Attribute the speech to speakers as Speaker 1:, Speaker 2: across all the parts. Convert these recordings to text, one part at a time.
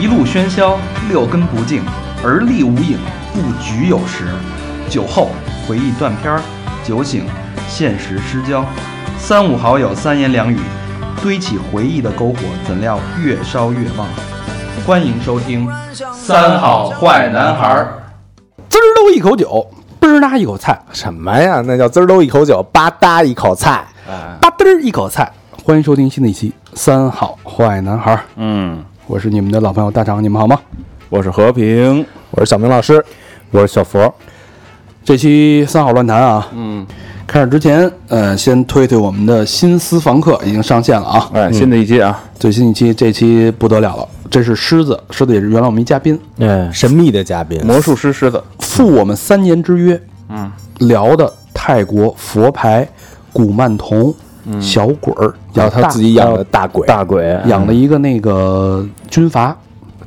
Speaker 1: 一路喧嚣，六根不净，而立无影，不局有时。酒后回忆断片儿，酒醒现实失焦。三五好友三言两语，堆起回忆的篝火，怎料越烧越旺。欢迎收听《三好坏男孩》。
Speaker 2: 滋儿溜一口酒，嘣儿嗒一口菜，
Speaker 3: 什么呀？那叫滋儿溜一口酒，吧嗒一口菜。
Speaker 2: 吧嘚儿一口菜。欢迎收听新的一期《三好坏男孩》，
Speaker 4: 嗯，
Speaker 2: 我是你们的老朋友大长，你们好吗？
Speaker 4: 我是和平，
Speaker 3: 我是小明老师，我是小佛。
Speaker 2: 这期三好乱谈啊，嗯，开始之前，呃，先推推我们的新私房课已经上线了啊，
Speaker 4: 哎，新的一期啊，
Speaker 2: 最新一期，这期不得了了，这是狮子，狮子也是原来我们一嘉宾，
Speaker 3: 嗯，神秘的嘉宾，
Speaker 4: 魔术师狮子，
Speaker 2: 赴我们三年之约，嗯，聊的泰国佛牌、古曼童、小鬼儿，
Speaker 3: 然
Speaker 2: 养
Speaker 3: 后他自己养的大鬼，
Speaker 5: 大鬼，
Speaker 2: 养了一个那个军阀，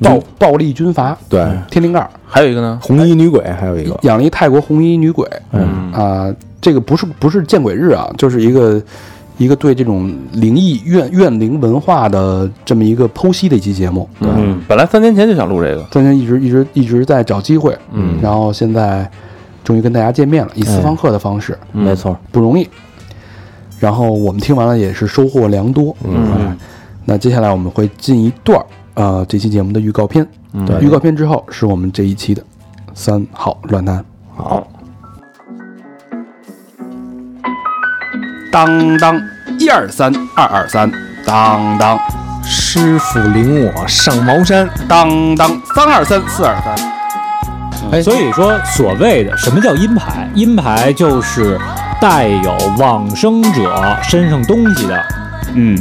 Speaker 2: 暴暴力军阀，
Speaker 3: 对
Speaker 2: 天灵盖儿，
Speaker 4: 还有一个呢，
Speaker 3: 红衣女鬼，还有一个
Speaker 2: 养了一泰国红衣女鬼，
Speaker 4: 嗯
Speaker 2: 啊，这个不是不是见鬼日啊，就是一个一个对这种灵异怨怨灵文化的这么一个剖析的一期节目，
Speaker 4: 嗯，本来三年前就想录这个，
Speaker 2: 中间一直一直一直在找机会，嗯，然后现在终于跟大家见面了，以私房课的方式，
Speaker 3: 嗯
Speaker 5: 没错，
Speaker 4: 嗯
Speaker 2: 不容易。然后我们听完了也是收获良多，嗯，那接下来我们会进一段儿呃这期节目的预告片，
Speaker 3: 嗯
Speaker 2: 对，预告片之后是我们这一期的三好乱谈，
Speaker 4: 好，
Speaker 2: 当当一二三二二三，当当
Speaker 3: 师傅领我上茅山。
Speaker 2: 当当三二三四二三，
Speaker 5: 哎所以说所谓的什么叫阴牌？阴牌就是带有往生者身上东西的，
Speaker 2: 哎
Speaker 4: 嗯，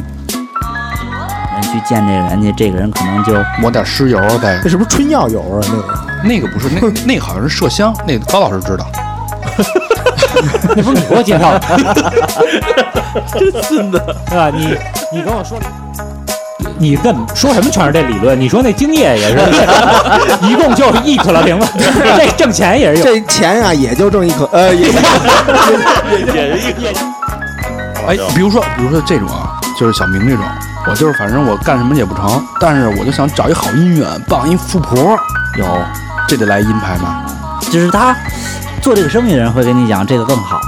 Speaker 6: 去见这人家，这个人可能就
Speaker 2: 抹点尸油再
Speaker 3: 那是不是春药油啊？那个
Speaker 2: 那个不是那那好像是麝香，那高老师 知道。
Speaker 5: 那不是你给我介绍的，真孙 子，对吧？你你跟我说。你跟说什么全是这理论？你说那精液也是， 一共就是一可乐瓶 子，这挣钱也是有。
Speaker 3: 这钱啊，也就挣一口，呃，也
Speaker 2: 哎，比如说，比如说这种啊，就是小明这种，我就是反正我干什么也不成，但是我就想找一好姻缘，傍一富婆，
Speaker 6: 有，
Speaker 2: 这得来阴牌吗？
Speaker 6: 就是他做这个生意人会跟你讲这个更好。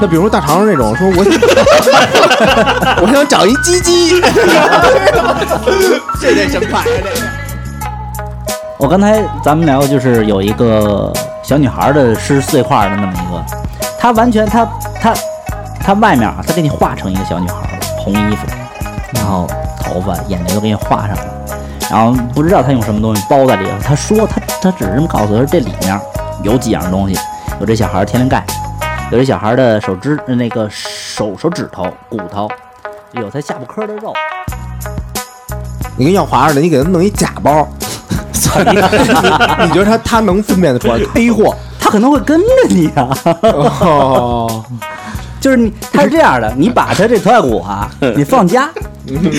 Speaker 3: 那比如说大肠这种，说 我我想找一鸡鸡，这得什么牌啊？这个
Speaker 6: 我刚才咱们聊就是有一个小女孩的是碎块的那么一个，她完全她她她外面啊，她给你画成一个小女孩了，红衣服，然后头发眼睛都给你画上了，然后不知道她用什么东西包在里头。她说她她只是这么告诉我说这里面有几样东西，有这小孩天灵盖，有这小孩的手指那个手手指头骨头，有他下巴颏的肉。
Speaker 3: 你跟要华似的，你给他弄一假包， 你觉得他他能分辨得出来黑货？
Speaker 6: 他可能会跟着你啊，
Speaker 3: 哦，
Speaker 6: 就是你，他是这样的，你把他这头盖骨啊，你放家，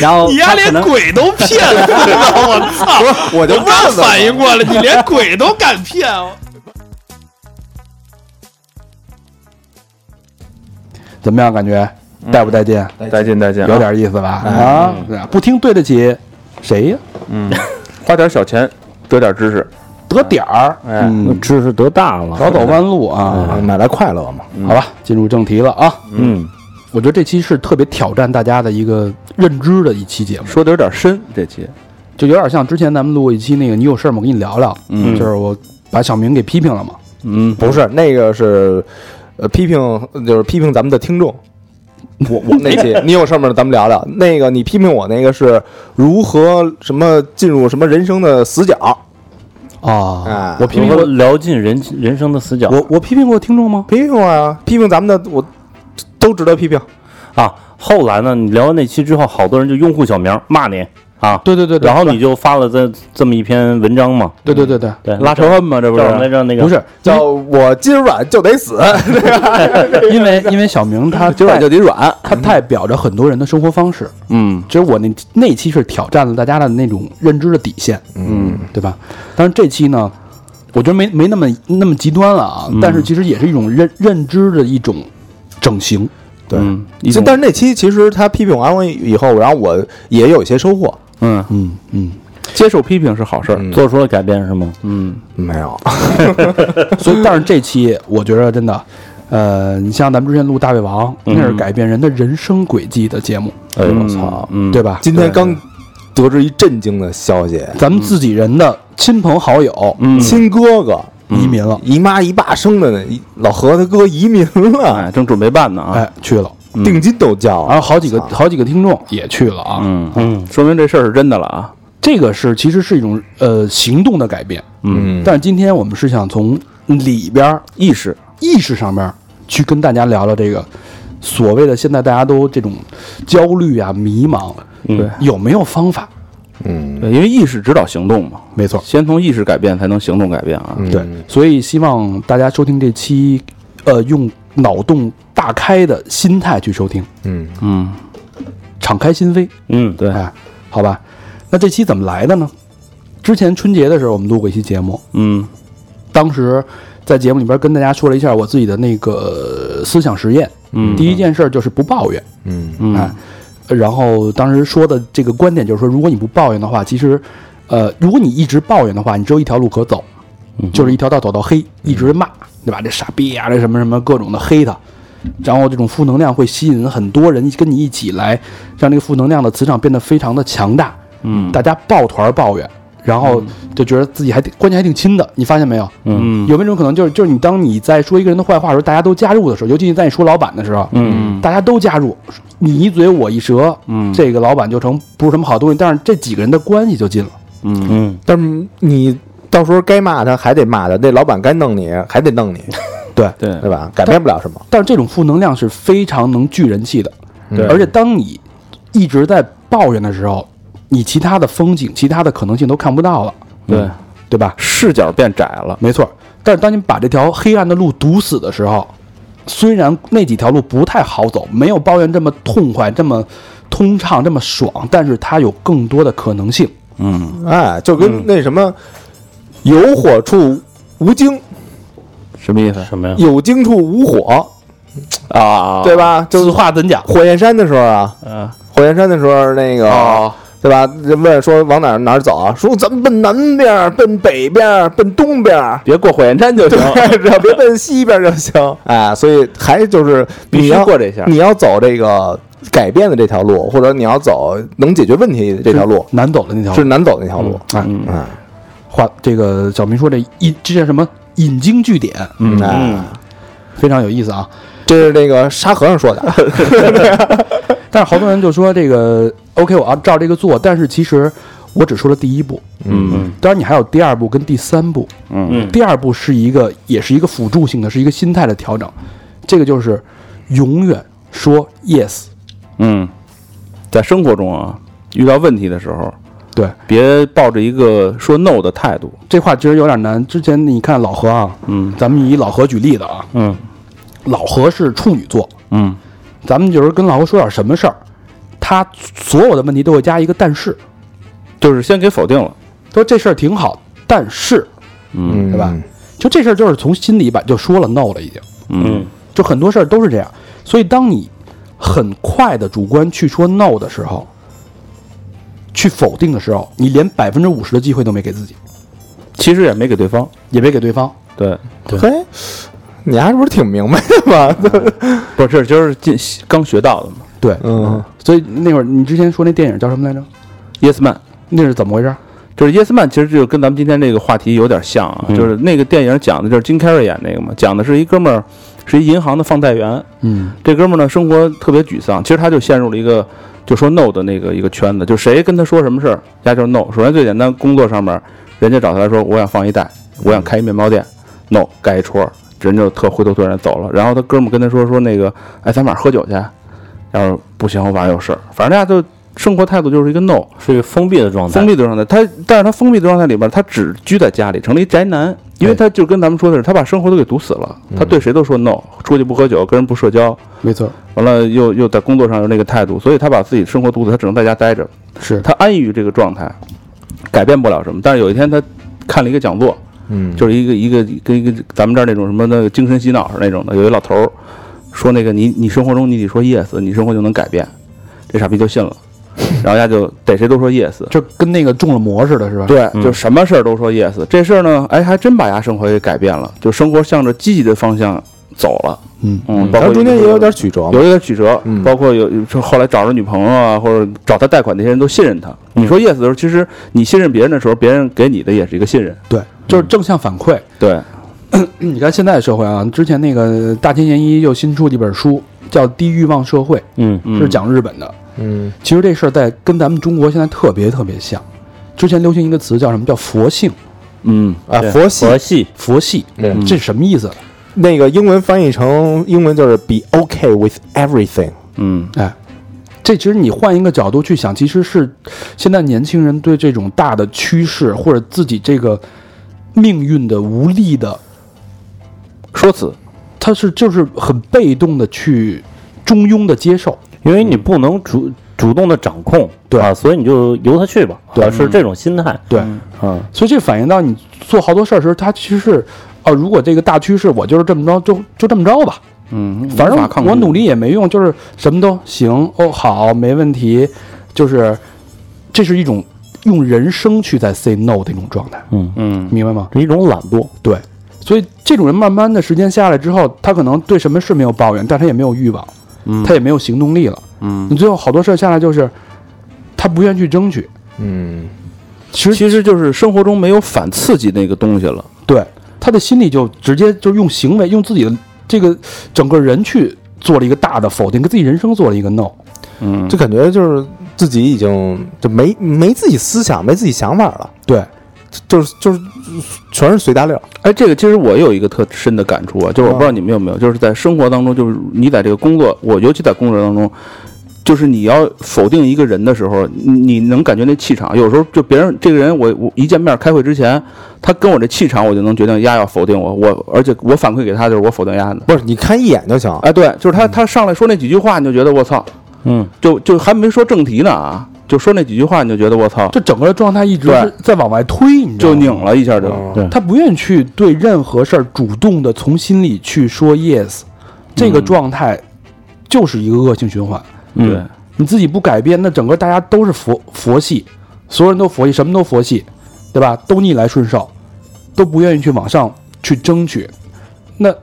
Speaker 6: 然后他可能
Speaker 7: 鬼都骗了，知道吗？操！
Speaker 3: 我就问
Speaker 7: 刚
Speaker 3: 了，
Speaker 7: 反应过来，你连鬼都敢骗我！
Speaker 2: 怎么样，感觉
Speaker 3: 嗯
Speaker 2: 带不带劲？
Speaker 4: 再见再见，
Speaker 3: 啊
Speaker 2: 有点意思吧？啊，对啊不听对得起谁呀？
Speaker 4: 花点小钱，得点知识，
Speaker 2: 得点儿，
Speaker 4: 哎
Speaker 2: 嗯，
Speaker 5: 知识得大了，
Speaker 2: 少走弯路啊！
Speaker 3: 买来快乐嘛。
Speaker 2: 好吧，进入正题了啊！
Speaker 5: 嗯，
Speaker 2: 我觉得这期是特别挑战大家的一个认知的一期节目，
Speaker 4: 说的有点深，这期，
Speaker 2: 就有点像之前咱们录过一期那个“你有事儿吗？我跟你聊聊”，嗯，就是我把小明给批评了嘛，
Speaker 4: 嗯，
Speaker 3: 不是那个是，呃，批评就是批评咱们的听众。我我那期你有事吗？咱们聊聊。那个你批评我那个是如何什么进入什么人生的死角？
Speaker 2: 啊
Speaker 3: 哎，
Speaker 2: 我批评过
Speaker 5: 聊尽人人生的死角
Speaker 2: 我我批评过听众吗？
Speaker 3: 批评我啊，批评咱们的我都值得批评。
Speaker 5: 啊。后来呢，你聊完那期之后，好多人就拥护小明骂你啊，
Speaker 2: 对对对，对
Speaker 5: 然后你就发了这这么一篇文章嘛，
Speaker 2: 对对对对，
Speaker 5: 对，
Speaker 4: 拉仇恨嘛，这
Speaker 5: 叫
Speaker 4: 不
Speaker 5: 什么来
Speaker 4: 是，
Speaker 5: 着？那个
Speaker 2: 不是
Speaker 3: 叫呃我今晚就得死，
Speaker 2: 因为因为小明他
Speaker 4: 今晚就
Speaker 2: 代
Speaker 4: 得软，
Speaker 2: 他代表着很多人的生活方式，
Speaker 4: 嗯
Speaker 2: 其实我那那期是挑战了大家的那种认知的底线，
Speaker 4: 嗯，
Speaker 2: 对吧？但是这期呢，我觉得没没
Speaker 4: 嗯
Speaker 2: 那么那么极端了啊，但是其实也是一种认认知的一种整形，
Speaker 3: 对，
Speaker 1: 嗯
Speaker 3: 其实但是那期其实他批评完我以后，然后我也有一些收获，
Speaker 4: 嗯，
Speaker 2: 嗯嗯，
Speaker 4: 接受批评是好事儿。
Speaker 3: 嗯
Speaker 8: 做出了改变是吗？
Speaker 5: 嗯
Speaker 3: 没有，
Speaker 2: 所以但是这期我觉得真的，呃，你像咱们之前录《大胃王》，那是改变人的人生轨迹的节目，
Speaker 4: 嗯哎呦我操，嗯，
Speaker 2: 对吧？
Speaker 3: 今天刚得知一震惊的消息，
Speaker 2: 咱们自己人的亲朋好友
Speaker 4: 嗯
Speaker 3: 亲哥哥
Speaker 2: 移民了，
Speaker 3: 姨妈姨爸生的那一老何他哥移民了，
Speaker 4: 哎，正啊准备办呢啊，
Speaker 2: 哎，去了，
Speaker 3: 定金都交
Speaker 2: 然后
Speaker 3: 了，
Speaker 2: 好几个好几个听众也去了啊，
Speaker 4: 嗯嗯，说明这事儿是真的了啊。
Speaker 2: 这个是其实是一种呃行动的改变，
Speaker 3: 嗯
Speaker 2: 但是今天我们是想从里边儿
Speaker 4: 意识，
Speaker 2: 意识上面儿去跟大家聊聊这个所谓的现在大家都这种焦虑啊、迷茫，对，有没有方法？
Speaker 3: 嗯，
Speaker 4: 对，因为意识指导行动嘛，
Speaker 2: 没错，
Speaker 4: 先从意识改变，才能行动改变啊。
Speaker 3: 嗯
Speaker 2: 对，所以希望大家收听这期，呃，用脑洞大开的心态去收听，
Speaker 3: 嗯
Speaker 4: 嗯
Speaker 2: 敞开心扉，
Speaker 4: 嗯，对，
Speaker 2: 哎，好吧？那这期怎么来的呢？之前春节的时候，我们录过一期节目，
Speaker 4: 嗯
Speaker 2: 当时在节目里边跟大家说了一下我自己的那个呃思想实验。
Speaker 4: 嗯
Speaker 2: 第一件事儿就是不抱怨，
Speaker 3: 嗯
Speaker 4: 嗯
Speaker 2: 哎，然后当时说的这个观点就是说，如果你不抱怨的话，其实，呃，如果你一直抱怨的话，你只有一条路可走，
Speaker 4: 嗯
Speaker 2: 就是一条道走到黑，一直骂，对吧？这傻逼呀、这什么什么各种的黑他，然后这种负能量会吸引很多人跟你一起来，让这个负能量的磁场变得非常的强大，
Speaker 4: 嗯
Speaker 2: 大家抱团抱怨。然后就觉得自己还挺关系还挺亲的，你发现没有？
Speaker 4: 嗯
Speaker 2: 有没有一种可能，就是就是你当你在说一个人的坏话的时候，大家都加入的时候，尤其你在你说老板的时候，
Speaker 4: 嗯
Speaker 2: 大家都加入，你一嘴我一舌，
Speaker 4: 嗯
Speaker 2: 这个老板就成不是什么好东西，但是这几个人的关系就近了。
Speaker 4: 嗯
Speaker 8: 嗯，
Speaker 3: 但是你到时候该骂他还得骂他，那老板该弄你还得弄你，
Speaker 2: 对
Speaker 4: 对
Speaker 3: 对吧？改变不了什么，
Speaker 2: 但是这种负能量是非常能聚人气的，
Speaker 3: 对
Speaker 2: 而且当你一直在抱怨的时候，你其他的风景、其他的可能性都看不到了，
Speaker 4: 对，
Speaker 2: 对吧？
Speaker 4: 视角变窄了，
Speaker 2: 没错。但是当你把这条黑暗的路堵死的时候，虽然那几条路不太好走，没有抱怨这么痛快、这么通畅、这么爽，但是它有更多的可能性。
Speaker 4: 嗯
Speaker 3: 哎，就跟那什么，有火处无精，
Speaker 4: 嗯什么意思
Speaker 8: 什么呀？
Speaker 3: 有精处无火，
Speaker 4: 啊？
Speaker 3: 对吧？就
Speaker 2: 此
Speaker 3: 是
Speaker 2: 话怎讲？
Speaker 3: 火焰山的时候啊，
Speaker 4: 嗯
Speaker 3: 火焰山的时候那个。
Speaker 4: 哦
Speaker 3: 对吧？人问说往哪儿哪儿走啊？说咱们奔南边儿，奔北边儿，奔东边儿，
Speaker 4: 别过火焰山就行，
Speaker 3: 对， 只要别奔西边儿就行。哎，所以还就是
Speaker 4: 必
Speaker 3: 你
Speaker 4: 须
Speaker 3: 要
Speaker 4: 过这下。
Speaker 3: 你要走这个改变的这条路，或者你要走能解决问题的这条路，
Speaker 2: 难走的那条
Speaker 3: 是
Speaker 2: 路。
Speaker 3: 难走的那条路。
Speaker 2: 哎，
Speaker 4: 嗯
Speaker 3: 嗯
Speaker 2: 话这个小明说这引这叫什么引经据典，
Speaker 4: 嗯
Speaker 3: 哎，
Speaker 2: 非常有意思啊。
Speaker 3: 这是那个沙和尚说的。
Speaker 2: 但是好多人就说这个 OK，我要照这个做，但是其实我只说了第一步，
Speaker 4: 嗯
Speaker 2: 当然你还有第二步跟第三步。
Speaker 4: 嗯
Speaker 2: 第二步是一个也是一个辅助性的，是一个心态的调整。这个就是永远说 yes，
Speaker 4: 嗯， 在生活中啊，遇到问题的时候，
Speaker 2: 对，
Speaker 4: 别抱着一个说 no 的态度。
Speaker 2: 这话其实有点难。之前你看老何啊，
Speaker 4: 嗯
Speaker 2: 咱们以老何举例子啊，
Speaker 4: 嗯
Speaker 2: 老何是处女座，
Speaker 4: 嗯
Speaker 2: 咱们就是跟老何说点什么事儿，他所有的问题都会加一个但是，
Speaker 4: 就是先给否定了。
Speaker 2: 说这事儿挺好，但是
Speaker 4: 嗯
Speaker 2: 对吧？就这事儿就是从心里把就说了 no 了，已经，
Speaker 4: 嗯
Speaker 2: 就很多事儿都是这样。所以当你很快的主观去说 no 的时候，去否定的时候，你连百分之五十的机会都没给自己，
Speaker 4: 其实也没给对方。
Speaker 2: 也没给对方。
Speaker 4: 对，
Speaker 3: 嘿，你还是不是挺明白的吧？
Speaker 4: 不是，这就是进刚学到的嘛。
Speaker 2: 对，
Speaker 3: 嗯，
Speaker 2: 所以那会儿你之前说那电影叫什么来着？
Speaker 4: Yes man，
Speaker 2: 那是怎么回事？
Speaker 4: 就是 Yes Man，其实就跟咱们今天这个话题有点像啊，就是那个电影讲的就是金凯瑞演那个嘛，讲的是一哥们儿是一银行的放贷员，
Speaker 2: 嗯
Speaker 4: 这哥们儿呢生活特别沮丧，其实他就陷入了一个就说 no 的那个一个圈子，就谁跟他说什么事儿，他就是 no。首先最简单，工作上面人家找他说我想放一贷，我想开一面包店，no 盖一戳，人就特灰头土脸走了。然后他哥们儿跟他说说那个，哎，咱晚上喝酒去，要是不行我晚上有事儿，反正大家就生活态度就是一个 no。
Speaker 8: 是一个封闭的状态
Speaker 4: 封。闭的状态，他但是他封闭的状态里边，他只居在家里，成了一宅男，因为他就跟咱们说的是，他把生活都给堵死了，他对谁都说 no，出去不喝酒，跟人不社交，
Speaker 2: 没错，
Speaker 4: 完了又又在工作上有那个态度，所以他把自己生活堵死，他只能在家待着，
Speaker 2: 是
Speaker 4: 他安于这个状态，改变不了什么。但是有一天他看了一个讲座，
Speaker 3: 嗯
Speaker 4: 就是一个一个跟一个咱们这儿那种什么那个精神洗脑似的那种的，有一老头儿说那个你你生活中你得说 yes，你生活就能改变，这傻逼就信了，然后丫就逮谁都说 yes，
Speaker 2: 就跟那个中了魔似的，是吧？
Speaker 4: 对，
Speaker 3: 嗯
Speaker 4: 就什么事儿都说 yes，这事儿呢，哎，还真把丫生活给改变了，就生活向着积极的方向走了，
Speaker 2: 嗯
Speaker 4: 嗯，包
Speaker 3: 然
Speaker 4: 括
Speaker 3: 后中间也有点曲折嘛
Speaker 4: 有。一点曲折，
Speaker 3: 嗯
Speaker 4: 包括有就后来找着女朋友啊，或者找他贷款那些人都信任他。你
Speaker 3: 嗯
Speaker 4: 说 yes 的时候，其实你信任别人的时候，别人给你的也是一个信任。
Speaker 2: 对，就是正向反馈。
Speaker 4: 对，
Speaker 2: 你看现在社会啊，之前那个大前研一又新出了一本书，叫《低欲望社会》，
Speaker 8: 嗯
Speaker 2: 是讲日本的。
Speaker 3: 嗯
Speaker 2: 其实这事儿在跟咱们中国现在特别特别像。之前流行一个词叫什么？叫佛性，
Speaker 4: 嗯，
Speaker 3: 啊，佛系
Speaker 8: 佛系
Speaker 2: 佛系，
Speaker 3: 对
Speaker 8: 嗯
Speaker 2: 这什么意思？
Speaker 3: 那个英文翻译成英文就是 be okay with everything。
Speaker 4: 嗯
Speaker 2: 哎，这其实你换一个角度去想，其实是现在年轻人对这种大的趋势或者自己这个命运的无力的，
Speaker 4: 说辞，
Speaker 2: 他是就是很被动的去中庸的接受。
Speaker 8: 因为你不能主主动的掌控，
Speaker 2: 对
Speaker 8: 啊，所以你就由他去吧，
Speaker 2: 对
Speaker 8: 啊是这种心态，
Speaker 2: 对，啊
Speaker 8: 嗯，
Speaker 2: 所以这反映到你做好多事儿的时候，它其实是，哦、如果这个大趋势我就是这么着，就就这么着吧，
Speaker 4: 嗯，
Speaker 2: 反
Speaker 4: 无法
Speaker 2: 正
Speaker 4: 抗拒
Speaker 2: 我努力，也没用，就是什么都行哦，好，没问题，就是这是一种用人生去在 say no 的一种状态，
Speaker 4: 嗯
Speaker 2: 明白吗？
Speaker 8: 是一种懒惰，
Speaker 2: 对，所以这种人慢慢的时间下来之后，他可能对什么事没有抱怨，但他也没有欲望，
Speaker 4: 嗯
Speaker 2: 他也没有行动力了。
Speaker 4: 嗯
Speaker 2: 你最后好多事儿下来就是，他不愿意去争取。
Speaker 3: 嗯，
Speaker 2: 其实
Speaker 4: 其实就是生活中没有反刺激那个东西了。
Speaker 2: 对他的心里就直接就用行为，用自己的这个整个人去做了一个大的否定，跟自己人生做了一个 no。
Speaker 4: 嗯，
Speaker 3: 就感觉就是自己已经就没没自己思想，没自己想法了，
Speaker 2: 对，
Speaker 3: 就是就是全是随大流。
Speaker 4: 哎，这个其实我有一个特深的感触啊，就是我不知道你们有没有，就是在生活当中，就是你在这个工作，我尤其在工作当中，就是你要否定一个人的时候，你你能感觉那气场。有时候就别人这个人我，我一见面开会之前，他跟我这气场，我就能决定丫要否定我，我而且我反馈给他就是我否定丫的。
Speaker 3: 不是，你看一眼就行。
Speaker 4: 哎，对，就是他他上来说那几句话，你就觉得我操，
Speaker 8: 嗯，
Speaker 4: 就就还没说正题呢啊，就说那几句话，你就觉得我操，
Speaker 2: 这整个状态一直
Speaker 4: 对
Speaker 2: 是在往外推，你知道
Speaker 4: 就
Speaker 2: 吗？
Speaker 4: 拧了一下就。
Speaker 3: 嗯
Speaker 8: 对
Speaker 2: 他不愿意去对任何事儿主动的从心里去说 yes，这
Speaker 4: 嗯
Speaker 2: 个状态就是一个恶性循环。
Speaker 4: 对，
Speaker 2: 你自己不改变，那整个大家都是佛佛系，所有人都佛系，什么都佛系，对吧？都逆来顺受，都不愿意去往上去争取，那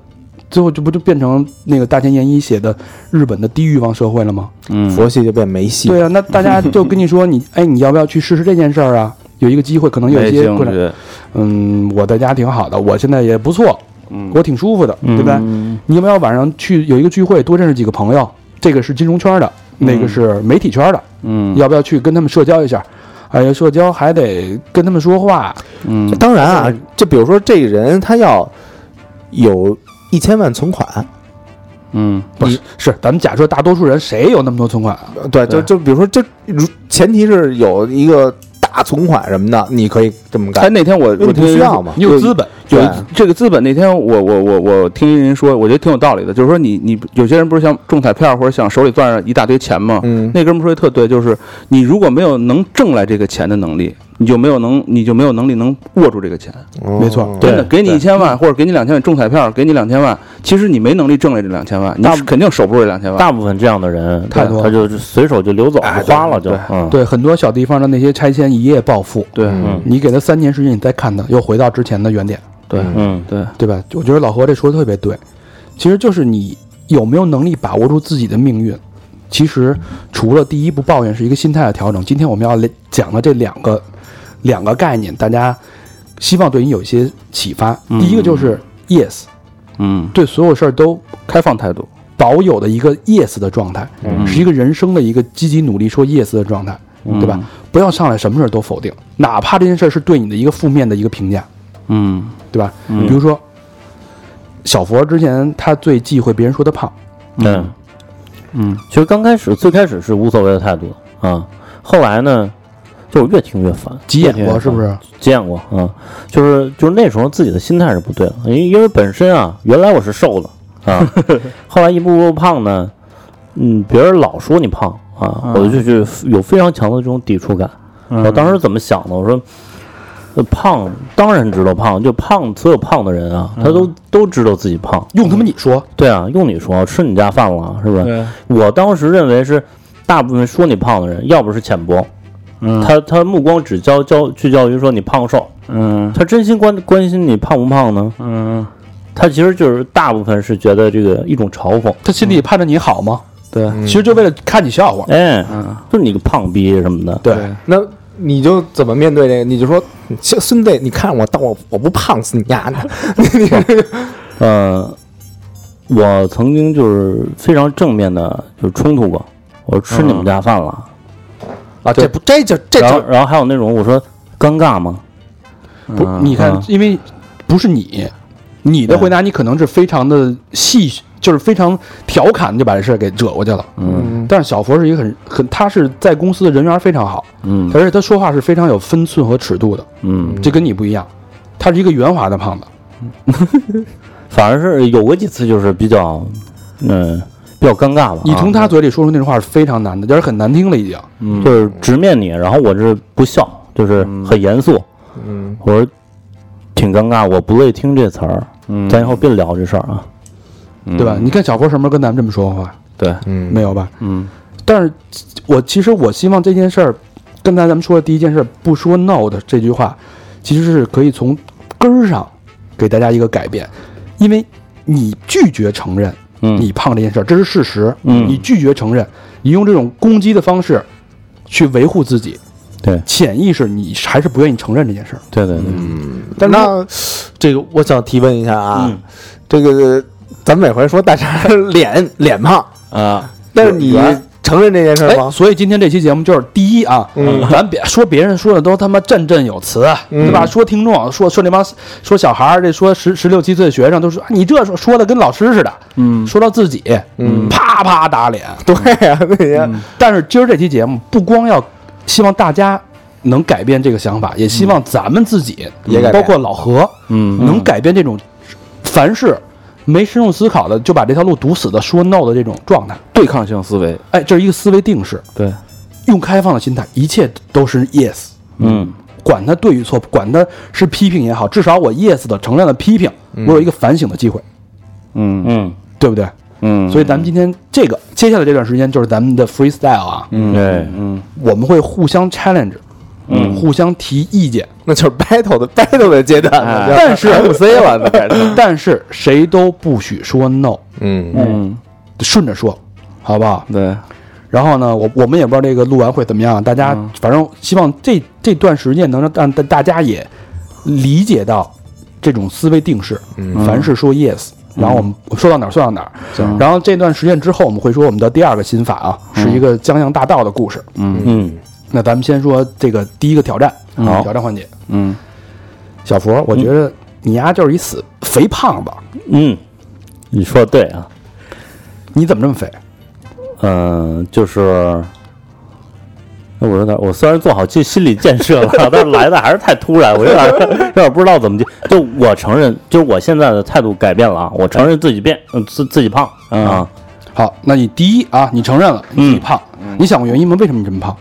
Speaker 2: 最后这不就变成那个大前研一写的日本的低欲望社会了吗？
Speaker 4: 嗯，
Speaker 3: 佛系就变没戏。
Speaker 2: 对啊，那大家就跟你说，你哎，你要不要去试试这件事儿啊？有一个机会，可能有一
Speaker 4: 没
Speaker 2: 些
Speaker 4: 兴
Speaker 2: 困难。
Speaker 4: 趣，
Speaker 2: 嗯，我在家挺好的，我现在也不错，
Speaker 4: 嗯
Speaker 2: 我挺舒服的，对不对？你要不要晚上去有一个聚会，多认识几个朋友？这个是金融圈的，那个是媒体圈的，
Speaker 4: 嗯
Speaker 2: 要不要去跟他们社交一下？哎呀，社交还得跟他们说话，
Speaker 4: 嗯
Speaker 3: 当然啊，就比如说这个人他要有一千万存款，
Speaker 4: 嗯
Speaker 2: 不是是，咱们假设大多数人谁有那么多存款啊？
Speaker 3: 呃对，就就比如说这，如前提是有一个大存款什么的，你可以这么
Speaker 4: 哎，
Speaker 3: 干。
Speaker 4: 那天我
Speaker 3: 因为
Speaker 4: 我
Speaker 3: 你不需
Speaker 4: 听
Speaker 3: 要嘛，
Speaker 2: 你有资本，
Speaker 4: 有
Speaker 3: 对
Speaker 4: 这个资本，那天我我我我听人说，我觉得挺有道理的，就是说你你有些人不是想中彩票或者想手里攥着一大堆钱吗？
Speaker 3: 嗯，
Speaker 4: 那哥们说的特对，就是你如果没有能挣来这个钱的能力，你就没有能你就没有能力能握住这个钱。
Speaker 2: 没
Speaker 3: 哦
Speaker 2: 错
Speaker 4: 真的，给你一千万或者给你两千万中彩票，给你两千万，其实你没能力挣来这两千万，你
Speaker 8: 大
Speaker 4: 是肯定守不住这两千万。
Speaker 8: 大部分这样的人，
Speaker 2: 太多了
Speaker 8: 他就是随手就流走，
Speaker 4: 哎
Speaker 8: 就花了就
Speaker 4: 对，
Speaker 8: 嗯，
Speaker 2: 对很多小地方的那些拆迁一夜暴富，
Speaker 4: 对
Speaker 3: 嗯
Speaker 2: 你给他三年时间，你再看他又回到之前的原点，
Speaker 4: 对
Speaker 8: 嗯，
Speaker 4: 对，
Speaker 2: 对吧？我觉得老何这说的特别对，其实就是你有没有能力把握住自己的命运。其实除了第一不抱怨是一个心态的调整，今天我们要来讲的这两个两个概念，大家希望对你有一些启发。第一个就是 yes，
Speaker 4: 嗯，
Speaker 2: 对所有事儿都
Speaker 4: 开放态度，
Speaker 2: 保有的一个 yes 的状态，是一个人生的一个积极努力说 yes 的状态，对吧？不要上来什么事儿都否定，哪怕这件事儿是对你的一个负面的一个评价，
Speaker 4: 嗯
Speaker 2: 对吧？比如说，小佛之前他最忌讳别人说他胖，
Speaker 8: 嗯，
Speaker 4: 嗯，
Speaker 8: 其实刚开始最开始是无所谓的态度啊，后来呢，就我越听越烦，
Speaker 2: 急眼过是不是？
Speaker 8: 见过啊、嗯就是就是那时候自己的心态是不对的，因为因为本身啊，原来我是瘦的啊，后来一步步胖呢，嗯，别人老说你胖啊，我就去有非常强的这种抵触感。我当时怎么想的？我说，呃胖当然知道胖，就胖所有胖的人啊，他都都知道自己胖。
Speaker 2: 用他妈你说，
Speaker 8: 对啊，用你说吃你家饭了是吧？我当时认为是大部分说你胖的人，要不是浅薄，
Speaker 6: 嗯
Speaker 8: 他他目光只焦焦聚焦于说你胖瘦，
Speaker 6: 嗯
Speaker 8: 他真心关关心你胖不胖呢？
Speaker 6: 嗯，
Speaker 8: 他其实就是大部分是觉得这个一种嘲讽，
Speaker 2: 他心里盼着你好吗？
Speaker 6: 对，
Speaker 8: 嗯
Speaker 2: 其实就为了看你笑话。
Speaker 8: 哎，
Speaker 6: 嗯
Speaker 8: 就是你个胖逼什么的，
Speaker 3: 对，那你就怎么面对这个？你就说，孙孙子，你看我，当我我不胖死你丫的！
Speaker 8: 呃，我曾经就是非常正面的就冲突过，我说吃你
Speaker 4: 嗯
Speaker 8: 们家饭了，
Speaker 3: 啊，这不这就这
Speaker 8: 然
Speaker 3: 就
Speaker 8: 后然后还有那种我说尴尬吗？
Speaker 2: 不，你看
Speaker 8: 嗯，
Speaker 2: 因为不是你，你的回答你可能是非常的戏，就是非常调侃就把这事儿给惹过去了。
Speaker 8: 嗯
Speaker 2: 但是小佛是一个很很，他是在公司的人缘非常好，
Speaker 8: 嗯
Speaker 2: 而且他说话是非常有分寸和尺度的，
Speaker 8: 嗯，
Speaker 2: 这跟你不一样。他是一个圆滑的胖子，
Speaker 8: 反而是有过几次就是比较，嗯、比较尴尬吧。
Speaker 2: 你
Speaker 8: 啊
Speaker 2: 从他嘴里说出那种话是非常难的，就是很难听了已经。
Speaker 8: 就是直面你，然后我这不笑，就是很严肃，
Speaker 3: 嗯
Speaker 8: 我说挺尴尬，我不乐意听这词儿，
Speaker 4: 嗯
Speaker 8: 咱以后别聊这事儿啊。
Speaker 4: 嗯
Speaker 2: 对吧？你看小郭什么时候跟咱们这么说话？
Speaker 3: 嗯
Speaker 2: 没有吧？
Speaker 4: 嗯
Speaker 2: 但是我其实我希望这件事儿，刚才咱们说的第一件事，不说 no 的这句话，其实是可以从根儿上给大家一个改变，因为你拒绝承认
Speaker 8: 嗯
Speaker 2: 你胖这件事儿，这是事实，
Speaker 8: 嗯
Speaker 2: 你拒绝承认，你用这种攻击的方式去维护自己，
Speaker 8: 对
Speaker 2: 潜意识你还是不愿意承认这件事儿。
Speaker 8: 对对对，
Speaker 3: 嗯，但是那这个我想提问一下啊，
Speaker 8: 嗯
Speaker 3: 这个咱每回说大肠儿 脸脸胖，
Speaker 8: 啊，
Speaker 3: 但是你承认这件事儿
Speaker 2: 哎，
Speaker 3: 吗？
Speaker 2: 所以今天这期节目就是第一啊，
Speaker 3: 嗯
Speaker 2: 咱别说别人说的都他妈振振有词，啊对吧？说听众说说那帮说小孩儿，这说十十六七岁的学生都说啊你这说说的跟老师似的，
Speaker 4: 嗯
Speaker 2: 说到自己，
Speaker 3: 嗯
Speaker 2: 啪啪打脸。
Speaker 3: 对呀，那些
Speaker 2: 但是今儿这期节目不光要希望大家能改变这个想法，也希望咱们自己，
Speaker 3: 嗯也改变
Speaker 2: 包括老何，
Speaker 4: 嗯
Speaker 2: 能改变这种凡事没深入思考的就把这条路堵死的说 no 的这种状态。
Speaker 4: 对抗性思维，
Speaker 2: 哎，这是一个思维定式。
Speaker 4: 对，
Speaker 2: 用开放的心态，一切都是 yes，
Speaker 8: 嗯
Speaker 2: 管他对与错，管他是批评也好，至少我 yes 的承认了批评，我有一个反省的机会，
Speaker 4: 嗯
Speaker 8: 嗯
Speaker 2: 对不对？
Speaker 4: 嗯，
Speaker 2: 所以咱们今天这个接下来这段时间就是咱们的 freestyle 啊，
Speaker 4: 嗯
Speaker 8: 对
Speaker 4: 嗯
Speaker 2: 我们会互相 challenge，嗯，互相提意 见，
Speaker 3: 那就是 battle 的 battle 的阶段了。
Speaker 2: 但是
Speaker 3: MC 了，那 改成
Speaker 2: 但是谁都不许说 no，
Speaker 3: 嗯
Speaker 4: 嗯
Speaker 2: 顺着说，好不好？
Speaker 4: 对，
Speaker 2: 然后呢，我我们也不知道这个录完会怎么样，大家反正希望这这段时间能让让大大家也理解到这种思维定式，凡事说 yes，然后我们说到哪儿说到哪儿。然后这段时间之后，我们会说我们的第二个心法啊，是一个江洋大盗的故事。
Speaker 8: 嗯
Speaker 2: 那咱们先说这个第一个挑战，挑战环节，
Speaker 4: 嗯
Speaker 2: 小佛，我觉得你丫就是一死肥胖子，
Speaker 8: 嗯，你说的对啊，
Speaker 2: 你怎么这么肥？
Speaker 8: 嗯、就是，哎那我有点，我虽然做好心心理建设了，但是来的还是太突然，我有点有点不知道怎么接。就我承认，就是我现在的态度改变了啊，我承认自己变，嗯、自自己胖啊，
Speaker 2: 好，那你第一啊，你承认了你
Speaker 8: 嗯
Speaker 2: 自己胖，你想过原因吗？为什么你这么胖？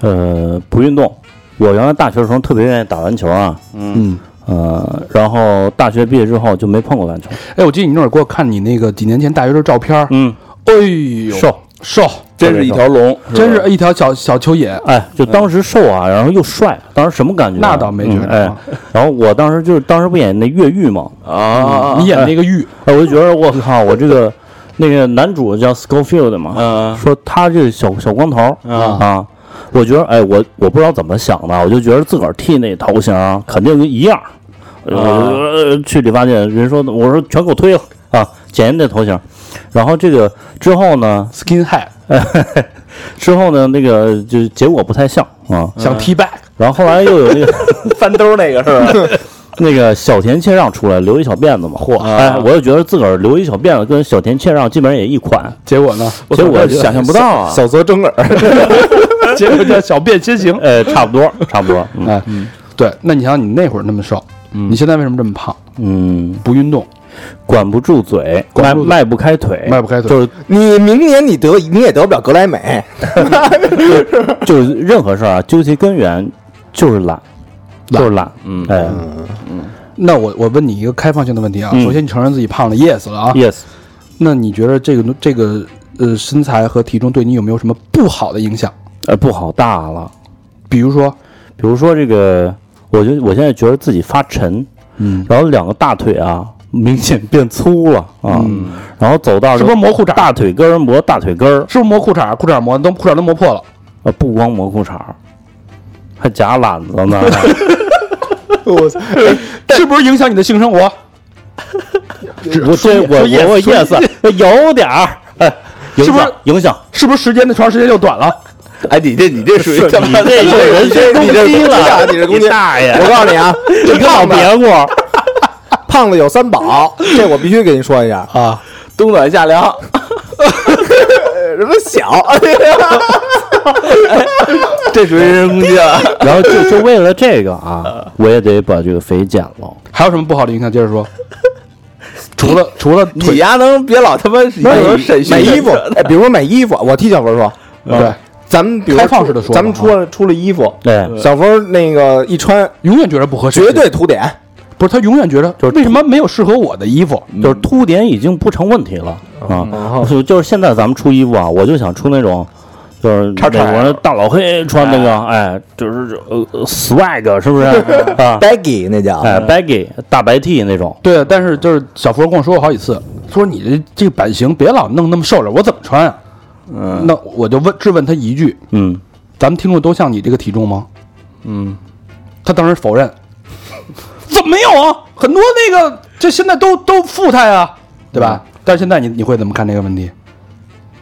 Speaker 8: 呃，不运动。我原来大学的时候特别愿意打篮球啊，
Speaker 2: 嗯。
Speaker 8: 呃，然后大学毕业之后就没碰过篮球。
Speaker 2: 哎，我记得你那会儿给我看你那个几年前大学时候照片儿，
Speaker 8: 嗯，
Speaker 2: 哎呦，
Speaker 8: 瘦，
Speaker 2: 瘦，
Speaker 4: 真是一条龙，
Speaker 2: 真
Speaker 8: 嗯
Speaker 2: 是一条小小蚯蚓，
Speaker 8: 哎，就当时瘦啊，然后又帅，当时什么感觉啊、
Speaker 2: 嗯那倒没觉得
Speaker 8: 嗯
Speaker 2: 啊
Speaker 8: 哎，然后我当时就是当时不演那越狱嘛，嗯
Speaker 4: 啊，
Speaker 2: 你演那个玉，
Speaker 8: 哎，我就觉得我 靠，我这个那个男主叫 Schofield 嘛，
Speaker 4: 嗯
Speaker 8: 说他这小小光头
Speaker 2: 嗯
Speaker 8: 啊我觉得哎，我我不知道怎么想的，我就觉得自个儿剃那头型啊肯定一样，我
Speaker 2: 啊
Speaker 8: 就呃去理发店，人说我说全给我推了啊，检验那头型，然后这个之后呢，
Speaker 2: skinhead
Speaker 8: 嗯 之后呢那个就结果不太像啊，
Speaker 2: 想 T back，
Speaker 8: 然后后来又有那个。
Speaker 3: 翻兜那个是吧？
Speaker 8: 那个小田切让出来留一小辫子嘛，嚯！哎，我就觉得自个儿留一小辫子跟小田切让基本上也一款，
Speaker 2: 结果呢，
Speaker 8: 结果我就
Speaker 4: 想象不到啊，
Speaker 3: 小泽征尔，
Speaker 2: 结果叫小变身形。
Speaker 8: 呃，差不多，差不多，嗯
Speaker 2: 哎，对，那你想想你那会儿那么瘦，你现在为什么这么胖？
Speaker 8: 嗯，
Speaker 2: 不运动，
Speaker 8: 管不住嘴，
Speaker 2: 管
Speaker 8: 迈
Speaker 2: 不住嘴
Speaker 8: 迈不开腿，
Speaker 2: 迈不开
Speaker 8: 哎就
Speaker 2: 腿，
Speaker 8: 是
Speaker 3: 你明年你得你也得不了格莱美，
Speaker 8: 就是任何事儿啊，究其根源就是懒，就是懒，
Speaker 4: 嗯
Speaker 8: 哎
Speaker 2: 那我我问你一个开放性的问题啊，
Speaker 8: 嗯
Speaker 2: 首先你承认自己胖了，yes 了啊，
Speaker 8: ，yes，
Speaker 2: 那你觉得这个这个呃身材和体重对你有没有什么不好的影响？
Speaker 8: 呃，不好大了。
Speaker 2: 比如说，
Speaker 8: 比如说这个，我就我现在觉得自己发沉，
Speaker 2: 嗯，
Speaker 8: 然后两个大腿啊明显变粗了啊，然后走到
Speaker 2: 嗯是不是磨裤衩
Speaker 8: 大腿根儿磨大腿根儿，
Speaker 2: 是不是磨裤衩？裤衩磨都裤衩都磨破了，
Speaker 8: 呃，不光磨裤衩儿，还夹懒子 呢。
Speaker 2: 哎是不是影响你的性生活？
Speaker 8: 我这我我我 yes 有点儿，哎，影
Speaker 2: 是不
Speaker 8: 响
Speaker 2: 是
Speaker 8: 影响，
Speaker 2: 是不是时间的长时间就短了？
Speaker 3: 哎，你这你这属于你这
Speaker 8: 这是人身攻击了，
Speaker 3: 你这攻击
Speaker 8: 你大爷！
Speaker 3: 我告诉你啊，这
Speaker 8: 你个老
Speaker 3: 胖子
Speaker 8: 别过，
Speaker 3: 胖子有三宝，这我必须给你说一下啊，
Speaker 4: 冬暖夏凉，
Speaker 3: 什么小， 这属于人身攻击啊。
Speaker 8: 然后就就为了这个 啊，我也得把这个肥减了。
Speaker 2: 还有什么不好的影响？接着说，除了除了
Speaker 1: 你
Speaker 2: 腿，
Speaker 1: 丫能别老他妈是
Speaker 3: 那
Speaker 1: 有审
Speaker 3: 买
Speaker 1: 讯
Speaker 3: 衣服，哎，比如说买衣服，我替小佛说，
Speaker 2: 对，
Speaker 3: 咱们比如
Speaker 2: 开放式的说
Speaker 3: 咱们
Speaker 2: 吧
Speaker 3: 出了出了衣服，
Speaker 8: 对，
Speaker 3: 小佛那个一穿
Speaker 2: 永远觉得不合适，
Speaker 3: 绝对凸点，
Speaker 2: 不是他永远觉得为什么没有适合我的衣服？
Speaker 8: 就是凸点已经不成问题了啊！就就是现在咱们出衣服啊，我就想出那种。就是美国人大老黑穿那个，哎，就是呃呃 swag 是不 是啊？
Speaker 3: baggy 那叫，
Speaker 8: 哎，baggy 大白 T 那种，
Speaker 2: 对，但是就是小佛跟我说过好几次，说你这这个版型别老弄那么瘦了，我怎么穿啊？嗯，那我就问质问他一句，
Speaker 8: 嗯，
Speaker 2: 咱们听众都像你这个体重吗？嗯，他当时否认， 怎么没有啊？很多那个这现在都都富态啊，对吧？但是现在你你会怎么看这个问题？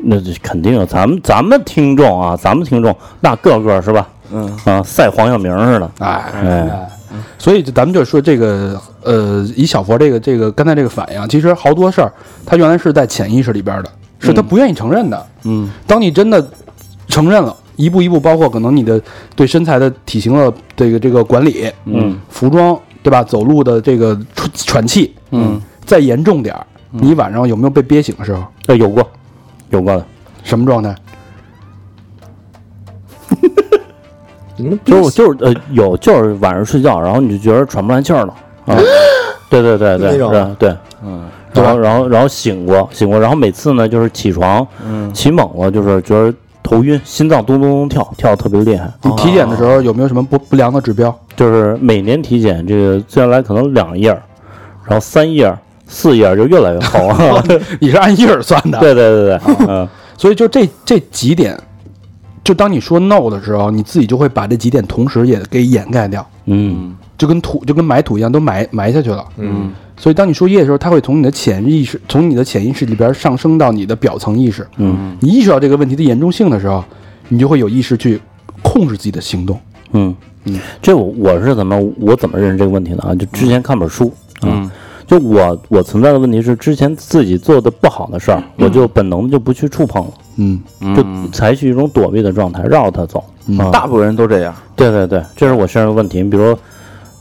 Speaker 8: 那这肯定啊，咱们咱们听众啊，咱们听众那个个是吧？嗯啊，赛黄晓明似的，
Speaker 2: 哎，
Speaker 8: 哎，
Speaker 2: 所以就咱们就说这个呃，以小佛这个这个刚才这个反应啊，其实好多事儿他原来是在潜意识里边的，是他不愿意承认的。嗯，当你真的承认了。一步一步，包括可能你的对身材的体型的这个这个管理，
Speaker 8: 嗯，
Speaker 2: 服装，对吧？走路的这个喘喘气，嗯，再严重点儿，你晚上有没有被憋醒的时候？
Speaker 8: 哎有过，有过的，
Speaker 2: 什么状态？
Speaker 8: 就是就是呃有，就是晚上睡觉，然后你就觉得喘不上气儿了啊， 对对对对，
Speaker 3: 那种
Speaker 8: 是，啊对，嗯，然后然后然后醒过醒过，然后每次呢就是起床，起猛了就是觉得头晕，心脏咚咚咚跳，跳得特别厉害，
Speaker 2: 你体检的时候有没有什么不不良的指标？
Speaker 8: 就是每年体检这个接下来可能两页儿，然后三页儿、四页儿就越来越厚，
Speaker 2: 你是按一耳算的，
Speaker 8: 对对对对，嗯。
Speaker 2: 所以就这这几点，就当你说 no 的时候，你自己就会把这几点同时也给掩盖掉，
Speaker 8: 嗯，
Speaker 2: 就跟土就跟埋土一样，都埋埋下去了。
Speaker 3: 嗯，
Speaker 2: 所以当你说 yes 的时候，它会从你的潜意识，从你的潜意识里边上升到你的表层意识。
Speaker 8: 嗯，
Speaker 2: 你意识到这个问题的严重性的时候，你就会有意识去控制自己的行动。
Speaker 8: 嗯，这我我是怎么我怎么认识这个问题的啊？就之前看本书，嗯，就我我存在的问题是之前自己做的不好的事儿，我就本能地就不去触碰了，
Speaker 2: 嗯，
Speaker 8: 就采取一种躲避的状态，绕着它走。啊
Speaker 4: 大部分人都这样。
Speaker 8: 对对对，这是我身上的问题。你比如说，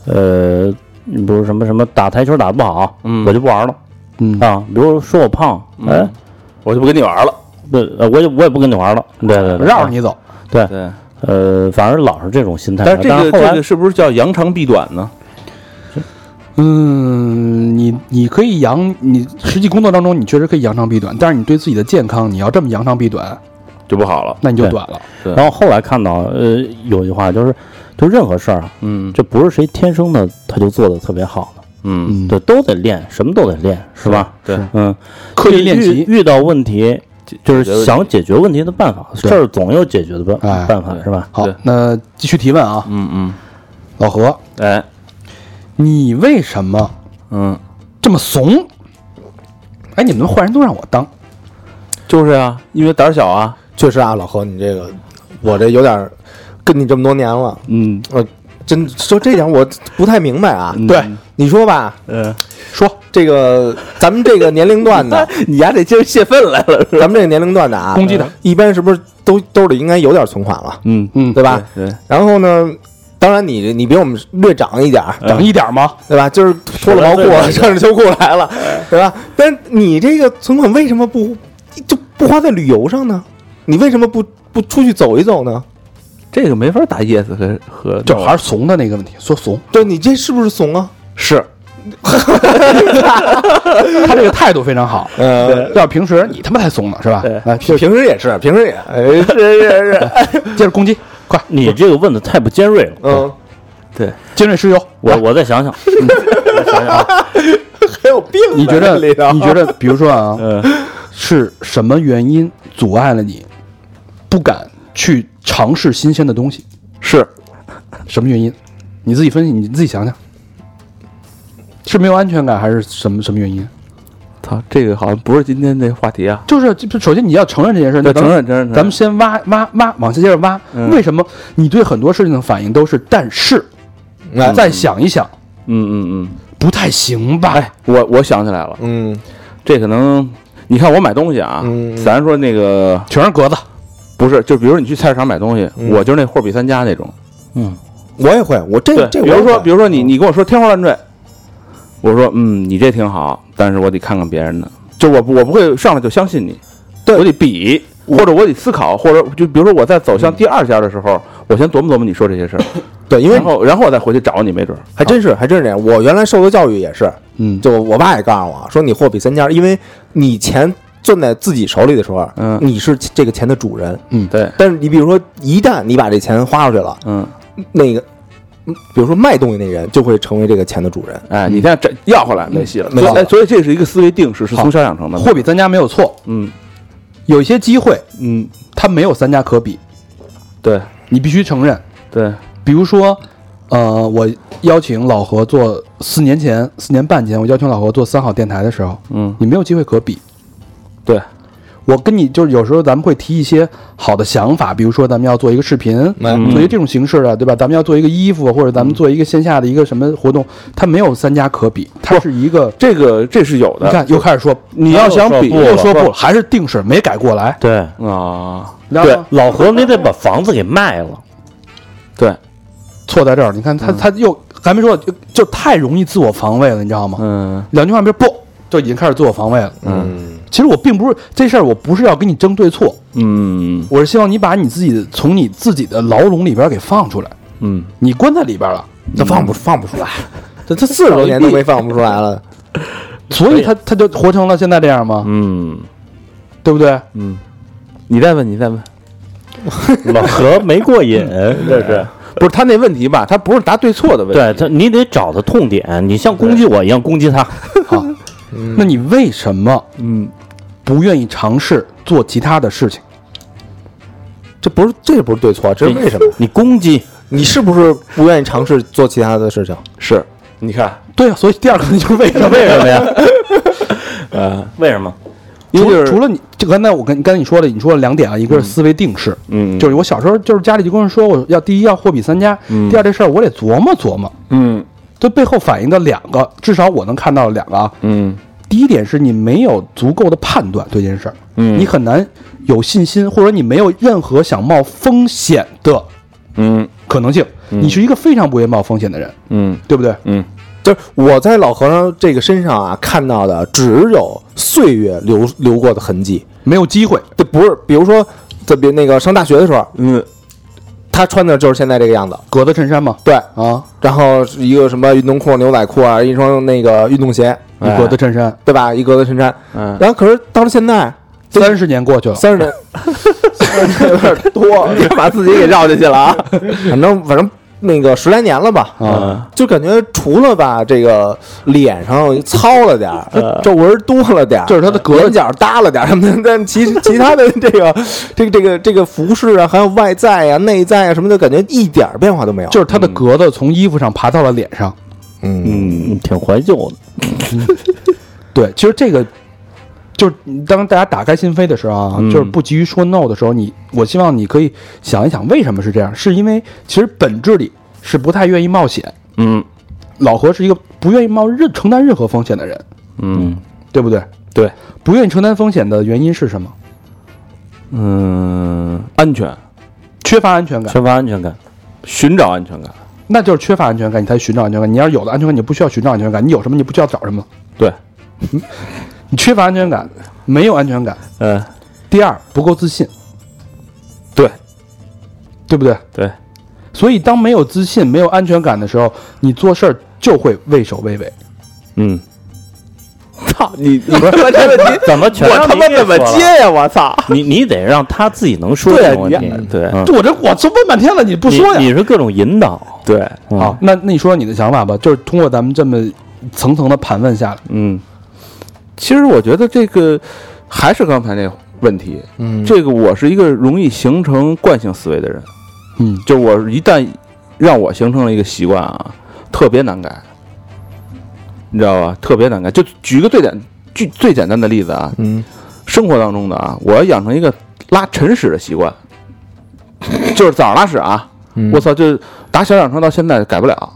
Speaker 8: 呃，你比如什么什么打台球打得不好，
Speaker 4: 嗯
Speaker 8: 我就不玩了，
Speaker 2: 嗯
Speaker 8: 啊，比如说我胖，哎，
Speaker 4: 我就不跟你玩了。
Speaker 8: 不，呃我也我也不跟你玩了，对对对，
Speaker 2: 绕着你走。
Speaker 8: 对，
Speaker 4: 对，
Speaker 8: 呃，反正老是这种心态。
Speaker 4: 但是这
Speaker 8: 当然
Speaker 4: 个
Speaker 8: 嗯后来
Speaker 4: 这个是不是叫扬长避短呢？
Speaker 2: 嗯，你你可以扬你实际工作当中，你确实可以扬长避短，但是你对自己的健康，你要这么扬长避短，
Speaker 4: 就不好了。
Speaker 2: 那你就
Speaker 8: 对
Speaker 2: 短了。
Speaker 4: 对
Speaker 8: 然后后来看到，呃，有句话就是，就任何事儿啊，
Speaker 4: 嗯
Speaker 8: 这不是谁天生的他就做的特别好的，
Speaker 4: 嗯，
Speaker 2: 嗯，
Speaker 8: 对，都得练，什么都得练，是吧？
Speaker 4: 对，
Speaker 8: 嗯，
Speaker 2: 刻意练
Speaker 8: 遇
Speaker 2: 习。
Speaker 8: 遇到问题就
Speaker 4: 解决问
Speaker 8: 是
Speaker 4: 题
Speaker 8: 想解决问题的办法，事
Speaker 2: 对
Speaker 8: 儿总有解决的办
Speaker 2: 哎
Speaker 8: 办法，是吧？
Speaker 2: 好
Speaker 4: 对，
Speaker 2: 那继续提问啊，
Speaker 4: 嗯嗯，
Speaker 2: 老何，
Speaker 4: 哎，
Speaker 2: 你为什么
Speaker 4: 嗯，
Speaker 2: 这么怂？哎，你们坏人都让我当，
Speaker 4: 就是啊，因为胆儿小啊。
Speaker 3: 确实啊，老何，你这个我这有点儿跟你这么多年了，
Speaker 4: 嗯，
Speaker 3: 我真说这点我不太明白啊。对，你说吧，
Speaker 4: 嗯，
Speaker 3: 说这个咱们这个年龄段 的，
Speaker 4: 你丫这今儿泄愤来了。
Speaker 3: 咱们这个年龄段的 啊，
Speaker 2: 攻击的，
Speaker 3: 一般是不是都兜里应该有点存款了，
Speaker 4: 嗯，
Speaker 2: 嗯，
Speaker 3: 对吧？
Speaker 4: 对，
Speaker 3: 然后呢，当然你你比我们略长一点儿，
Speaker 4: 哎
Speaker 2: 长一点吗？
Speaker 3: 对吧？就是脱了毛裤，穿着秋裤来了，对吧？但你这个存款为什么不就不花在旅游上呢？你为什么不不出去走一走呢？
Speaker 4: 这个没法打 yes 和和
Speaker 2: 就还是怂的那个问题，说怂，
Speaker 3: 对你这是不是怂啊？
Speaker 4: 是
Speaker 2: 他这个态度非常好。
Speaker 3: 呃，
Speaker 2: 要是平时你他妈太怂了是吧？来，接
Speaker 3: 哎平时也是，平时也，哎，是 是是，
Speaker 2: 着接着攻击，快，
Speaker 8: 你这个问的太不尖锐了，
Speaker 3: 嗯，
Speaker 2: 精锐石油，
Speaker 8: 我我再想想，
Speaker 3: 还有病吧，
Speaker 2: 你觉得
Speaker 3: 这里头
Speaker 2: 你觉得，比如说 啊，
Speaker 8: 嗯
Speaker 2: 是什么原因阻碍了你不敢去尝试新鲜的东西？
Speaker 4: 是
Speaker 2: 什么原因？你自己分析，你自己想想，是没有安全感还是什么什么原因？
Speaker 4: 操，这个好像不是今天那话题啊。
Speaker 2: 就是，就首先你要承认这件事，那
Speaker 4: 对，
Speaker 2: 咱
Speaker 4: 承
Speaker 2: 们
Speaker 4: 认承认，承认
Speaker 2: 咱们先挖挖挖，往下接着挖。
Speaker 4: 嗯
Speaker 2: 为什么你对很多事情的反应都是但是？
Speaker 3: 哎
Speaker 2: 再想一想，
Speaker 4: 嗯嗯嗯，
Speaker 2: 不太行吧？
Speaker 4: 哎，我我想起来了，
Speaker 3: 嗯
Speaker 4: 这可能你看我买东西啊，
Speaker 3: 嗯嗯
Speaker 4: 咱说那个
Speaker 2: 全是格子，
Speaker 4: 不是，就比如你去菜市场买东西，
Speaker 3: 嗯
Speaker 4: 我就是那货比三家那种。
Speaker 3: 我也会，我这哎这
Speaker 4: 比
Speaker 3: 我也
Speaker 4: 如
Speaker 3: 会，
Speaker 4: 说比如说你你跟我说天花乱坠，我说嗯你这挺好，但是我得看看别人的，就我不我不会上来就相信你，
Speaker 3: 对
Speaker 4: 我得比。或者我得思考，或者就比如说我在走向第二家的时候，我先琢磨琢磨你说这些事儿，
Speaker 3: 对，因为
Speaker 4: 然后然后我再回去找你，没准儿
Speaker 3: 还真是还真是这样，我原来受的教育也是，
Speaker 2: 嗯，
Speaker 3: 就我爸也告诉我说，你货比三家，因为你钱攥在自己手里的时候，啊
Speaker 4: 嗯
Speaker 3: 你是这个钱的主人。
Speaker 4: 对，
Speaker 3: 但是你比如说，一旦你把这钱花出去了，
Speaker 4: 嗯，
Speaker 3: 那个，嗯比如说卖东西那人就会成为这个钱的主人。
Speaker 4: 哎，你看这要回来没戏了，
Speaker 3: 没
Speaker 4: 所以
Speaker 3: 戏了
Speaker 4: 哎所以这是一个思维定式，是从小养成的。
Speaker 2: 货比三家没有错，
Speaker 4: 嗯
Speaker 2: 有一些机会
Speaker 4: 嗯，
Speaker 2: 它没有三家可比，
Speaker 4: 对
Speaker 2: 你必须承认。
Speaker 4: 对，
Speaker 2: 比如说，呃，我邀请老何做四年前、四年半前，我邀请老何做三好电台的时候，
Speaker 4: 嗯
Speaker 2: 你没有机会可比。
Speaker 4: 对，
Speaker 2: 我跟你就是有时候咱们会提一些好的想法，比如说咱们要做一个视频，
Speaker 3: 嗯
Speaker 2: 做一个这种形式的，对吧？咱们要做一个衣服，或者咱们做一个线下的一个什么活动，它没有三家可比，它是一个。
Speaker 4: 这个这是有
Speaker 2: 你
Speaker 4: 的
Speaker 2: 看，又开始说，你要想比，又说不，还是定式没改过来，
Speaker 8: 对
Speaker 4: 啊，
Speaker 2: 然
Speaker 8: 对
Speaker 2: 后，
Speaker 8: 老何你得把房子给卖了，
Speaker 4: 对，
Speaker 2: 错在这儿。你看
Speaker 4: 嗯
Speaker 2: 他，他又还没说，就就太容易自我防卫了，你知道吗？
Speaker 4: 嗯
Speaker 2: 两句话没说不，就已经开始自我防卫了。
Speaker 3: 嗯，
Speaker 2: 其实我并不是这事儿，我不是要跟你争对错，
Speaker 4: 嗯
Speaker 2: 我是希望你把你自己从你自己的牢笼里边给放出来，
Speaker 4: 嗯，
Speaker 2: 你关在里边了，
Speaker 3: 他放不放不出来，这他四十 多年都没放不出来了。
Speaker 2: 所以他他就活成了现在这样吗？
Speaker 4: 嗯
Speaker 2: 对不对？
Speaker 4: 嗯，你再问，你再问，
Speaker 8: 老何没过瘾，这是。
Speaker 4: 不是他那问题吧？他不是答对错的问题，
Speaker 8: 对他，你得找他痛点，你像攻击我一样攻击他。
Speaker 2: 那你为什么
Speaker 4: 嗯，
Speaker 2: 不愿意尝试做其他的事情？
Speaker 3: 这不是，这不是对错，这是为什么？
Speaker 8: 你攻击，
Speaker 3: 你是不是不愿意尝试做其他的事情？
Speaker 4: 是，你看，
Speaker 2: 对啊，所以第二个问题就是为什么？
Speaker 8: 为什么呀？呃，为什么？
Speaker 4: 因
Speaker 2: 除
Speaker 4: 为就是
Speaker 2: 除了你，就刚才我跟刚才你说了，你说了两点啊，一个是思维定式，
Speaker 4: 嗯
Speaker 2: 就是我小时候就是家里就跟人说，我要第一要货比三家，第二这事儿我得琢磨琢磨，
Speaker 4: 嗯
Speaker 2: 这背后反映的两个，至少我能看到两个啊。
Speaker 4: 嗯
Speaker 2: 第一点是你没有足够的判断对这件事儿，
Speaker 4: 嗯
Speaker 2: 你很难有信心，或者你没有任何想冒风险的
Speaker 4: 嗯
Speaker 2: 可能性。你是一个非常不愿冒风险的人，
Speaker 4: 嗯
Speaker 2: 对不对？
Speaker 4: 嗯，
Speaker 3: 就是我在老和尚这个身上啊看到的，只有岁月留留过的痕迹。
Speaker 2: 没有机会，
Speaker 3: 这不是，比如说，这比那个上大学的时候，
Speaker 4: 嗯，
Speaker 3: 他穿的就是现在这个样子，
Speaker 2: 格子衬衫嘛，
Speaker 3: 对，
Speaker 2: 啊，
Speaker 3: 然后是一个什么运动裤、牛仔裤啊，一双那个运动鞋，
Speaker 2: 一
Speaker 4: 哎
Speaker 2: 格子衬衫，
Speaker 3: 对吧？一格子衬衫，
Speaker 4: 嗯
Speaker 3: 然后可是到了现
Speaker 2: 嗯
Speaker 3: 在，
Speaker 2: 三十年过去了，
Speaker 3: 三十年， 有点多， 别把自己给绕进去了啊。反正反正那个十来年了吧，
Speaker 2: 啊，
Speaker 3: 就感觉除了吧，这个脸上糙了点儿，皱纹多了点儿，
Speaker 2: 嗯这是他的格子
Speaker 3: 眼角耷了点儿什么的，但其实其他的这个这个这个这个服饰啊，还有外在啊、内在啊什么的，感觉一点儿变化都没有。
Speaker 2: 就是他的格子从衣服上爬到了脸上。
Speaker 3: 嗯，
Speaker 8: 嗯，挺怀旧的。
Speaker 2: 对，其实这个就是当大家打开心扉的时候啊，
Speaker 4: 嗯
Speaker 2: 就是不急于说 no 的时候，你我希望你可以想一想为什么是这样，是因为其实本质里是不太愿意冒险。
Speaker 4: 嗯
Speaker 2: 老何是一个不愿意冒任承担任何风险的人，
Speaker 4: 嗯
Speaker 2: 对不对？
Speaker 4: 对，
Speaker 2: 不愿意承担风险的原因是什么？
Speaker 4: 嗯，安全，
Speaker 2: 缺乏安全感，
Speaker 8: 缺乏安全感，
Speaker 4: 寻找安全感，
Speaker 2: 那就是缺乏安全感，你才寻找安全感。你要是有了安全感，你就不需要寻找安全感，你有什么你不需要找什么。
Speaker 4: 对，
Speaker 2: 你缺乏安全感，
Speaker 3: 呃
Speaker 2: 没有安全感。
Speaker 4: 嗯，
Speaker 2: 第二，不够自信。
Speaker 4: 对，
Speaker 2: 对不对？
Speaker 4: 对。
Speaker 2: 所以，当没有自信、没有安全感的时候，你做事儿就会畏首畏尾。
Speaker 4: 嗯，
Speaker 3: 操你！你说这问题，
Speaker 8: 怎么全
Speaker 3: 我
Speaker 8: 让
Speaker 3: 他
Speaker 8: 你
Speaker 3: 妈
Speaker 8: 给
Speaker 3: 怎么
Speaker 8: 说了
Speaker 3: 接？呀？我操！
Speaker 8: 你你得让他自己能说
Speaker 3: 对
Speaker 8: 这个问
Speaker 3: 你
Speaker 8: 题，
Speaker 4: 对
Speaker 8: 嗯
Speaker 2: 我这我说问半天了，你不
Speaker 8: 你
Speaker 2: 说呀？啊
Speaker 8: 你是各种引导，
Speaker 4: 对，
Speaker 8: 嗯
Speaker 2: 好，，那那你说说你的想法吧，就是通过咱们这么层层的盘问下来，
Speaker 4: 嗯，其实我觉得这个还是刚才那问题，
Speaker 3: 嗯
Speaker 4: 这个我是一个容易形成惯性思维的人，
Speaker 2: 嗯，
Speaker 4: 就是我一旦让我形成了一个习惯啊，特别难改，你知道吧？特别难改。就举一个最简最最简单的例子啊，
Speaker 3: 嗯
Speaker 4: 生活当中的啊，我要养成一个拉晨屎的 习惯，就是早上拉屎啊，
Speaker 3: 嗯
Speaker 4: 我操，就打小养成到现在改不了，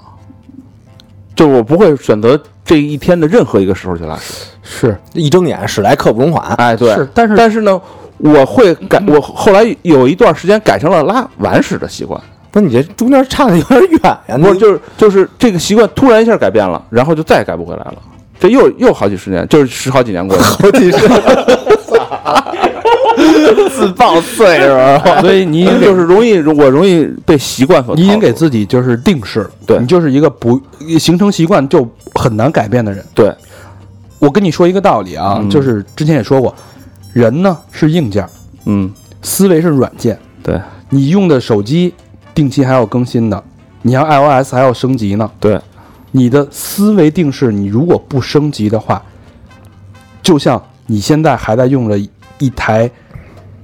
Speaker 4: 就我不会选择这一天的任何一个时候去拉屎。
Speaker 2: 是
Speaker 3: 一睁眼史莱克不容缓。
Speaker 4: 哎，对，
Speaker 2: 是，但是嗯
Speaker 4: 但是呢，我会改，我后来有一段时间改成了拉晚屎的习惯，
Speaker 3: 不是你这中间差的有点远啊呀？
Speaker 4: 不是，
Speaker 3: 就
Speaker 4: 就是就是这个习惯突然一下改变了，然后就再也改不回来了。这又又好几十年，就是十好几年过去了。
Speaker 3: 好几 十，自爆岁数。
Speaker 2: 所以你已经
Speaker 4: 就是容易，我容易被习惯所。
Speaker 2: 你已经给自己就是定式了，
Speaker 4: 对
Speaker 2: 你就是一个不形成习惯就很难改变的人。
Speaker 4: 对，
Speaker 2: 我跟你说一个道理啊，
Speaker 4: 嗯
Speaker 2: 就是之前也说过，人呢是硬件，
Speaker 4: 嗯，
Speaker 2: 思维是软件。
Speaker 4: 对，
Speaker 2: 你用的手机定期还要更新的，你像 iOS 还要升级呢。
Speaker 4: 对，
Speaker 2: 你的思维定式，你如果不升级的话，就像你现在还在用着一台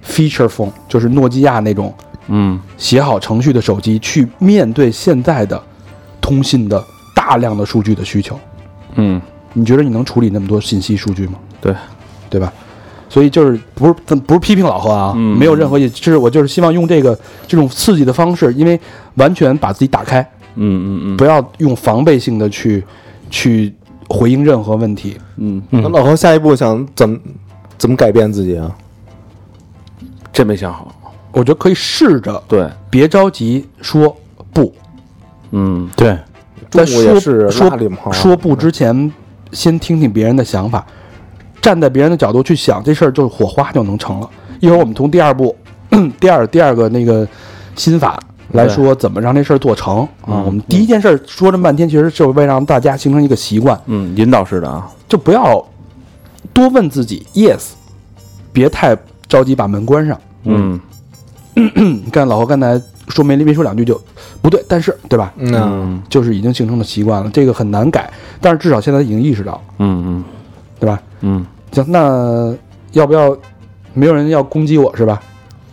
Speaker 2: feature phone，就是诺基亚那种
Speaker 4: 嗯，
Speaker 2: 写好程序的手机，去面对现在的通信的大量的数据的需求。
Speaker 4: 嗯，
Speaker 2: 你觉得你能处理那么多信息数据吗？
Speaker 4: 对，
Speaker 2: 对吧？所以就是不是咱不是批评老何啊，
Speaker 4: 嗯
Speaker 2: 没有任何意，就是我就是希望用这个这种刺激的方式，因为完全把自己打开，
Speaker 4: 嗯嗯
Speaker 2: 不要用防备性的去去回应任何问题。
Speaker 4: 嗯
Speaker 3: 那老侯下一步想怎么怎么改变自己啊？
Speaker 4: 嗯，这没想好。
Speaker 2: 我觉得可以试着，
Speaker 4: 对，
Speaker 2: 别着急说不，
Speaker 4: 嗯
Speaker 8: 对，
Speaker 3: 中
Speaker 2: 在
Speaker 3: 午也
Speaker 2: 说
Speaker 3: 是
Speaker 2: 说
Speaker 3: 拉里嘛，
Speaker 2: 说不之前，先听听别人的想法，站在别人的角度去想这事儿，就火花就能成了。一会儿我们从第二步， 第二第二个那个心法来说，怎么让这事儿做成
Speaker 3: 嗯
Speaker 2: 啊？我们第一件事儿说这么半天，其实就是为了让大家形成一个习惯，
Speaker 4: 嗯，引导式的啊，
Speaker 2: 就不要多问自己 yes，别太着急把门关上。嗯
Speaker 4: 嗯
Speaker 2: 你看老何刚才说没没说两句就不对，但是对吧？
Speaker 3: 嗯，
Speaker 2: 就是已经形成了习惯了，这个很难改，但是至少现在已经意识到了，
Speaker 4: 嗯
Speaker 2: 对吧？
Speaker 4: 嗯嗯，
Speaker 2: 行，那要不要？没有人要攻击我是吧？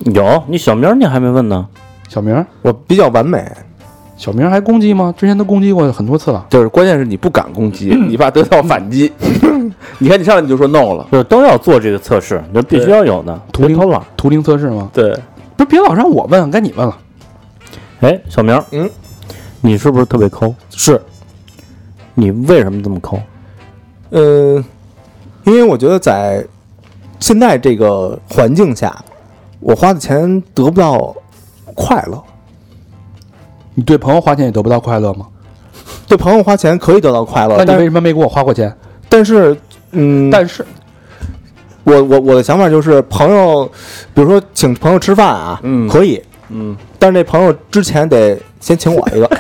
Speaker 8: 嗯有你小明儿你还没问呢，
Speaker 2: 小明儿，
Speaker 3: 我比较完美，
Speaker 2: 小明儿还攻击吗？之前都攻击过很多次了。
Speaker 4: 就是关键是你不敢攻击，你怕得到反击。 你看你上来你就说 no 了，
Speaker 8: 就是都要做这个测试，这必须要有的。
Speaker 2: 图灵
Speaker 8: 别偷懒，
Speaker 2: 图灵测试吗？
Speaker 4: 对，
Speaker 2: 不是，别老让我问，该你问了。
Speaker 8: 哎，小明，
Speaker 3: 嗯，
Speaker 8: 你是不是特别抠？
Speaker 3: 是，
Speaker 8: 你为什么这么抠？
Speaker 3: 嗯，因为我觉得在现在这个环境下，我花的钱得不到快乐，
Speaker 2: 你对朋友花钱也得不到快乐吗？
Speaker 3: 对朋友花钱可以得到快乐
Speaker 2: 那，你
Speaker 3: 呃但
Speaker 2: 为
Speaker 3: 是
Speaker 2: 什么没给我花过钱？
Speaker 3: 但是，嗯，
Speaker 2: 但是
Speaker 3: 我我我的想法就是，朋友，比如说请朋友吃饭啊，
Speaker 4: 嗯
Speaker 3: 可以，
Speaker 4: 嗯，
Speaker 3: 但是那朋友之前得先请我 一个，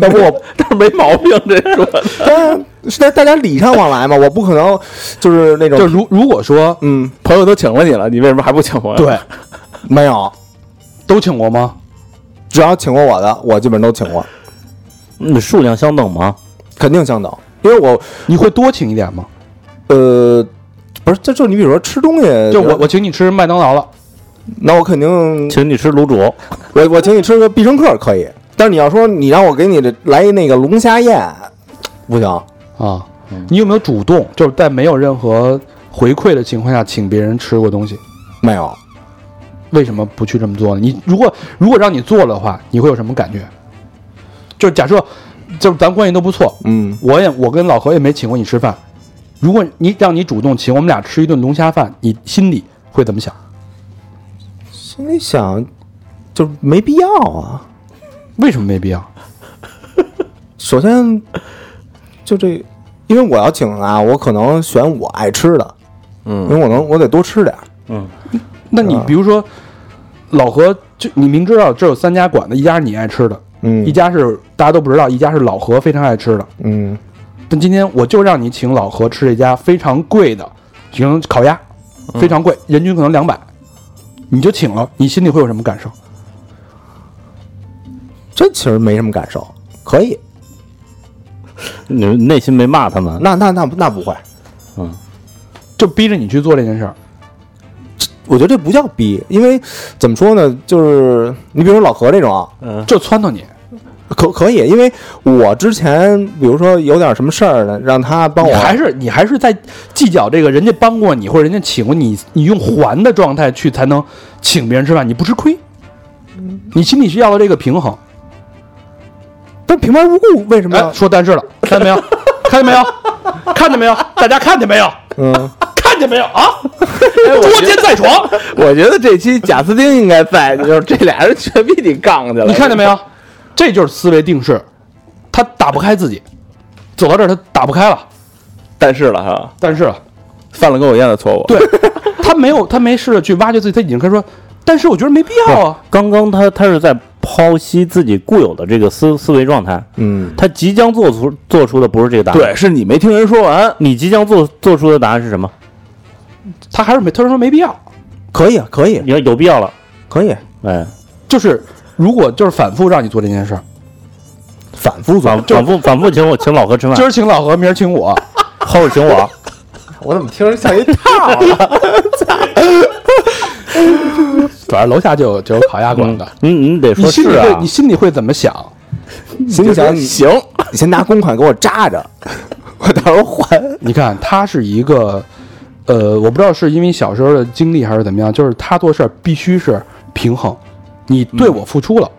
Speaker 3: 要不我
Speaker 4: 但是没毛病，这说
Speaker 3: 当然是大大家礼尚往来嘛，我不可能就是那种，
Speaker 2: 就如如果说
Speaker 3: 嗯，
Speaker 4: 朋友都请了你了，你为什么还不请我？，
Speaker 2: 对，
Speaker 3: 没有，
Speaker 2: 都请过吗？
Speaker 3: 只要请过我的，我基本都请过，
Speaker 8: 你数量相等吗？
Speaker 3: 肯定相等，因为我
Speaker 2: 你会多请一点吗？
Speaker 3: 呃，不是，这就你比如说吃东西，
Speaker 2: 就我我请你吃麦当劳了，
Speaker 3: 那我肯定
Speaker 8: 请你吃卤煮，
Speaker 3: 我我请你吃个必胜客可以，但是你要说你让我给你来一那个龙虾宴，不行，
Speaker 2: 啊，
Speaker 3: 嗯
Speaker 2: 你有没有主动就是在没有任何回馈的情况下请别人吃过东西？
Speaker 3: 没有。
Speaker 2: 为什么不去这么做呢？你如果如果让你做了的话，你会有什么感觉？就是假设，就是咱关系都不错，
Speaker 3: 嗯，
Speaker 2: 我也我跟老何也没请过你吃饭。如果你让你主动请我们俩吃一顿龙虾饭，你心里会怎么想？
Speaker 3: 心里想，就没必要啊。
Speaker 2: 为什么没必要？
Speaker 3: 首先，就这，因为我要请啊，我可能选我爱吃的，
Speaker 4: 嗯
Speaker 3: 因为我能我得多吃点儿。
Speaker 2: 那你比如说，老何就你明知道这有三家馆子，一家是你爱吃的，
Speaker 3: 嗯
Speaker 2: 一家是大家都不知道，一家是老何非常爱吃的。
Speaker 3: 嗯
Speaker 2: 但今天我就让你请老何吃这家非常贵的，比如烤鸭，
Speaker 3: 嗯
Speaker 2: 非常贵，人均可能两百，你就请了，你心里会有什么感受？
Speaker 3: 这其实没什么感受，可以，
Speaker 8: 你内心没骂他们，
Speaker 3: 那那那那不会，
Speaker 2: 就逼着你去做这件事儿，
Speaker 3: 我觉得这不叫逼，因为怎么说呢，就是你比如说老何这种啊，
Speaker 2: 就撺掇你。
Speaker 3: 可可以，因为我之前比如说有点什么事儿呢，让他帮
Speaker 2: 你
Speaker 3: 我，
Speaker 2: 还是你还是在计较这个人家帮过你或者人家请过你，你用还的状态去才能请别人吃饭，你不吃亏。
Speaker 3: 嗯
Speaker 2: 你心里是要的这个平衡。
Speaker 3: 但平白无故为什么要
Speaker 2: 哎，？说但是了，看见没有？看见没有？看见没有？大家看见没有？
Speaker 3: 嗯，
Speaker 2: 看见没有啊？捉奸在床，
Speaker 3: 我觉得这期贾斯汀应该在，就是这俩人全比你杠去了
Speaker 2: 你看见没有？这就是思维定式，他打不开自己，走到这儿他打不开了。
Speaker 4: 但是了哈，
Speaker 2: 但是
Speaker 4: 犯了跟我一样的错误。
Speaker 2: 对他没有，他没试着去挖掘自己，他已经开始说，但是我觉得没必要啊。
Speaker 8: 刚刚他他是在剖析自己固有的这个思思维状态，
Speaker 3: 嗯，
Speaker 8: 他即将做出做出的不是这个答案，，
Speaker 4: 对，是你没听人说完。
Speaker 8: 你即将做做出的答案是什么？
Speaker 2: 他还是没，他说没必要。
Speaker 3: 可以啊，可以，
Speaker 8: 你要有必要了，
Speaker 3: 可以，
Speaker 8: 哎，
Speaker 2: 就是如果就是反复让你做这件事儿，
Speaker 3: 反复做
Speaker 8: 反。反复反复请我请老何吃饭嗯
Speaker 2: 今，儿请老何，明儿请我，
Speaker 8: 后边请我，
Speaker 3: 我怎么听着 像一套啊？
Speaker 2: 反正楼下就有就有烤鸭馆的。
Speaker 8: 你你得
Speaker 2: 嗯你
Speaker 8: 说
Speaker 2: 心里
Speaker 8: 是
Speaker 2: 会，
Speaker 8: 啊
Speaker 2: 你，心里会怎么想？
Speaker 3: 心想你行，你先拿公款给我扎着， 我到时候还。
Speaker 2: 你看他是一个，呃，我不知道是因为小时候的经历还是怎么样，就是他做事儿必须是平衡，你对我付出了，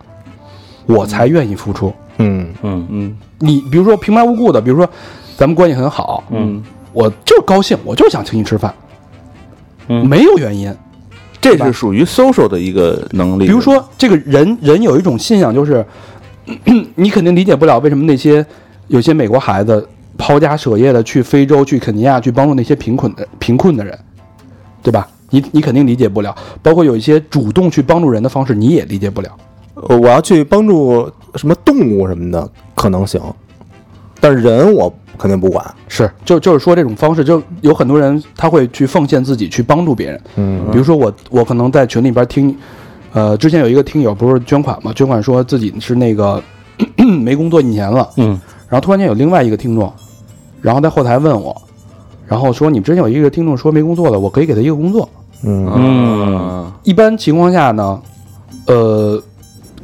Speaker 2: 我才愿意付出。
Speaker 3: 嗯
Speaker 8: 嗯嗯
Speaker 2: 你比如说平白无故的，比如说咱们关系很好，
Speaker 8: 嗯，
Speaker 2: 我就是高兴，我就是想请你吃饭，
Speaker 8: 嗯
Speaker 2: 没有原因。
Speaker 4: 这是属于 social 的一个能力。
Speaker 2: 比如，说，这个人人有一种信仰，就是 咳咳你肯定理解不了为什么那些有些美国孩子抛家舍业的去非洲、去肯尼亚去帮助那些贫困的贫困的人，对吧？你你肯定理解不了，包括有一些主动去帮助人的方式，你也理解不了。
Speaker 3: 呃我要去帮助什么动物什么的，可能行，但是人我肯定不管。
Speaker 2: 是，就就是说这种方式，就有很多人他会去奉献自己去帮助别人。
Speaker 3: 嗯，
Speaker 2: 比如说我，我可能在群里边听，呃，之前有一个听友不是捐款嘛，捐款说自己是那个 没工作一年了，
Speaker 8: 嗯，
Speaker 2: 然后突然间有另外一个听众，然后在后台问我，然后说你们之前有一个听众说没工作了，我可以给他一个工作。
Speaker 4: 啊
Speaker 3: 嗯
Speaker 4: 嗯，
Speaker 2: 一般情况下呢，呃，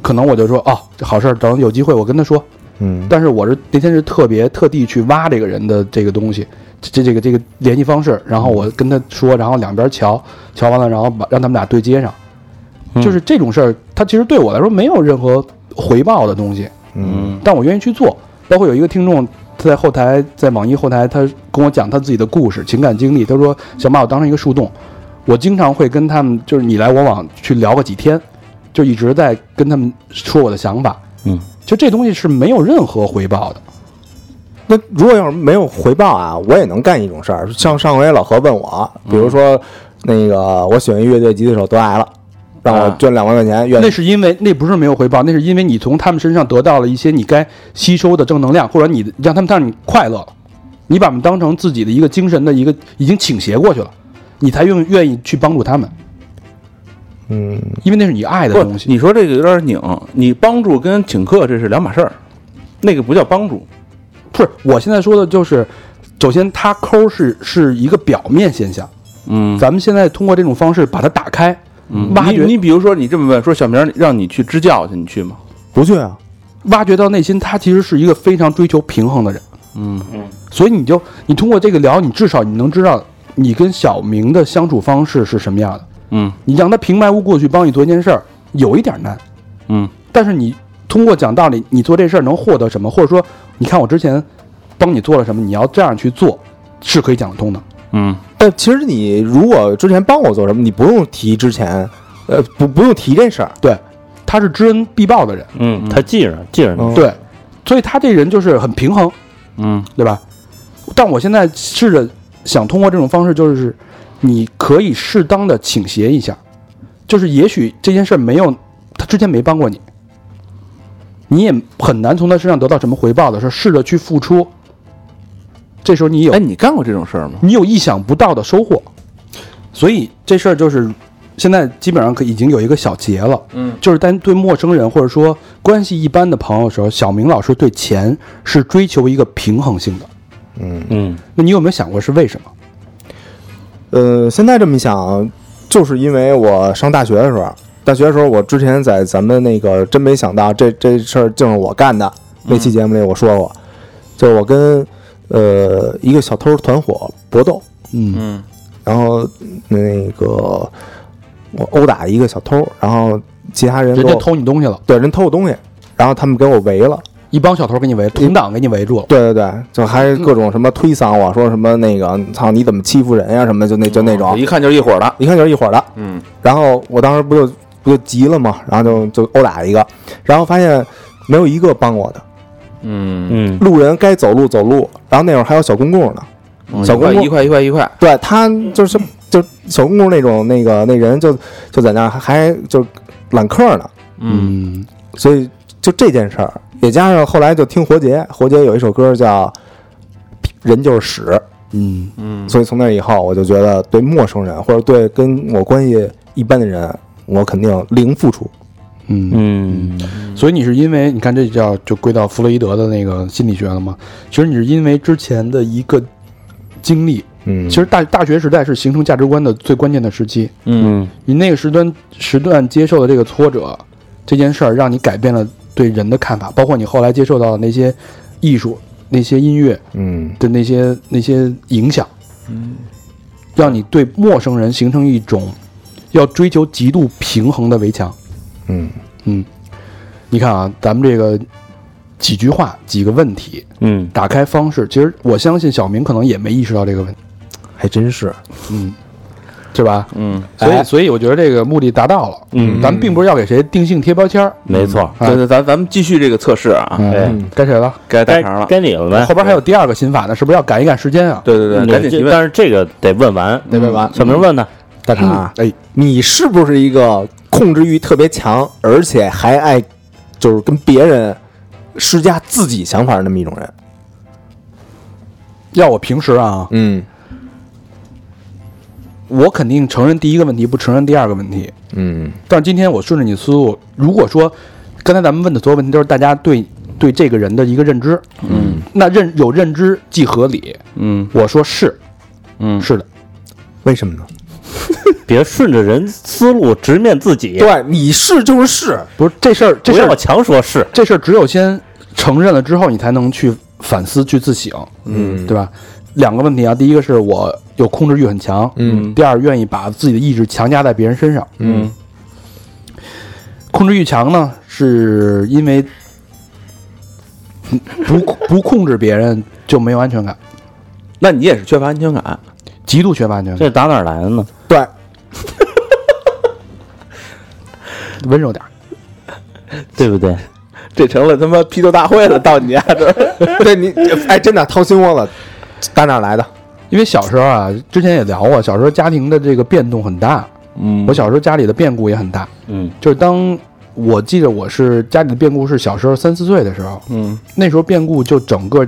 Speaker 2: 可能我就说哦，这好事儿，等有机会我跟他说，
Speaker 3: 嗯
Speaker 2: 但是我是那天是特别特地去挖这个人的这个东西，这这这个这个联系方式，然
Speaker 3: 嗯
Speaker 2: 后我跟他说，然后两边瞧瞧完了，然后把让他们俩对接上，
Speaker 3: 嗯
Speaker 2: 就是这种事儿，它其实对我来说没有任何回报的东西，
Speaker 3: 嗯
Speaker 2: 但我愿意去做。包括有一个听众，他在后台，在网易后台，他跟我讲他自己的故事、情感经历，他说想把我当成一个树洞，我经常会跟他们就是你来我往去聊个几天，就一直在跟他们说我的想法，
Speaker 8: 嗯，
Speaker 2: 就这东西是没有任何回报的。
Speaker 3: 那如果要是没有回报啊，我也能干一种事儿。像上回老何问我，比如说、那个我喜欢乐队吉他手得癌了，让我捐两万块钱，愿
Speaker 2: 那
Speaker 3: 意
Speaker 2: 是因为那不是没有回报，那是因为你从他们身上得到了一些你该吸收的正能量，或者你让他们让你快乐，你把他们当成自己的一个精神的一个已经倾斜过去了，你才愿愿意去帮助他们，
Speaker 3: 嗯
Speaker 2: 因为那是你爱的
Speaker 4: 不
Speaker 2: 东，西。
Speaker 4: 你说这个有点拧。你帮助跟请客这是两码事儿，那个不叫帮助。
Speaker 2: 不是，我现在说的就是，首先它抠是是一个表面现象，
Speaker 4: 嗯，
Speaker 2: 咱们现在通过这种方式把它打开，挖
Speaker 4: 你
Speaker 2: 掘
Speaker 4: 你比如说，你这么问，说小明让你去支教去，你去吗？
Speaker 3: 不去啊。
Speaker 2: 挖掘到内心，他其实是一个非常追求平衡的人。
Speaker 4: 嗯
Speaker 2: 嗯，所以你就你通过这个聊，你至少你能知道你跟小明的相处方式是什么样的。
Speaker 4: 嗯
Speaker 2: 你让他平白无故去帮你做一件事儿，有一点难，
Speaker 4: 嗯
Speaker 2: 但是你通过讲道理，你做这事儿能获得什么，或者说，你看我之前帮你做了什么，你要这样去做，是可以讲得通的。
Speaker 4: 嗯，
Speaker 3: 但其实你如果之前帮我做什么，你不用提之前，呃，不不用提这事儿。
Speaker 2: 对，他是知恩必报的人，
Speaker 8: 嗯，他记着记着你，
Speaker 3: 嗯
Speaker 2: 对，所以他这人就是很平衡，
Speaker 4: 哦嗯，
Speaker 2: 对吧？但我现在试着想通过这种方式，就是你可以适当的倾斜一下，就是也许这件事儿没有他之前没帮过你，你也很难从他身上得到什么回报的时候，试着去付出。这时候你有
Speaker 4: 哎，你干过这种事儿吗？
Speaker 2: 你有意想不到的收获。所以这事儿就是现在基本上可已经有一个小结了，嗯，就是在对陌生人或者说关系一般的朋友的时候，小明老师对钱是追求一个平衡性的。
Speaker 4: 嗯，
Speaker 2: 那你有没有想过是为什么？
Speaker 3: 呃，现在这么一想啊，就是因为我上大学的时候，大学的时候我之前在咱们那个真没想到这这事儿竟是我干的，那期节目里我说过，就是我跟呃一个小偷团伙搏斗，
Speaker 2: 嗯
Speaker 3: 然后那个我殴打一个小偷，然后其他人给
Speaker 2: 人
Speaker 3: 我
Speaker 2: 家偷你东西了，
Speaker 3: 对人偷我东西，然后他们给我围了。
Speaker 2: 一帮小偷给你围，同党给你围住了。
Speaker 3: 对对对，就还各种什么推搡我说什么那个操你怎么欺负人呀、什么就那就那种，
Speaker 4: 啊
Speaker 2: 哦
Speaker 4: 一看就是一伙的。
Speaker 3: 一看就是一伙儿的。
Speaker 4: 嗯，
Speaker 3: 然后我当时不就不就急了嘛，然后就就殴打一个，然后发现没有一个帮我的，
Speaker 4: 嗯，
Speaker 8: 嗯，
Speaker 3: 路人该走路走路，然后那会儿还有小公共呢，小公
Speaker 4: 块
Speaker 3: 公
Speaker 4: 一块一块一块，
Speaker 3: 对他就是就小公共那种那个那人就就在那儿还就揽客呢，
Speaker 2: 嗯，
Speaker 3: 所以就这件事儿，也加上后来就听活结，活结有一首歌叫《人就是屎》，
Speaker 2: 嗯，
Speaker 3: 所以从那以后，我就觉得对陌生人或者对跟我关系一般的人，我肯定零付出。
Speaker 2: 嗯，
Speaker 8: 嗯，
Speaker 2: 所以你是因为你看这叫就归到弗洛伊德的那个心理学了嘛？其实你是因为之前的一个经历，
Speaker 3: 嗯
Speaker 2: 其实大大学时代是形成价值观的最关键的时期。
Speaker 8: 嗯，
Speaker 2: 你那个时段时段接受的这个挫折，这件事儿让你改变了对人的看法，包括你后来接受到的那些艺术、那些音乐
Speaker 3: 嗯
Speaker 2: 的那些那些影响，嗯，让你对陌生人形成一种要追求极度平衡的围墙。
Speaker 3: 嗯
Speaker 2: 你看啊，咱们这个几句话、几个问题，
Speaker 8: 嗯，
Speaker 2: 打开方式，其实我相信小明可能也没意识到这个问题，
Speaker 3: 还真是。
Speaker 2: 嗯，是吧？
Speaker 4: 嗯，
Speaker 2: 所以，
Speaker 3: 哎
Speaker 2: 所以我觉得这个目的达到了。
Speaker 8: 嗯
Speaker 2: 咱们并不是要给谁定性贴标签儿，
Speaker 8: 没错，
Speaker 2: 哎
Speaker 4: 对对，咱咱们继续这个测试啊，
Speaker 8: 哎，
Speaker 2: 该谁了？
Speaker 4: 该大
Speaker 8: 该
Speaker 4: 肠了。
Speaker 8: 该你了呗
Speaker 2: 后。边还有第二个新法呢，是不是要赶一赶时间啊？
Speaker 4: 对对对，
Speaker 8: 你
Speaker 4: 赶紧提
Speaker 8: 嗯这
Speaker 4: 问。
Speaker 8: 但是这个得问完，
Speaker 3: 得问完
Speaker 8: 小明问他，
Speaker 3: 大肠啊，
Speaker 2: 哎，
Speaker 3: 你是不是一个控制欲特别强，而且还爱就是跟别人施加自己想法的那么一种人？
Speaker 2: 要我平时啊，
Speaker 3: 嗯
Speaker 2: 我肯定承认第一个问题，不承认第二个问题。
Speaker 3: 嗯
Speaker 2: 但是今天我顺着你思路，如果说刚才咱们问的所有问题都是大家对对这个人的一个认知，嗯，那认有认知即合理。
Speaker 4: 嗯
Speaker 2: 我说是，
Speaker 4: 嗯，
Speaker 2: 是的，
Speaker 3: 为什么呢？
Speaker 8: 别顺着人思路直面自己，
Speaker 3: 对，你是就是是，
Speaker 2: 不是这事儿，这嗯
Speaker 8: 不
Speaker 2: 事
Speaker 8: 要
Speaker 2: 儿
Speaker 8: 强说是。
Speaker 2: 这事儿只有先承认了之后，你才能去反思、去自省，
Speaker 3: 嗯
Speaker 2: 对吧？两个问题啊，第一个是我有控制欲很强，
Speaker 3: 嗯
Speaker 2: 第二愿意把自己的意志强加在别人身上。
Speaker 3: 嗯
Speaker 2: 控制欲强呢，是因为不 不控制别人就没有安全感，
Speaker 4: 那你也是缺乏安全感。
Speaker 2: 极度缺乏安全感。
Speaker 8: 这打哪儿来的呢？
Speaker 3: 对，
Speaker 2: 温柔点儿，
Speaker 8: 对不对？
Speaker 4: 这成了他妈批斗大会了，到你啊家这儿。
Speaker 3: 对你哎，真的掏心窝子，打哪儿来的？
Speaker 2: 因为小时候啊，之前也聊过，小时候家庭的这个变动很大，
Speaker 4: 嗯
Speaker 2: 我小时候家里的变故也很大。
Speaker 8: 嗯，
Speaker 2: 就是当我记得我是家里的变故是小时候三四岁的时候，
Speaker 4: 嗯
Speaker 2: 那时候变故就整个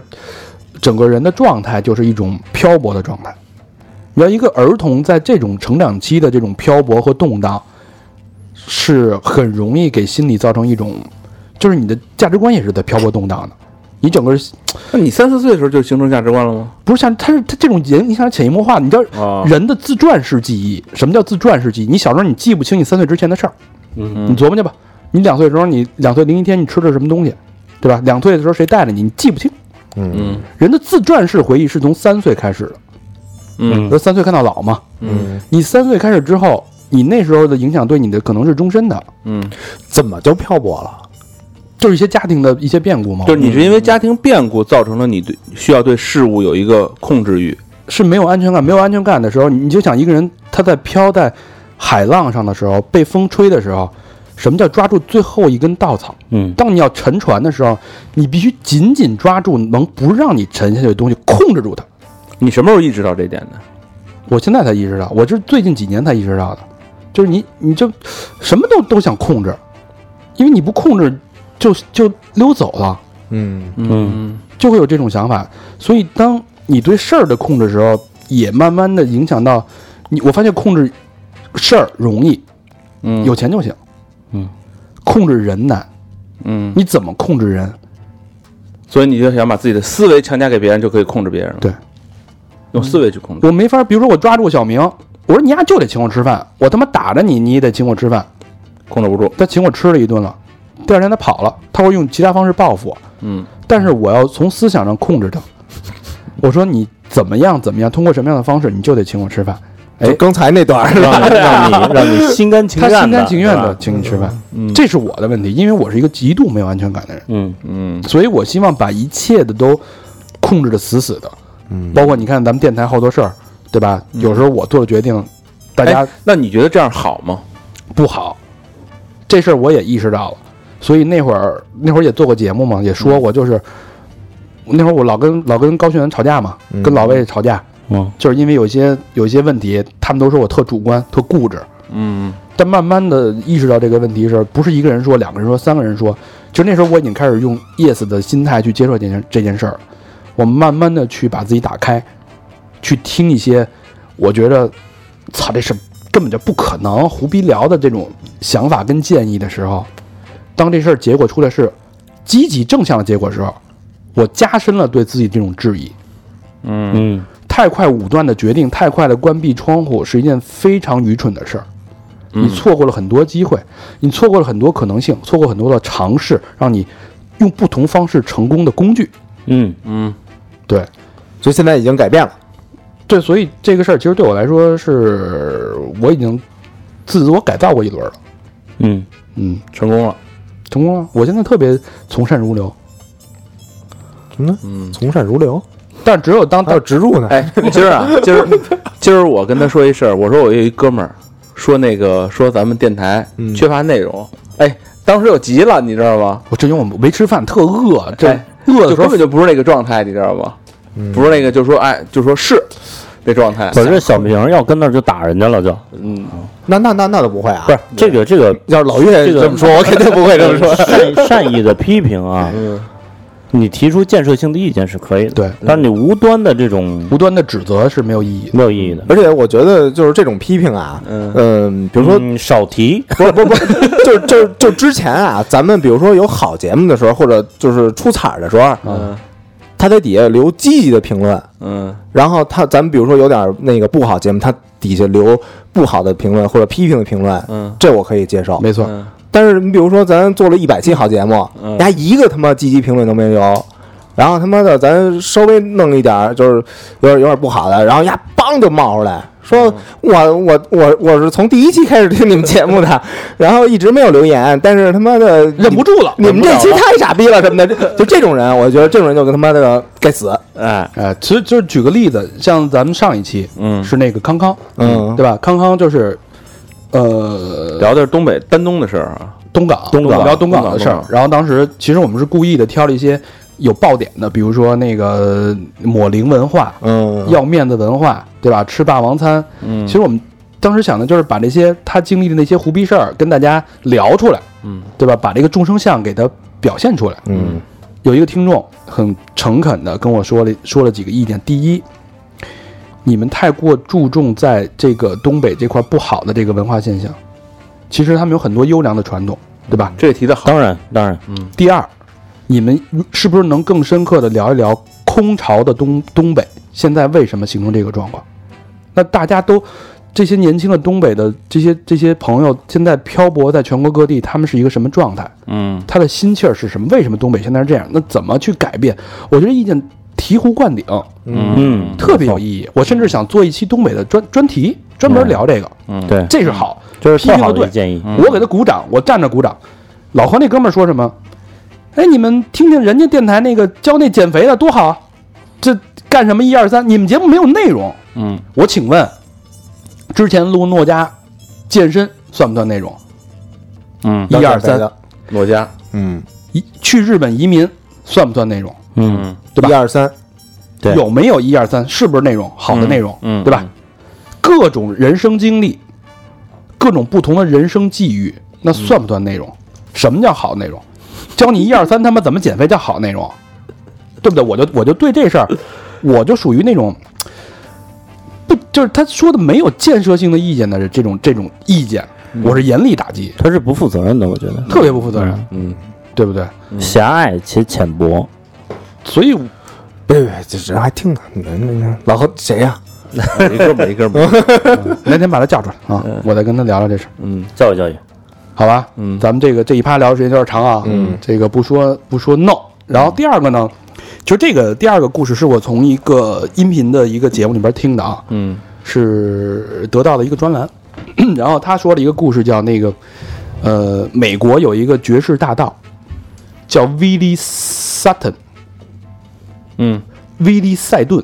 Speaker 2: 整个人的状态就是一种漂泊的状态。你要一个儿童在这种成长期的这种漂泊和动荡，是很容易给心理造成一种，就是你的价值观也是在漂泊动荡的。你整个
Speaker 4: 那你三四岁的时候就形成价值观了吗？
Speaker 2: 不是像他是他这种人，你想潜移默化，你知道
Speaker 4: 啊
Speaker 2: 人的自传式记忆，什么叫自传式记忆？你小时候你记不清你三岁之前的事儿，
Speaker 4: 嗯
Speaker 2: 你琢磨去吧。你两岁的时候，你两岁零一天你吃的什么东西，对吧？两岁的时候谁带着你，你记不清。
Speaker 4: 嗯
Speaker 2: 人的自传式回忆是从三岁开始的，
Speaker 4: 嗯
Speaker 2: 那三岁看到老嘛。
Speaker 4: 嗯
Speaker 2: 你三岁开始之后，你那时候的影响对你的可能是终身的，
Speaker 4: 嗯，
Speaker 3: 怎么就漂泊了？
Speaker 2: 就是一些家庭的一些变故嘛。
Speaker 4: 就是你是因为家庭变故造成了你对需要对事物有一个控制欲。
Speaker 2: 是没有安全感，没有安全感的时候，你就想一个人他在飘在海浪上的时候，被风吹的时候，什么叫抓住最后一根稻草？
Speaker 8: 嗯，
Speaker 2: 当你要沉船的时候，你必须紧紧抓住能不让你沉下去的东西，控制住它。
Speaker 4: 你什么时候意识到这一点的？
Speaker 2: 我现在才意识到，我是最近几年才意识到的，就是你你就什么都都想控制，因为你不控制就就溜走了，
Speaker 3: 嗯
Speaker 4: 嗯
Speaker 2: 就会有这种想法。所以当你对事儿的控制的时候，也慢慢的影响到你。我发现控制事儿容易，
Speaker 4: 嗯
Speaker 2: 有钱就行，
Speaker 4: 嗯，
Speaker 2: 控制人难，
Speaker 4: 嗯，
Speaker 2: 你怎么控制人？
Speaker 4: 所以你就想把自己的思维强加给别人，就可以控制别人了。
Speaker 2: 对，
Speaker 4: 用思维去控制。
Speaker 2: 我没法，比如说我抓住小明，我说你丫就得请我吃饭，我他妈打着你，你也得请我吃饭。
Speaker 4: 控制不住。
Speaker 2: 他请我吃了一顿了，第二天他跑了，他会用其他方式报复我。
Speaker 4: 嗯，
Speaker 2: 但是我要从思想上控制他。我说你怎么样怎么样，通过什么样的方式，你就得请我吃饭。哎
Speaker 3: 就刚才那段儿 是吧？
Speaker 8: 让你让你让你心甘情
Speaker 2: 他
Speaker 8: 愿的，
Speaker 2: 心甘情愿
Speaker 8: 是
Speaker 2: 的
Speaker 8: 吧，
Speaker 2: 请你吃饭，这是我的问题，因为我是一个极度没有安全感的人，
Speaker 8: 嗯
Speaker 4: 嗯
Speaker 2: 所以我希望把一切的都控制的死死的。
Speaker 3: 嗯
Speaker 2: 包括你看咱们电台好多事儿，对吧？
Speaker 8: 嗯
Speaker 2: 有时候我做的决定，大家
Speaker 4: 哎，那你觉得这样好吗？
Speaker 2: 不好。这事儿我也意识到了，所以那会儿那会儿也做过节目嘛，也说过，就是、那会儿我老跟老跟高璇吵架嘛，
Speaker 3: 嗯
Speaker 2: 跟老魏吵架，
Speaker 8: 嗯，
Speaker 2: 就是因为有一些有一些问题，他们都说我特主观、特固执。
Speaker 4: 嗯
Speaker 2: 但慢慢的意识到这个问题的时候，不是一个人说、两个人说、三个人说，就那时候我已经开始用 yes 的心态去接受这件这件事儿了。我慢慢的去把自己打开，去听一些我觉得操这事根本就不可能、胡逼聊的这种想法跟建议的时候，当这事儿结果出来是积极正向的结果的时候，我加深了对自己这种质疑。
Speaker 4: 嗯
Speaker 8: 嗯
Speaker 2: 太快武断的决定，太快的关闭窗户是一件非常愚蠢的事儿。
Speaker 4: 嗯
Speaker 2: 你错过了很多机会，你错过了很多可能性，错过很多的尝试，让你用不同方式成功的工具。
Speaker 8: 嗯
Speaker 4: 嗯
Speaker 2: 对
Speaker 3: 所以现在已经改变了，
Speaker 2: 对，所以这个事儿其实对我来说是我已经自我改造过一轮了。
Speaker 8: 嗯，
Speaker 2: 嗯，
Speaker 4: 成功了。
Speaker 2: 成功了。我现在特别从善如流，
Speaker 3: 什么呢？
Speaker 4: 嗯，
Speaker 3: 从善如流，
Speaker 2: 但只有当
Speaker 3: 还
Speaker 2: 到
Speaker 3: 有植入呢。
Speaker 4: 哎，今儿啊，今儿今儿我跟他说一事儿，我说我有一哥们儿说那个说咱们电台
Speaker 3: 嗯
Speaker 4: 缺乏内容，哎，当时我急了，你知道吗？
Speaker 2: 我这因为我没吃饭，特饿，这
Speaker 4: 哎
Speaker 2: 饿的
Speaker 4: 就
Speaker 2: 时
Speaker 4: 根
Speaker 2: 候
Speaker 4: 本就不是那个状态，你知道吗？不是那个，就说哎，就说是那状态。
Speaker 8: 可是小明要跟那儿就打人家了，就
Speaker 4: 嗯，
Speaker 3: 那那那那倒不会啊，
Speaker 8: 不是这个这个
Speaker 3: 要是老岳
Speaker 8: 这个
Speaker 3: 这么说，我肯定不会这么说。
Speaker 8: 善善意的批评啊，你提出建设性的意见是可以的，
Speaker 2: 对
Speaker 8: 但是你无端的这种
Speaker 2: 无端的指责是没有意义的。
Speaker 8: 没有意义的，
Speaker 3: 而且我觉得就是这种批评啊，
Speaker 4: 嗯
Speaker 3: 嗯，比如说
Speaker 8: 嗯少提，
Speaker 3: 不是不是不是， 就是就是就之前啊，咱们比如说有好节目的时候，或者就是出彩儿的时候，
Speaker 4: 嗯
Speaker 3: 他在底下留积极的评论，
Speaker 4: 嗯
Speaker 3: 然后他咱们比如说有点那个不好节目，他底下留不好的评论或者批评的评论，
Speaker 4: 嗯
Speaker 3: 这我可以接受。
Speaker 2: 没错，
Speaker 4: 嗯
Speaker 3: 但是你比如说咱做了一百期好节目，
Speaker 4: 嗯
Speaker 3: 家一个他妈积极评论都没有。然后他妈的，咱稍微弄一点儿，就是有点有点不好的，然后呀，梆就冒出来说，我我我我是从第一期开始听你们节目 的，然后一直没有留言，但是他妈的忍不住了，你们这期太傻逼了什么的，就就这种人，我觉得这种人就跟他妈的该死，
Speaker 4: 哎
Speaker 2: 哎，其实就是举个例子，像咱们上一期，
Speaker 4: 嗯
Speaker 2: 是那个康康，
Speaker 3: 嗯
Speaker 2: 对吧？康康就是，呃，
Speaker 4: 聊的是东北丹东的事儿啊。
Speaker 2: 东港，
Speaker 4: 东港啊
Speaker 2: 聊东港
Speaker 4: 东
Speaker 2: 的
Speaker 4: 港
Speaker 2: 事儿
Speaker 4: 东。港
Speaker 2: 然后当时其实我们是故意的挑了一些有爆点的，比如说那个抹零文化、
Speaker 3: 嗯，
Speaker 2: 要面子文化，对吧？吃霸王餐。
Speaker 4: 嗯
Speaker 2: 其实我们当时想的就是把这些他经历的那些胡逼事儿跟大家聊出来，
Speaker 4: 嗯
Speaker 2: 对吧？把这个众生相给他表现出来。
Speaker 3: 嗯
Speaker 2: 有一个听众很诚恳的跟我说了说了几个意见。第一，你们太过注重在这个东北这块不好的这个文化现象，其实他们有很多优良的传统，对吧？
Speaker 4: 这个提的好。
Speaker 8: 当然当然，
Speaker 2: 第二，你们是不是能更深刻的聊一聊空巢的东东北现在为什么形成这个状况？那大家都这些年轻的东北的这些这些朋友，现在漂泊在全国各地，他们是一个什么状态？
Speaker 4: 嗯
Speaker 2: 他的心气儿是什么？为什么东北现在是这样？那怎么去改变？我觉得意见醍醐灌顶，
Speaker 8: 嗯，
Speaker 2: 特别有意义。我甚至想做一期东北的专专题，专门聊这个，
Speaker 4: 嗯
Speaker 8: 对，
Speaker 2: 这是好，
Speaker 8: 这是
Speaker 2: 批
Speaker 8: 特
Speaker 2: 评
Speaker 8: 好
Speaker 2: 的
Speaker 8: 的
Speaker 2: 对
Speaker 8: 一建议，
Speaker 2: 我给他鼓掌，我站着鼓掌。老何那哥们儿说什么？哎，你们听听人家电台那个教那减肥的多好啊，这干什么一二三？你们节目没有内容。
Speaker 4: 嗯
Speaker 2: 我请问，之前录诺家健身算不算内容？
Speaker 4: 嗯，
Speaker 2: 一二三，
Speaker 4: 我家
Speaker 3: 嗯，
Speaker 2: 一去日本移民算不算内容？
Speaker 8: 嗯，
Speaker 2: 对吧
Speaker 3: 一二三，
Speaker 8: 对
Speaker 2: 有没有一二三？是不是内容？好的内容，
Speaker 4: 嗯
Speaker 2: 对吧？各种人生经历，各种不同的人生际遇，那算不算内容？什么叫好内容？教你一二三他妈怎么减肥叫好内容，对不对？我就我就对这事儿，我就属于那种不就是他说的没有建设性的意见的这种这种意见，我是严厉打击，
Speaker 8: 他是不负责任的，我觉得
Speaker 2: 特别不负责任，
Speaker 3: 嗯，
Speaker 2: 对不对？
Speaker 8: 狭隘且浅薄。
Speaker 2: 所以
Speaker 3: 别别，这人还听呢，你看老何谁呀？
Speaker 4: 没哥们，没哥们，
Speaker 2: 那天把他叫出来啊，我再跟他聊聊这事儿。
Speaker 8: 嗯，教育教育，
Speaker 2: 好吧，嗯，咱们这个这一趴聊的时间有点长啊，嗯，这个不说不说 no。然后第二个呢，就这个第二个故事是我从一个音频的一个节目里边听的啊，
Speaker 4: 嗯，
Speaker 2: 是得到的一个专栏， 然后他说了一个故事叫那个，呃，美国有一个爵士大盗叫 Willie Sutton，
Speaker 4: 嗯，
Speaker 2: 威利塞顿，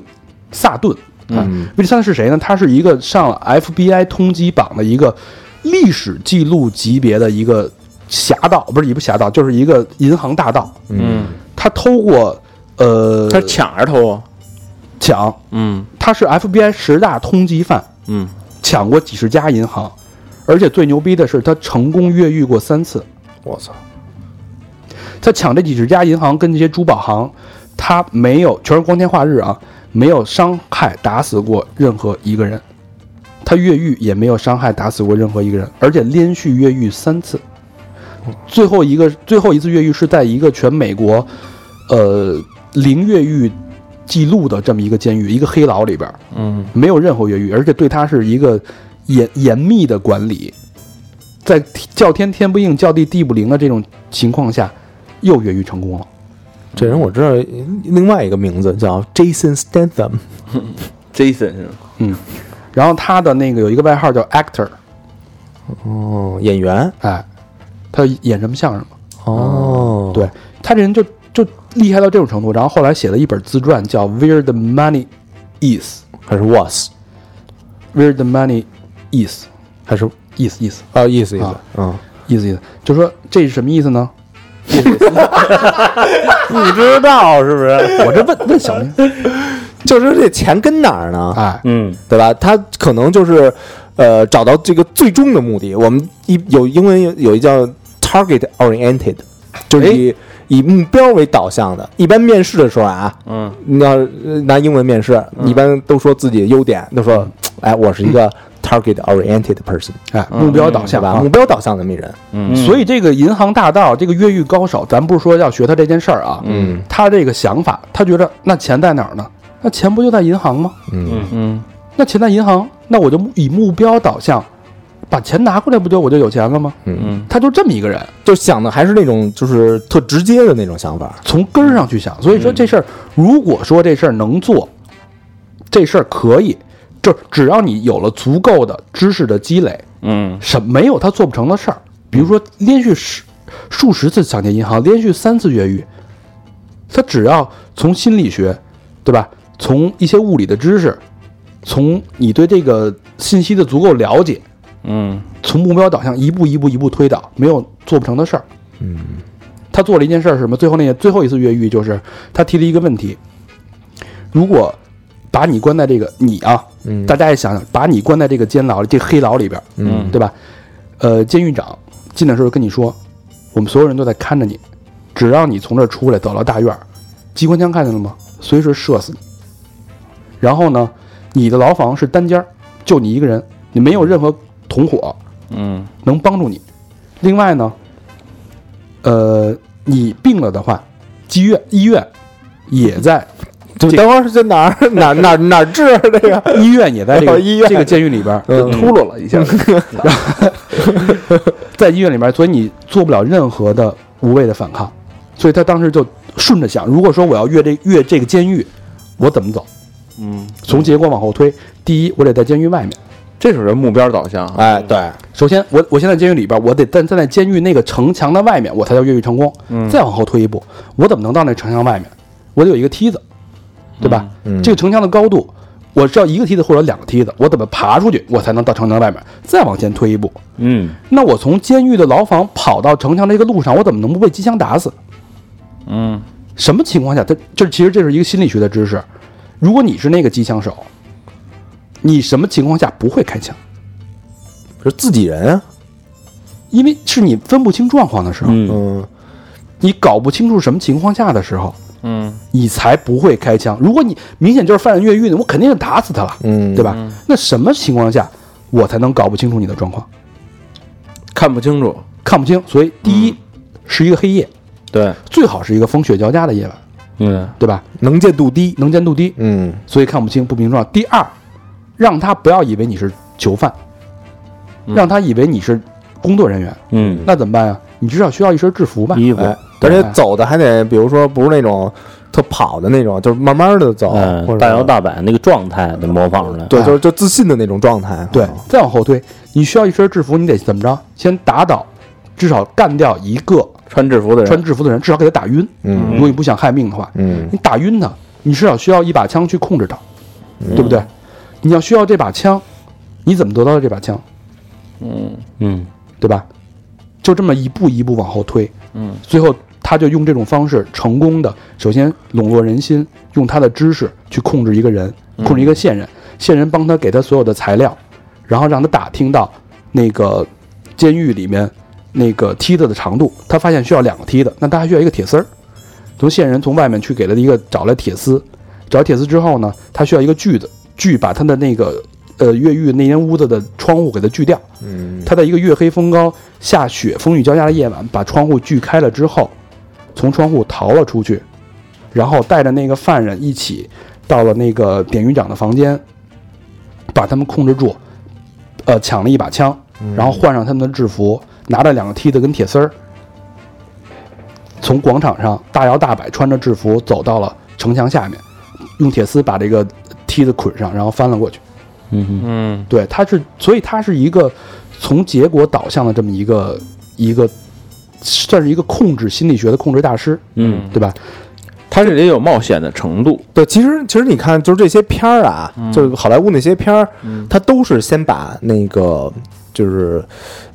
Speaker 2: 萨顿。嗯，威利塞顿是谁呢？他是一个上了 FBI 通缉榜的一个历史记录级别的一个侠盗，不是也不是侠盗，就是一个银行大盗。
Speaker 4: 嗯，
Speaker 2: 他偷过呃，
Speaker 7: 他抢着偷啊，
Speaker 2: 抢，
Speaker 4: 嗯
Speaker 2: 他是 FBI 十大通缉犯，
Speaker 4: 嗯，
Speaker 2: 抢过几十家银行，而且最牛逼的是他成功越狱过三次。
Speaker 3: 我操，
Speaker 2: 他抢这几十家银行跟这些珠宝行，他没有全是光天化日啊，没有伤害打死过任何一个人。他越狱也没有伤害打死过任何一个人，而且连续越狱三次。最后一个最后一次越狱是在一个全美国，呃零越狱记录的这么一个监狱，一个黑牢里边，
Speaker 4: 嗯，
Speaker 2: 没有任何越狱，而且对他是一个严严密的管理。在叫天天不应，叫地地不灵的这种情况下，又越狱成功了。
Speaker 3: 这人我知道，另外一个名字叫 Jason Statham，
Speaker 4: ，Jason 是吧？
Speaker 2: 然后他的那个有一个外号叫 Actor，
Speaker 3: 哦，演员，
Speaker 2: 哎，他演什么像什么。
Speaker 3: 哦，
Speaker 2: 对他这人就就厉害到这种程度。然后后来写了一本自传叫《Where the Money Is
Speaker 3: 还是 was，》
Speaker 2: ，Where the Money Is
Speaker 3: 还是
Speaker 2: is is
Speaker 8: 哦
Speaker 3: 啊，意思意思
Speaker 2: 啊，
Speaker 3: 嗯，
Speaker 2: is is，就说这是什么意思呢？
Speaker 8: 不知道是不是？
Speaker 2: 我这问问小 明，
Speaker 3: 就是这钱跟哪儿呢？
Speaker 2: 哎，
Speaker 8: 嗯，
Speaker 3: 对吧？他可能就是，呃，找到这个最终的目的。我们一有英文有有一叫 target oriented，就是以以目标为导向的。一般面试的时候啊，
Speaker 4: 嗯，
Speaker 3: 你要是呃拿英文面试，
Speaker 2: 嗯
Speaker 3: 一般都说自己的优点，都说，哎，我是一个 target oriented person，
Speaker 2: 哎，
Speaker 3: 嗯
Speaker 2: 目标导
Speaker 3: 对
Speaker 2: 向
Speaker 3: 吧？
Speaker 2: 啊
Speaker 3: 目。标导向的一人，
Speaker 2: 所以这个银行大盗，这个越狱高手，咱不是说要学他这件事儿啊，
Speaker 3: 嗯
Speaker 2: 他这个想法，他觉得那钱在哪儿呢？那钱不就在银行吗？
Speaker 3: 嗯
Speaker 4: 嗯
Speaker 2: 那钱在银行，那我就以目标导向，把钱拿过来，不就我就有钱了吗？
Speaker 3: 嗯，
Speaker 2: 他就这么一个人，
Speaker 3: 就想的还是那种就是特直接的那种想法。
Speaker 2: 从根儿上去想。所以说
Speaker 3: 嗯
Speaker 2: 这事儿，如果说这事儿能做，这事儿可以，就只要你有了足够的知识的积累，
Speaker 4: 嗯
Speaker 2: 什没有他做不成的事儿。比如说连续十数十次抢劫银行，连续三次越狱，他只要从心理学，对吧？从一些物理的知识，从你对这个信息的足够了解，
Speaker 4: 嗯
Speaker 2: 从目标导向一步一步一步推导，没有做不成的事儿。嗯，他做了一件事儿，是什么？最后那最后一次越狱就是他提了一个问题：如果把你关在这个你啊，
Speaker 3: 嗯
Speaker 2: 大家也想想，把你关在这个监牢里，这黑牢里边，
Speaker 4: 嗯
Speaker 2: 对吧？呃，监狱长进的时候跟你说，我们所有人都在看着你，只要你从这儿出来，走到大院儿，机关枪看见了吗？随时射死你。然后呢，你的牢房是单间儿，就你一个人，你没有任何同伙，
Speaker 4: 嗯
Speaker 2: 能帮助你。另外呢，呃，你病了的话，医院医院也在
Speaker 3: 就等会儿在哪儿哪儿哪儿哪儿治啊这个？
Speaker 2: 医院也在这
Speaker 3: 哦
Speaker 2: 个
Speaker 3: 医院
Speaker 2: 这个监狱里边儿，
Speaker 3: 嗯
Speaker 2: 秃噜了一下，然后在医院里边儿，所以你做不了任何的无谓的反抗。所以他当时就顺着想，如果说我要越这越这个监狱，我怎么走？
Speaker 4: 嗯，
Speaker 2: 从结果往后推，第一，我得在监狱外面。
Speaker 4: 这属于目标导向啊。
Speaker 3: 哎，对，
Speaker 2: 首先，我我现在监狱里边，我得站站在监狱那个城墙的外面，我才叫越狱成功。
Speaker 4: 嗯
Speaker 2: 再往后推一步，我怎么能到那城墙外面？我得有一个梯子，对吧？
Speaker 3: 嗯
Speaker 2: 这个城墙的高度，我是要一个梯子或者两个梯子，我怎么爬出去，我才能到城墙外面？再往前推一步，
Speaker 8: 嗯，
Speaker 2: 那我从监狱的牢房跑到城墙这个路上，我怎么能不被机枪打死？
Speaker 4: 嗯
Speaker 2: 什么情况下？它这其实这是一个心理学的知识。如果你是那个机枪手，你什么情况下不会开枪？
Speaker 3: 是自己人啊，
Speaker 2: 因为是你分不清状况的时候，
Speaker 8: 嗯，
Speaker 3: 嗯，
Speaker 2: 你搞不清楚什么情况下的时候，
Speaker 7: 嗯，
Speaker 2: 你才不会开枪。如果你明显就是犯人越狱呢，我肯定是打死他了，
Speaker 3: 嗯
Speaker 2: 对吧？那什么情况下我才能搞不清楚你的状况？
Speaker 4: 看不清楚，
Speaker 2: 看不清，所以第一、是一个黑夜，
Speaker 4: 对，
Speaker 2: 最好是一个风雪交加的夜晚，
Speaker 4: 嗯，
Speaker 2: 对吧？
Speaker 3: 能见度低，
Speaker 2: 能见度低，
Speaker 3: 嗯
Speaker 2: 所以看不清不明状。第二，让他不要以为你是囚犯，让他以为你是工作人员，
Speaker 8: 嗯，
Speaker 2: 那怎么办呀？你至少需要一身制服吧？
Speaker 8: 衣服，
Speaker 3: 哎，而且走的还得，比如说不是那种特跑的那种，就是慢慢的走，
Speaker 8: 嗯
Speaker 3: 哦或，者
Speaker 8: 大摇大摆那嗯个状态得模仿出来。
Speaker 3: 对，就是就自信的那种状态。
Speaker 2: 对，再往后推，你需要一身制服，你得怎么着？先打倒，至少干掉一个
Speaker 4: 穿制服的
Speaker 2: 穿
Speaker 4: 人，
Speaker 2: 制服的人，至少给他打晕。
Speaker 3: 嗯
Speaker 2: 如果你不想害命的话，
Speaker 3: 嗯
Speaker 2: 你打晕他，你至少需要一把枪去控制他，对不对？你要需要这把枪，你怎么得到的这把枪？
Speaker 8: 嗯，
Speaker 2: 对吧？就这么一步一步往后推，嗯，最后他就用这种方式成功的，首先笼络人心，用他的知识去控制一个人，控制一个线人，线人帮他给他所有的材料，然后让他打听到那个监狱里面那个梯子的长度，他发现需要两个梯子，那他还需要一个铁丝儿，从线人从外面去给了一个找来铁丝，找来铁丝之后呢，他需要一个锯子，锯把他的那个呃越狱那间屋子的窗户给他锯掉，
Speaker 3: 嗯
Speaker 2: 他在一个月黑风高、下雪、风雨交加的夜晚，把窗户锯开了之后，从窗户逃了出去，然后带着那个犯人一起到了那个典狱长的房间，把他们控制住，呃，抢了一把枪，然后换上他们的制服，拿着两个梯子跟铁丝儿，从广场上大摇大摆穿着制服走到了城墙下面，用铁丝把这个梯子捆上，然后翻了过去。
Speaker 7: 嗯
Speaker 2: 对，它是，所以它是一个从结果导向的这么一个一个，算是一个控制心理学的控制大师，
Speaker 4: 嗯，
Speaker 2: 对吧？
Speaker 4: 他这里有冒险的程度，
Speaker 3: 对，其实其实你看，就是这些片儿啊，
Speaker 8: 嗯
Speaker 3: 就是好莱坞那些片儿，它都是先把那个就是，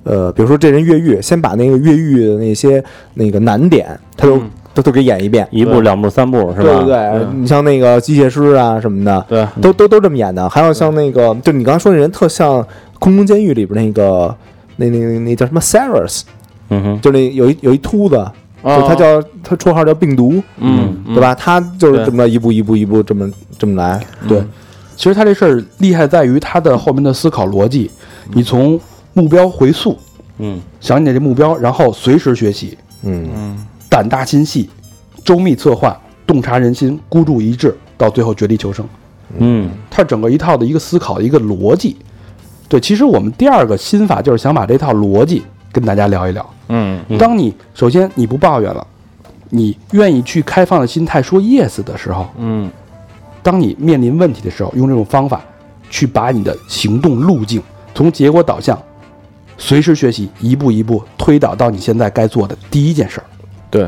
Speaker 3: 呃，比如说这人越狱，先把那个越狱的那些那个难点，他都
Speaker 8: 嗯
Speaker 3: 他都给演一遍。
Speaker 8: 一步两步三步是吧？
Speaker 3: 对对对，你像那个机械师啊什么的，
Speaker 4: 对，
Speaker 3: 都都都这么演的。还有像那个，就你刚才说那人特像《空中监狱》里边那个，那那那那叫什么 Cyrus，
Speaker 8: 嗯哼，
Speaker 3: 就那有一有一秃子，就他叫他绰号叫病毒，
Speaker 7: 嗯，
Speaker 3: 对吧？他就是
Speaker 7: 对
Speaker 3: 这么一步一步一步这么这么来，
Speaker 2: 对，其实他这事儿厉害在于他的后面的思考逻辑，你从目标回溯，
Speaker 8: 嗯，
Speaker 2: 想你这目标，然后随时学习，
Speaker 3: 嗯
Speaker 2: 胆大心细，周密策划，洞察人心，孤注一掷，到最后绝地求生。
Speaker 8: 嗯，
Speaker 2: 它整个一套的一个思考的一个逻辑。对，其实我们第二个心法就是想把这套逻辑跟大家聊一聊。
Speaker 7: 嗯
Speaker 2: 当你首先你不抱怨了，你愿意去开放的心态说 yes 的时候，
Speaker 7: 嗯
Speaker 2: 当你面临问题的时候，用这种方法去把你的行动路径从结果导向，随时学习，一步一步推导到你现在该做的第一件事儿。
Speaker 4: 对，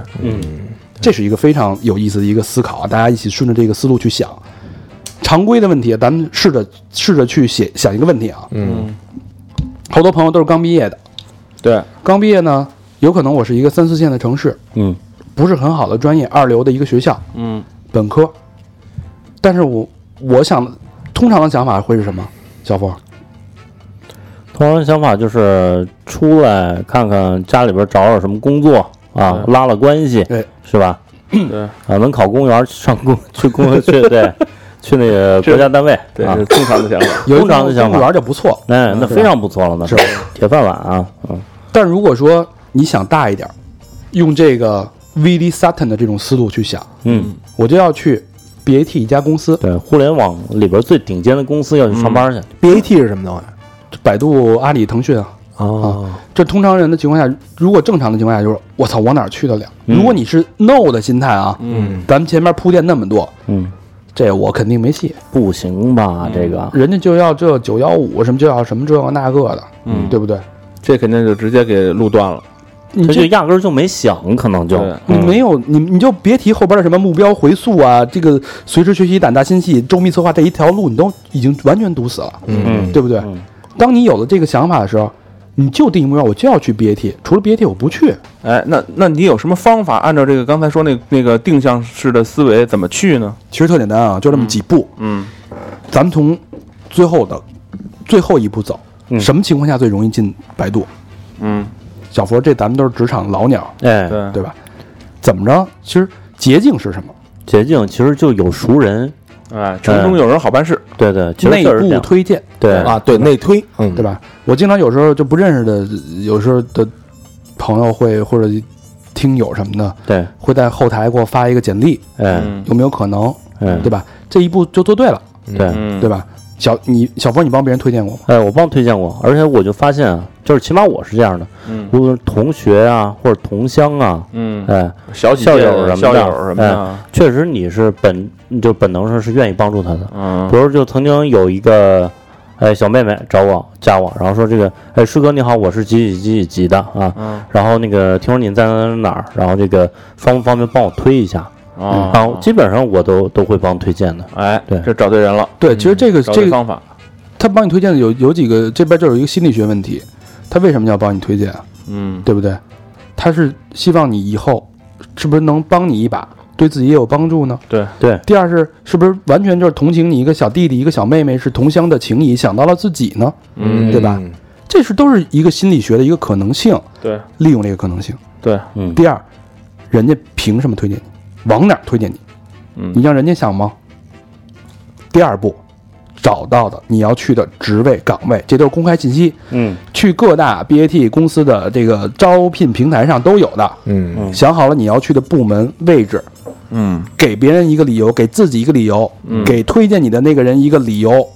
Speaker 2: 这是一个非常有意思的一个思考啊！大家一起顺着这个思路去想。常规的问题，咱们试着试着去写想一个问题啊。
Speaker 3: 嗯
Speaker 2: 好多朋友都是刚毕业的，
Speaker 4: 对，
Speaker 2: 刚毕业呢，有可能我是一个三四线的城市，
Speaker 8: 嗯，
Speaker 2: 不是很好的专业，二流的一个学校，
Speaker 7: 嗯，
Speaker 2: 本科。但是我我想，通常的想法会是什么？小峰，
Speaker 8: 通常想法就是出来看看家里边找找什么工作啊，拉拉关系，
Speaker 2: 对，
Speaker 8: 是吧？
Speaker 4: 对
Speaker 8: 啊，能考公务员上公 去公务去 对，去那个国家单位
Speaker 4: 对，
Speaker 8: 啊
Speaker 4: 是，正常的想法，
Speaker 2: 有一
Speaker 8: 通常
Speaker 2: 个
Speaker 8: 的想
Speaker 2: 公务
Speaker 8: 法，
Speaker 2: 员就不错。
Speaker 8: 哎，那非常不错了呢，
Speaker 2: 是
Speaker 8: 铁饭碗啊，嗯
Speaker 2: 但如果说你想大一点儿，用这个 V D Sutton 的这种思路去想，
Speaker 8: 嗯，
Speaker 2: 我就要去 B A T 一家公司，
Speaker 8: 对，互联网里边最顶尖的公司要去上班去，
Speaker 2: 嗯
Speaker 3: ，BAT 是什么东西？
Speaker 2: 百度、阿里、腾讯啊，
Speaker 3: 哦，
Speaker 2: 这通常人的情况下，如果正常的情况下，就是我操，往哪儿去得了？
Speaker 8: 嗯
Speaker 2: 如果你是 no 的心态啊，嗯，咱们前面铺垫那么多，
Speaker 8: 嗯，
Speaker 2: 这我肯定没戏，
Speaker 8: 不行吧，
Speaker 2: 嗯
Speaker 8: 这个，
Speaker 2: 人家就要这九幺五什么就要什么这个那个的，嗯，对不对？
Speaker 4: 这肯定就直接给路断 了，
Speaker 2: 你
Speaker 8: 他就嗯
Speaker 2: 这
Speaker 8: 压根儿就没想，可能就
Speaker 4: 对，
Speaker 2: 你没有你你就别提后边的什么目标回溯啊，这个随时学习、胆大心细、周密策划这一条路，你都已经完全堵死了，
Speaker 8: 嗯，
Speaker 2: 对不对？当你有了这个想法的时候，你就定义目标，我就要去 BAT，除了 BAT 我不去，
Speaker 4: 哎，那那你有什么方法按照这个刚才说那那个定向式的思维怎么去呢？
Speaker 2: 其实特简单啊，就这么几步。
Speaker 4: 嗯
Speaker 2: 咱们从最后的最后一步走，什么情况下最容易进百度？
Speaker 3: 嗯，
Speaker 2: 小佛，这咱们都是职场老鸟，
Speaker 8: 哎，
Speaker 2: 对吧？怎么着？其实捷径是什么？
Speaker 8: 捷径其实就有熟人，
Speaker 4: 哎，城中有人好办事，
Speaker 8: 对对，其实
Speaker 2: 内
Speaker 8: 就是这
Speaker 2: 部
Speaker 8: 样，
Speaker 2: 推荐，
Speaker 8: 对
Speaker 3: 啊，对内推，嗯，
Speaker 2: 对吧？我经常有时候就不认识的，有时候的朋友会或者听友什么的，
Speaker 8: 对，
Speaker 2: 会在后台给我发一个简历，
Speaker 4: 嗯
Speaker 8: 哎
Speaker 2: 有没有可能？
Speaker 8: 哎
Speaker 2: 对吧？这一步就做对了，
Speaker 8: 对。
Speaker 4: 嗯
Speaker 2: 对吧？小你小佛，你帮别人推荐过吗？
Speaker 8: 哎，我帮推荐过，而且我就发现啊，就是起码我是这样的，嗯，无论是同学啊或者同乡啊，
Speaker 4: 嗯，
Speaker 8: 哎，
Speaker 4: 小几届
Speaker 8: 校友什么的
Speaker 4: 校友什么的，啊
Speaker 8: 确实你是本你就本能上是愿意帮助他的。
Speaker 4: 嗯
Speaker 8: 比如就曾经有一个哎小妹妹找我加我，然后说这个哎师哥你好，我是几几几几几的啊，
Speaker 4: 嗯
Speaker 8: 然后那个听说您在哪儿，然后这个方不方便帮我推一下？
Speaker 4: 哦
Speaker 8: 然后基本上我都都会帮推荐的。
Speaker 4: 哎，
Speaker 8: 对
Speaker 4: 这找对人了，
Speaker 2: 对，其实这个
Speaker 4: 找
Speaker 2: 这
Speaker 4: 对
Speaker 2: 个
Speaker 4: 方法，
Speaker 2: 他帮你推荐的有有几个，这边就有一个心理学问题，他为什么要帮你推荐啊？
Speaker 4: 嗯，
Speaker 2: 对不对？他是希望你以后是不是能帮你一把，对自己也有帮助呢？
Speaker 4: 对
Speaker 8: 对
Speaker 2: 第二是是不是完全就是同情你一个小弟弟、一个小妹妹是同乡的情谊，想到了自己呢？
Speaker 4: 嗯
Speaker 2: 对吧？这是都是一个心理学的一个可能性，
Speaker 4: 对
Speaker 2: 利用这个可能性。
Speaker 4: 对，
Speaker 8: 嗯
Speaker 2: 第二，人家凭什么推荐你？往哪儿推荐你？
Speaker 4: 嗯
Speaker 2: 你让人家想吗？第二步，找到的你要去的职位岗位，这都是公开信息，
Speaker 8: 嗯，
Speaker 2: 去各大 BAT 公司的这个招聘平台上都有的。
Speaker 3: 嗯
Speaker 2: 想好了你要去的部门位置，
Speaker 4: 嗯，
Speaker 2: 给别人一个理由，给自己一个理由，给推荐你的那个人一个理由，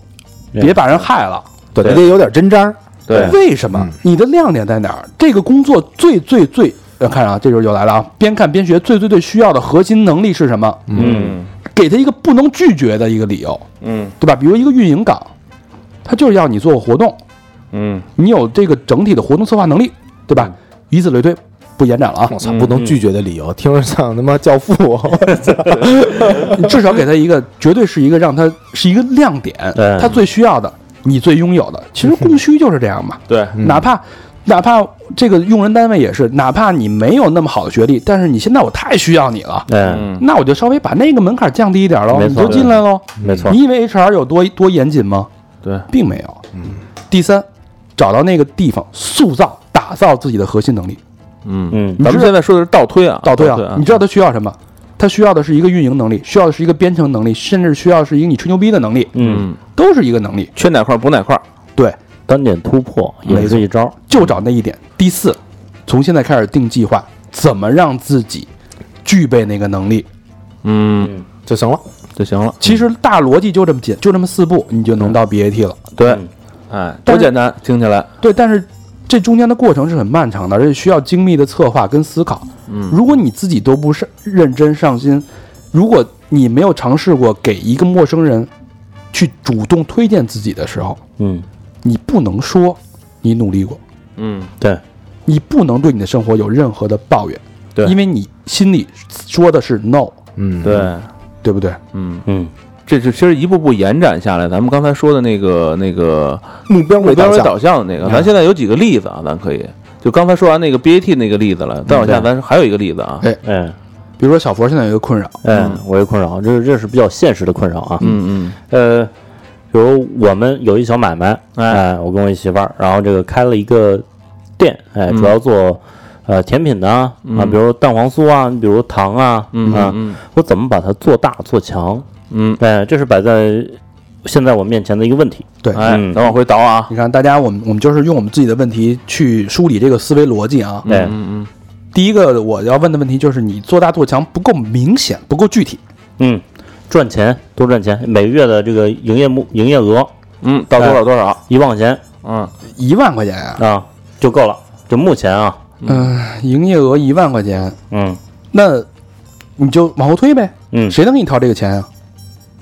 Speaker 2: 别把人害了。
Speaker 3: 对，你得有点真章儿，
Speaker 4: 对，
Speaker 2: 为什么？你的亮点在哪儿？这个工作最最最，呃看啊，这就是又来了啊！边看边学，最最最需要的核心能力是什么？
Speaker 4: 嗯
Speaker 2: 给他一个不能拒绝的一个理由，
Speaker 4: 嗯
Speaker 2: 对吧？比如一个运营岗，他就是要你做活动，
Speaker 4: 嗯，
Speaker 2: 你有这个整体的活动策划能力，对吧？以此类推，不延展了啊！
Speaker 3: 我操，不能拒绝的理由，听着像他妈教父，
Speaker 2: 你 至少给他一个，绝对是一个让他是一个亮点
Speaker 8: 对，
Speaker 2: 他最需要的，你最拥有的。其实供需就是这样嘛，
Speaker 4: 对，
Speaker 2: 哪怕哪怕这个用人单位也是，哪怕你没有那么好的学历，但是你现在我太需要你了，
Speaker 8: 哎，
Speaker 4: 嗯
Speaker 2: 那我就稍微把那个门槛降低一点喽，
Speaker 8: 没错
Speaker 2: 你就进来喽。
Speaker 8: 没错，
Speaker 2: 你以为 HR 有多多严谨吗？
Speaker 4: 对，
Speaker 2: 并没有。第三，找到那个地方，塑造、打造自己的核心能力，
Speaker 4: 嗯，
Speaker 8: 嗯
Speaker 4: 咱们现在说的是倒推啊，
Speaker 2: 倒推
Speaker 4: 推
Speaker 2: 啊，你知道他需要什么？他需要的是一个运营能力，需要的是一个编程能力，甚至需要的是一个你吹牛逼的能力，
Speaker 8: 嗯，
Speaker 2: 都是一个能力。
Speaker 4: 缺哪块补哪块，
Speaker 2: 对，
Speaker 8: 单点突破也是一招。
Speaker 2: 就找那一点。第四，从现在开始定计划，怎么让自己具备那个能力？
Speaker 4: 嗯，
Speaker 3: 就行了。
Speaker 4: 就行了，
Speaker 2: 其实大逻辑就这么简，就这么四步，你就能到 BAT 了。
Speaker 4: 对，哎，多
Speaker 2: 但是
Speaker 4: 简单，听起来，
Speaker 2: 对，但是这中间的过程是很漫长的，而且需要精密的策划跟思考。嗯，如果你自己都不是认真上心，如果你没有尝试过给一个陌生人去主动推荐自己的时候，
Speaker 8: 嗯，
Speaker 2: 你不能说你努力过，
Speaker 4: 嗯，
Speaker 8: 对，
Speaker 2: 你不能对你的生活有任何的抱怨，
Speaker 4: 对
Speaker 2: 因为你心里说的是 no，
Speaker 3: 嗯，
Speaker 4: 对，
Speaker 2: 对不对？
Speaker 4: 嗯。
Speaker 8: 嗯，
Speaker 4: 这是其实一步步延展下来，咱们刚才说的那个那个
Speaker 3: 目标
Speaker 4: 目
Speaker 3: 为
Speaker 4: 标
Speaker 3: 导
Speaker 4: 为
Speaker 3: 向，
Speaker 4: 导向的那个，咱现在有几个例子啊，咱可以就刚才说完那个 BAT 那个例子了，再往下咱还有一个例子啊，
Speaker 2: 哎
Speaker 8: 哎
Speaker 2: 比如说小佛现在有一个困扰，
Speaker 8: 哎，我有困扰，这这是比较现实的困扰啊。
Speaker 4: 嗯
Speaker 8: 呃，比如我们有一小买卖，
Speaker 4: 哎
Speaker 8: 哎，我跟我一媳妇儿，然后这个开了一个店，哎，
Speaker 4: 嗯
Speaker 8: 主要做呃甜品的啊，啊，比如蛋黄酥啊，比如糖啊，
Speaker 4: 嗯
Speaker 8: 啊，
Speaker 4: 嗯
Speaker 8: 我怎么把它做大做强？
Speaker 4: 嗯，
Speaker 8: 哎，这是摆在现在我面前的一个问题。
Speaker 2: 对，
Speaker 4: 嗯，哎，
Speaker 8: 嗯
Speaker 4: 咱往回倒啊，
Speaker 2: 你看大家我们我们就是用我们自己的问题去梳理这个思维逻辑啊。
Speaker 8: 哎，
Speaker 4: 嗯
Speaker 2: 第一个我要问的问题就是你做大做强不够明显，不够具体。
Speaker 8: 嗯，赚钱多赚钱，每个月的这个营业目营业额
Speaker 4: 嗯嗯，到多少多少，
Speaker 8: 一万块钱
Speaker 4: 嗯
Speaker 2: 一万块钱啊，
Speaker 8: 啊就够了，就目前啊，
Speaker 2: 嗯、营业额一万块钱，
Speaker 8: 嗯
Speaker 2: 那你就往后推呗，
Speaker 8: 嗯，
Speaker 2: 谁能给你掏这个钱啊？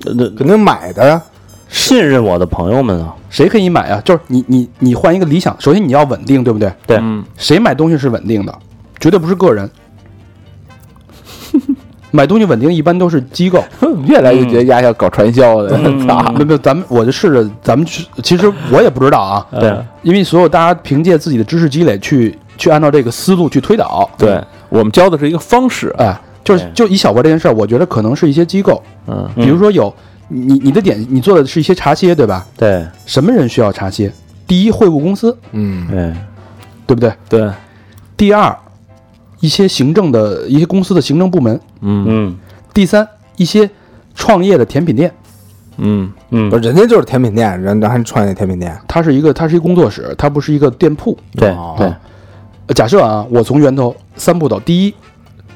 Speaker 8: 呃那
Speaker 3: 肯定买的呀。
Speaker 8: 信任我的朋友们啊，
Speaker 2: 谁可以买啊？就是你你你换一个理想，首先你要稳定，对不对？
Speaker 8: 对
Speaker 4: 嗯
Speaker 2: 谁买东西是稳定的，绝对不是个人。 买东西稳定的一般都是机构，
Speaker 3: 越来越觉得丫要搞传销的，
Speaker 2: 没有没有，咱们我就试着咱们去，其实我也不知道啊，
Speaker 8: 对，
Speaker 2: 因为所有大家凭借自己的知识积累去去按照这个思路去推导，
Speaker 4: 对，我们教的是一个方式，
Speaker 2: 哎，就是就以小博这件事儿，我觉得可能是一些机构，
Speaker 4: 嗯
Speaker 2: 比如说有你你的点，你做的是一些茶歇，对吧？
Speaker 8: 对，
Speaker 2: 什么人需要茶歇？第一，惠顾公司，
Speaker 3: 嗯
Speaker 8: 哎，
Speaker 2: 对不对？
Speaker 8: 对，
Speaker 2: 第二，一些行政的一些公司的行政部门；
Speaker 3: 嗯
Speaker 8: 嗯
Speaker 2: 第三，一些创业的甜品店，
Speaker 3: 嗯，
Speaker 8: 嗯
Speaker 3: 不，是人家就是甜品店，人家还创业甜品店，
Speaker 2: 它是一个它是一个工作室，它不是一个店铺。
Speaker 8: 对
Speaker 3: 哦
Speaker 8: 对，
Speaker 2: 呃假设啊，我从源头三步走：第一，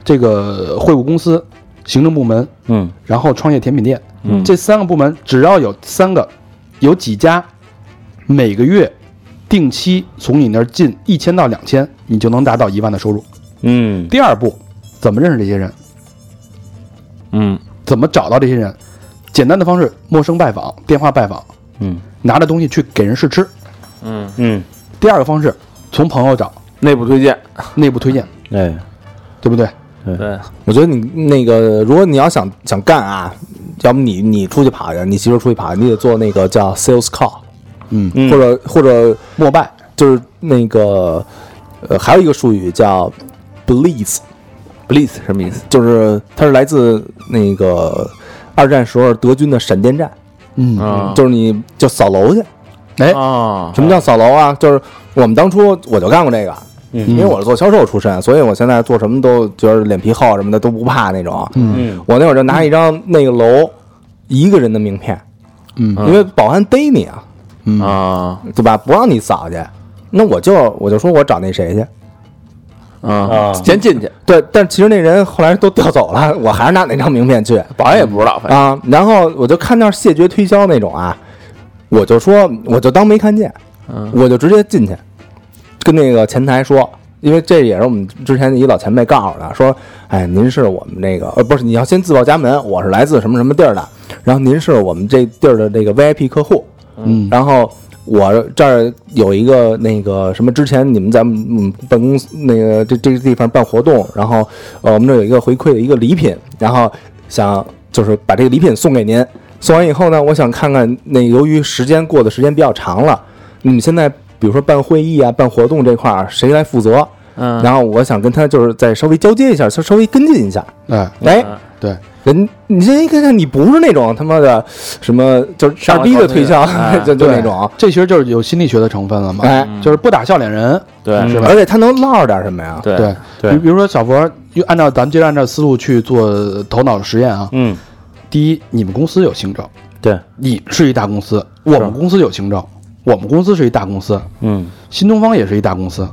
Speaker 2: 这个惠顾公司、行政部门，
Speaker 8: 嗯
Speaker 2: 然后创业甜品店，
Speaker 8: 嗯，
Speaker 2: 这三个部门只要有三个，有几家每个月定期从你那儿进一千到两千，你就能达到一万的收入。
Speaker 8: 嗯
Speaker 2: 第二步，怎么认识这些人？
Speaker 8: 嗯
Speaker 2: 怎么找到这些人？简单的方式，陌生拜访、电话拜访，
Speaker 8: 嗯，
Speaker 2: 拿着东西去给人试吃。
Speaker 8: 嗯，
Speaker 2: 第二个方式，从朋友找，
Speaker 4: 内部推荐，
Speaker 2: 内部推 荐，
Speaker 8: 哎，
Speaker 2: 对不对？
Speaker 3: 我觉得你那个，如果你要想想干啊，要不你你出去跑去，你媳妇出去跑去，你得做那个叫 sales call，
Speaker 2: 嗯，
Speaker 8: 嗯
Speaker 3: 或者或者
Speaker 2: 陌拜，
Speaker 3: 就是那个呃，还有一个术语叫 bleeds，
Speaker 4: ，please 什么意思？
Speaker 3: 就是它是来自那个二战时候德军的闪电战，
Speaker 2: 嗯，
Speaker 3: 就是你就扫楼去。
Speaker 2: 哎，
Speaker 4: 啊，
Speaker 3: 什么叫扫楼啊？就是我们当初我就干过这个，因为我是做销售出身，所以我现在做什么都觉得脸皮厚什么的都不怕那种。
Speaker 8: 嗯
Speaker 3: 我那会儿就拿一张那个楼一个人的名片，
Speaker 2: 嗯
Speaker 3: 因为保安逮你啊，
Speaker 2: 嗯
Speaker 4: 啊
Speaker 3: 对吧？不让你扫去，那我就我就说我找那谁去。
Speaker 4: 啊，
Speaker 8: 啊
Speaker 4: 先进去，
Speaker 3: 对，但其实那人后来都调走了，我还是拿那张名片去
Speaker 4: 保安也不知道，反正
Speaker 3: 啊。然后我就看那儿谢绝推销那种啊，我就说我就当没看见，我就直接进去，跟那个前台说，因为这也是我们之前一老前辈告诉的，说，哎，您是我们那个呃不是，你要先自报家门，我是来自什么什么地儿的，然后您是我们这地儿的这个 VIP 客户，
Speaker 2: 嗯
Speaker 3: 然后我这儿有一个那个什么，之前你们在嗯办公司那个这这个地方办活动，然后呃我们这儿有一个回馈的一个礼品，然后想就是把这个礼品送给您。送完以后呢，我想看看那由于时间过的时间比较长了，你们现在比如说办会议啊、办活动这块儿谁来负责？
Speaker 4: 嗯
Speaker 3: 然后我想跟他就是再稍微交接一下，稍稍微跟进一下。
Speaker 2: 哎，
Speaker 3: 哎，
Speaker 2: 对，
Speaker 3: 人，你这一看看，你不是那种他妈的什么，就是二逼的推销， 就就那种，
Speaker 2: 这其实就是有心理学的成分了嘛，
Speaker 3: 哎，
Speaker 2: 就是不打笑脸人，
Speaker 4: 对
Speaker 2: 是吧
Speaker 3: 嗯而且他能唠着点什么呀？
Speaker 4: 对
Speaker 2: 对，
Speaker 4: 对
Speaker 2: 比比如说小佛，就按照咱们接着按照思路去做头脑实验啊。
Speaker 8: 嗯，
Speaker 2: 第一，你们公司有行政，
Speaker 8: 对，
Speaker 2: 你是一大公司，我们公司有行政，我们公司是一大公司，
Speaker 8: 嗯
Speaker 2: 新东方也是一大公司，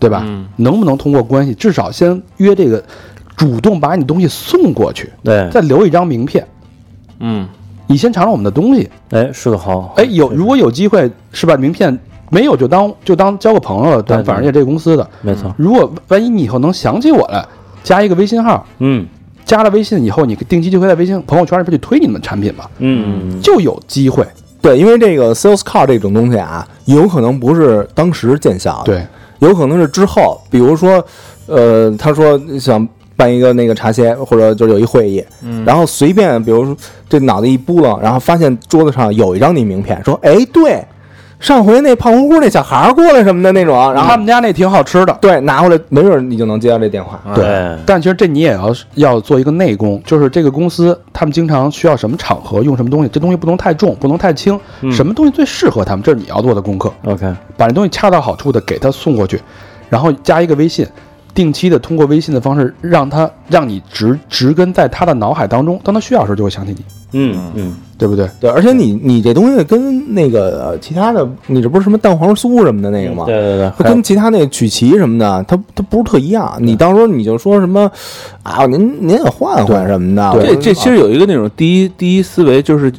Speaker 2: 对吧？能不能通过关系，至少先约这个，主动把你东西送过去，
Speaker 8: 对，
Speaker 2: 再留一张名片，
Speaker 4: 嗯
Speaker 2: 你先尝尝我们的东西。
Speaker 8: 哎，是的，好，
Speaker 2: 哎，有如果有机会是吧？名片没有就当就当交个朋友了，咱
Speaker 8: 对对
Speaker 2: 反正也这公司的。
Speaker 8: 没错，
Speaker 2: 如果万一你以后能想起我来，加一个微信号，
Speaker 8: 嗯
Speaker 2: 加了微信以后，你定期就会在微信朋友圈里边去推你们的产品嘛，
Speaker 8: 嗯哦
Speaker 2: 就有机会。
Speaker 3: 对，因为这个 sales call 这种东西啊，有可能不是当时见效，，
Speaker 2: 对，
Speaker 3: 有可能是之后，比如说，呃，他说想办一个那个茶歇，或者就是有一会议，然后随便，比如说这脑袋一扑棱，然后发现桌子上有一张你名片，说，哎，对，上回那胖乎乎那小孩儿过来什么的那种，啊然后
Speaker 2: 他们家那挺好吃的。
Speaker 3: 对拿回来，没准儿你就能接到这电话，
Speaker 2: 啊
Speaker 8: 对，
Speaker 2: 但其实这你也要要做一个内功，就是这个公司他们经常需要什么场合用什么东西，这东西不能太重，不能太轻，
Speaker 8: 嗯
Speaker 2: 什么东西最适合他们，这是你要做的功课。
Speaker 8: ，OK，
Speaker 2: 把这东西恰到好处的给他送过去，然后加一个微信，定期的通过微信的方式让他让你植植根在他的脑海当中，当他需要的时候就会想起你，
Speaker 8: 嗯嗯，
Speaker 2: 对不对？
Speaker 3: 对，而且你你这东西跟那个呃其他的，你这不是什么蛋黄酥什么的那个吗？
Speaker 8: 对对对，
Speaker 3: 它跟其他那曲奇什么的，它它不是特一样。你到时候你就说什么啊，您您也换换什么的。
Speaker 4: 这这其
Speaker 3: 些
Speaker 4: 实有一个那种第一第一思维就是，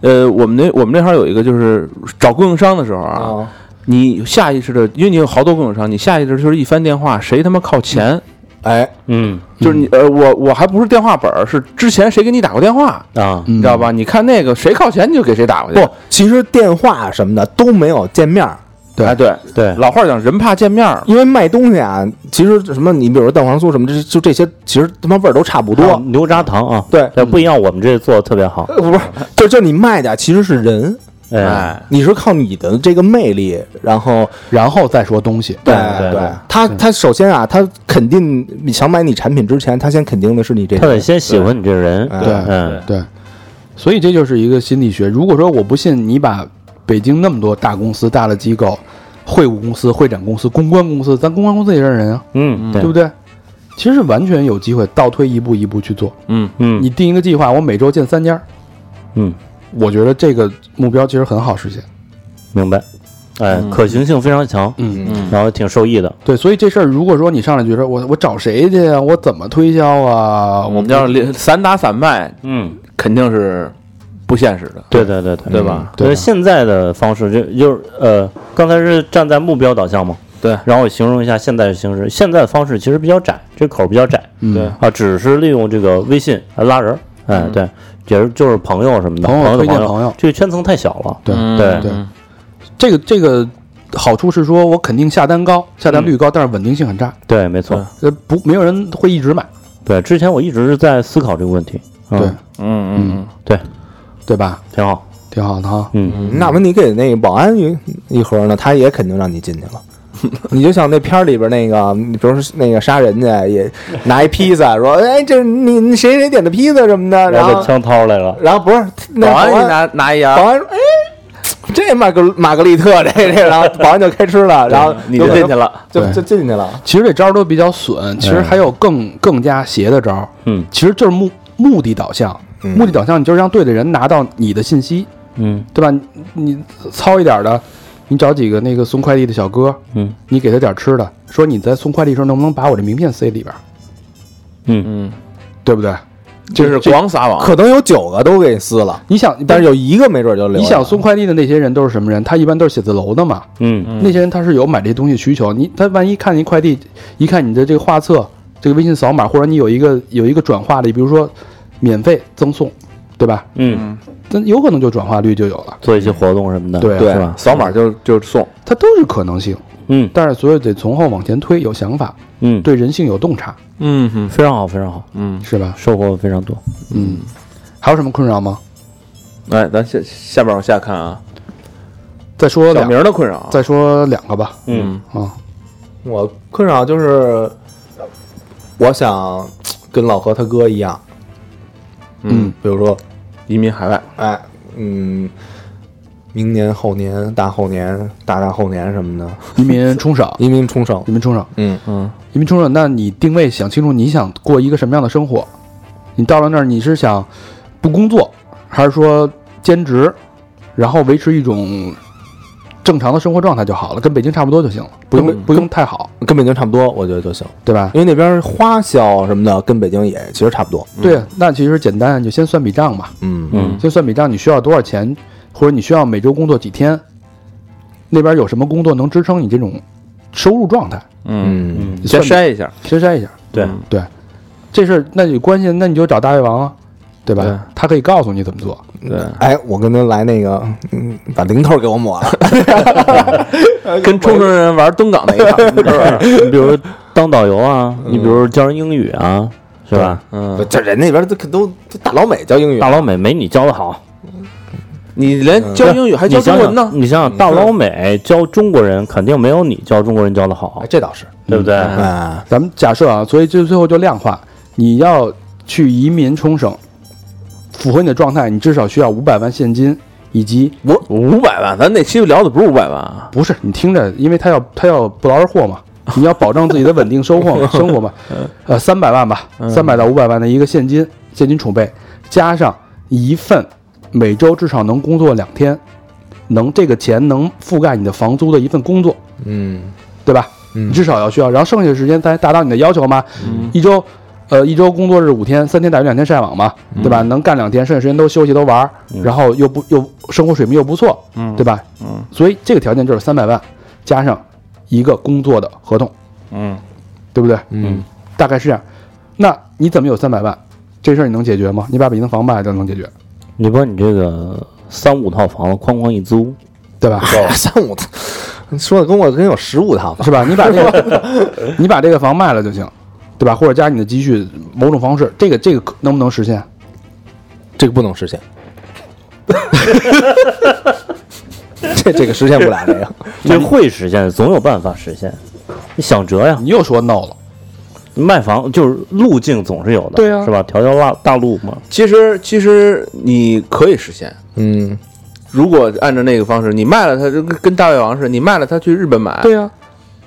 Speaker 4: 呃，我们那我们那行有一个就是找供应商的时候啊，
Speaker 3: 啊，
Speaker 4: 你下意识的，因为你有好多供应商，你下意识就是一翻电话，谁他妈靠前？
Speaker 3: 哎，
Speaker 8: 嗯
Speaker 4: 就是你呃，我我还不是电话本儿，是之前谁给你打过电话，
Speaker 8: 啊，
Speaker 4: 你知道吧？你看那个谁靠前，你就给谁打过去。
Speaker 3: 不，其实电话什么的都没有见面儿，
Speaker 4: 哎，对
Speaker 8: 对
Speaker 4: 老话讲人怕见面儿，
Speaker 3: 因为卖东西啊，其实什么你比如说蛋黄酥什么，这就这些，其实他妈味儿都差不
Speaker 8: 多
Speaker 3: 多。
Speaker 8: 牛轧糖啊，
Speaker 3: 对，
Speaker 8: 但不一样，我们这做的特别好，
Speaker 3: 呃不是，就就你卖的其实是人，
Speaker 8: 哎，
Speaker 4: 哎，
Speaker 3: 你是靠你的这个魅力，然后
Speaker 2: 然后再说东西。
Speaker 3: 对
Speaker 8: 对对
Speaker 3: 他他首先啊，他肯定你想买你产品之前，他先肯定的是你这
Speaker 8: 他
Speaker 3: 个
Speaker 8: 得
Speaker 3: 人，
Speaker 8: 先喜欢你这人，
Speaker 3: 哎
Speaker 2: 对
Speaker 8: 嗯
Speaker 2: 对，所以这就是一个心理学。如果说我不信你把北京那么多大公司、大的机构，会务公司、会展公司、公关公司，咱公关公司也认人啊，
Speaker 3: 嗯
Speaker 2: 对不对？其实完全有机会倒推一步一步去做。
Speaker 3: 嗯嗯
Speaker 2: 你定一个计划，我每周见三家，
Speaker 8: 嗯，
Speaker 2: 我觉得这个目标其实很好实现。
Speaker 8: 明白。哎，可行性非常强，
Speaker 2: 嗯
Speaker 3: 嗯
Speaker 8: 然后挺受益的。
Speaker 2: 对，所以这事儿如果说你上来觉得我我找谁去啊，我怎么推销啊，
Speaker 4: 嗯
Speaker 9: 我们叫连散打散卖，
Speaker 8: 嗯，
Speaker 9: 肯定是不现实的，
Speaker 8: 对对对对
Speaker 9: 对？吧？
Speaker 2: 对
Speaker 8: 所以现在的方式就就是呃，刚才是站在目标导向嘛，
Speaker 9: 对。
Speaker 8: 然后我形容一下现在的形式，现在的方式其实比较窄，这口儿比较窄，
Speaker 2: 嗯对
Speaker 8: 啊，只是利用这个微信来拉人儿，哎，对，也是就是朋友什么的，
Speaker 2: 朋友
Speaker 8: 友的
Speaker 2: 推荐
Speaker 8: 朋
Speaker 2: 朋友
Speaker 8: 这个圈层太小了，
Speaker 2: 对
Speaker 9: 嗯
Speaker 8: 对
Speaker 2: 对这个这个好处是说我肯定下单高，下单率高，但是稳定性很差，
Speaker 8: 对，没错，
Speaker 2: 呃，不没有人会一直买，
Speaker 8: 对，之前我一直是在思考这个问题，嗯
Speaker 2: 对
Speaker 9: 嗯嗯
Speaker 8: 对，
Speaker 2: 对吧？
Speaker 8: 挺好，
Speaker 2: 挺好的哈。
Speaker 8: 嗯，
Speaker 3: 那么你给那个保安一一盒呢，他也肯定让你进去 了。你就像那片儿里边那个，你比如说那个杀人去，也拿一披萨说：“哎，这是你你谁谁点的披萨什么的。”然后
Speaker 8: 我把枪掏出来了，
Speaker 3: 然后不是
Speaker 9: 嗯，
Speaker 3: 那
Speaker 9: 保安
Speaker 3: 保
Speaker 9: 一
Speaker 3: 安
Speaker 9: 拿拿一
Speaker 3: 保
Speaker 9: 牙，
Speaker 3: 安说：“哎，这玛格玛格丽特这这。”然后保安就开吃了，然后
Speaker 9: 你
Speaker 3: 有
Speaker 9: 就
Speaker 3: 可
Speaker 9: 进
Speaker 3: 能
Speaker 9: 去了，
Speaker 3: 就
Speaker 2: 对
Speaker 3: 就进去了。
Speaker 2: 其实这招儿都比较损，其实还有更更加邪的招儿。
Speaker 8: 嗯，
Speaker 2: 其实就是目目的导向，
Speaker 3: 嗯
Speaker 2: 目的导向，你就是让对的人拿到你的信息，
Speaker 8: 嗯
Speaker 2: 对吧？你你糙一点儿的，你找几个那个送快递的小哥，
Speaker 8: 嗯
Speaker 2: 你给他点儿吃的，说你在送快递的时候能不能把我这名片塞里边儿，
Speaker 8: 嗯，
Speaker 9: 嗯，
Speaker 2: 对不对？
Speaker 9: 这是
Speaker 2: 这
Speaker 9: 广撒网，
Speaker 3: 可能有九个都给撕了，
Speaker 2: 你想，
Speaker 3: 但是有一个没准就留。
Speaker 2: 你想送，快递的那些人都是什么人？他一般都是写字楼的嘛，
Speaker 8: 嗯
Speaker 2: 那些人他是有买这东西需求，你他万一看一快递，一看你的这个画册，这个微信扫码，或者你有一个有一个转化的，比如说免费赠送，对吧？
Speaker 8: 嗯，
Speaker 2: 那有可能就转化率就有了，
Speaker 8: 做一些活动什么的，
Speaker 2: 对
Speaker 8: 是
Speaker 9: 对
Speaker 8: 吧，？
Speaker 9: 扫码就就送，
Speaker 2: 它都是可能性。
Speaker 8: 嗯
Speaker 2: 但是所以得从后往前推，有想法，
Speaker 8: 嗯，
Speaker 2: 对人性有洞察，
Speaker 9: 嗯哼，
Speaker 8: 非常好，非常好，
Speaker 9: 嗯，
Speaker 2: 是吧？
Speaker 8: 收获非常多。
Speaker 2: 嗯，还有什么困扰吗？
Speaker 9: 哎，咱下下边往下看啊，
Speaker 2: 再说
Speaker 9: 小
Speaker 2: 两，
Speaker 9: 明的困扰，啊
Speaker 2: 再说两个吧。
Speaker 8: 嗯
Speaker 2: 啊，
Speaker 3: 我困扰就是，我想跟老何他哥一样，
Speaker 2: 嗯，
Speaker 3: 比如说，
Speaker 9: 移民海外，
Speaker 3: 哎，嗯，明年、后年、大后年、大大后年什么的，
Speaker 2: 移 民冲绳，
Speaker 3: 移民冲绳。
Speaker 2: 移民冲绳，
Speaker 3: 嗯
Speaker 9: 嗯
Speaker 2: 移民冲绳，那你定位想清楚，你想过一个什么样的生活？你到了那儿，你是想不工作，还是说兼职，然后维持一种正常的生活状态就好了，跟北京差不多就行了，不用
Speaker 3: 跟
Speaker 2: 不用太好，
Speaker 3: 跟北京差不多，我觉得就行，
Speaker 2: 对吧？
Speaker 3: 因为那边花销什么的跟北京也其实差不多。
Speaker 2: 对，那其实简单，你就先算笔账嘛，
Speaker 3: 嗯
Speaker 8: 嗯
Speaker 2: 先算笔账，你需要多少钱，或者你需要每周工作几天，那边有什么工作能支撑你这种收入状态？
Speaker 9: 嗯，
Speaker 3: 嗯
Speaker 9: 你先
Speaker 2: 算
Speaker 9: 筛一下，
Speaker 2: 先筛一下。
Speaker 8: 对
Speaker 2: 对，这事儿那有关系，那你就找大胃王啊，对吧？
Speaker 9: 对
Speaker 2: 他可以告诉你怎么做。
Speaker 9: 对，
Speaker 3: 哎，我跟他来那个，嗯，把零头给我抹了。
Speaker 9: 跟冲绳人玩蹲岗那一套， 是嗯不是？
Speaker 8: 你比如当导游啊，你比如教人英语啊，是吧？
Speaker 9: 嗯，
Speaker 3: 这人那边都都都大老美教英语，
Speaker 8: 大老美没你教的好，
Speaker 9: 你连教英语还哎教
Speaker 8: 你
Speaker 9: 中
Speaker 8: 想
Speaker 9: 文呢嗯
Speaker 8: 想，，你想想，大老美教中国人肯定没有你教中国人教的好
Speaker 3: 哎，，这倒是。
Speaker 8: 对不对？
Speaker 9: 嗯
Speaker 3: 哎，
Speaker 2: 咱们假设啊，所以就最后就量化，你要去移民冲绳，符合你的状态，你至少需要五百万现金，以及
Speaker 9: 我五百万，咱那期聊的不是五百万啊，
Speaker 2: 不是你听着，因为他要他要不劳而获嘛，你要保证自己的稳定收获嘛生活嘛，呃，三百万吧，三百到五百万的一个现金现金储备，加上一份每周至少能工作两天，能这个钱能覆盖你的房租的一份工作，
Speaker 3: 嗯
Speaker 2: 对吧？你至少要需要，然后剩下的时间才达到你的要求嘛。一周，呃，一周工作日五天，三天打鱼两天晒网嘛，对吧？能干两天，剩下时间都休息都玩儿，然后又不又生活水平又不错，对吧？嗯，所以这个条件就是三百万加上一个工作的合同，
Speaker 9: 嗯，
Speaker 2: 对不对？
Speaker 3: 嗯，
Speaker 2: 大概是这样。那你怎么有三百万？这事儿你能解决吗？你把北京房卖了就能解决，
Speaker 8: 你把你这个三五套房子哐哐一租，
Speaker 2: 对吧？
Speaker 3: 三五套，说的跟我跟有十五套吧。
Speaker 2: 是吧？你把这个，你把这个房卖了就行，对吧？或者加上你的积蓄，某种方式，这个这个可能不能实现？
Speaker 3: 这个不能实现。 这这个实现不了这个，
Speaker 8: 这会实现，总有办法实现。你想辙呀，
Speaker 2: 你又说 no 了，
Speaker 8: 卖房就是路径总是有的，
Speaker 2: 对啊
Speaker 8: 是吧？条条大大路嘛，
Speaker 9: 其实其实你可以实现，
Speaker 3: 嗯，
Speaker 4: 如果按照那个方式，你卖了它，就跟跟大胃王似的，你卖了它去日本买，
Speaker 2: 对呀、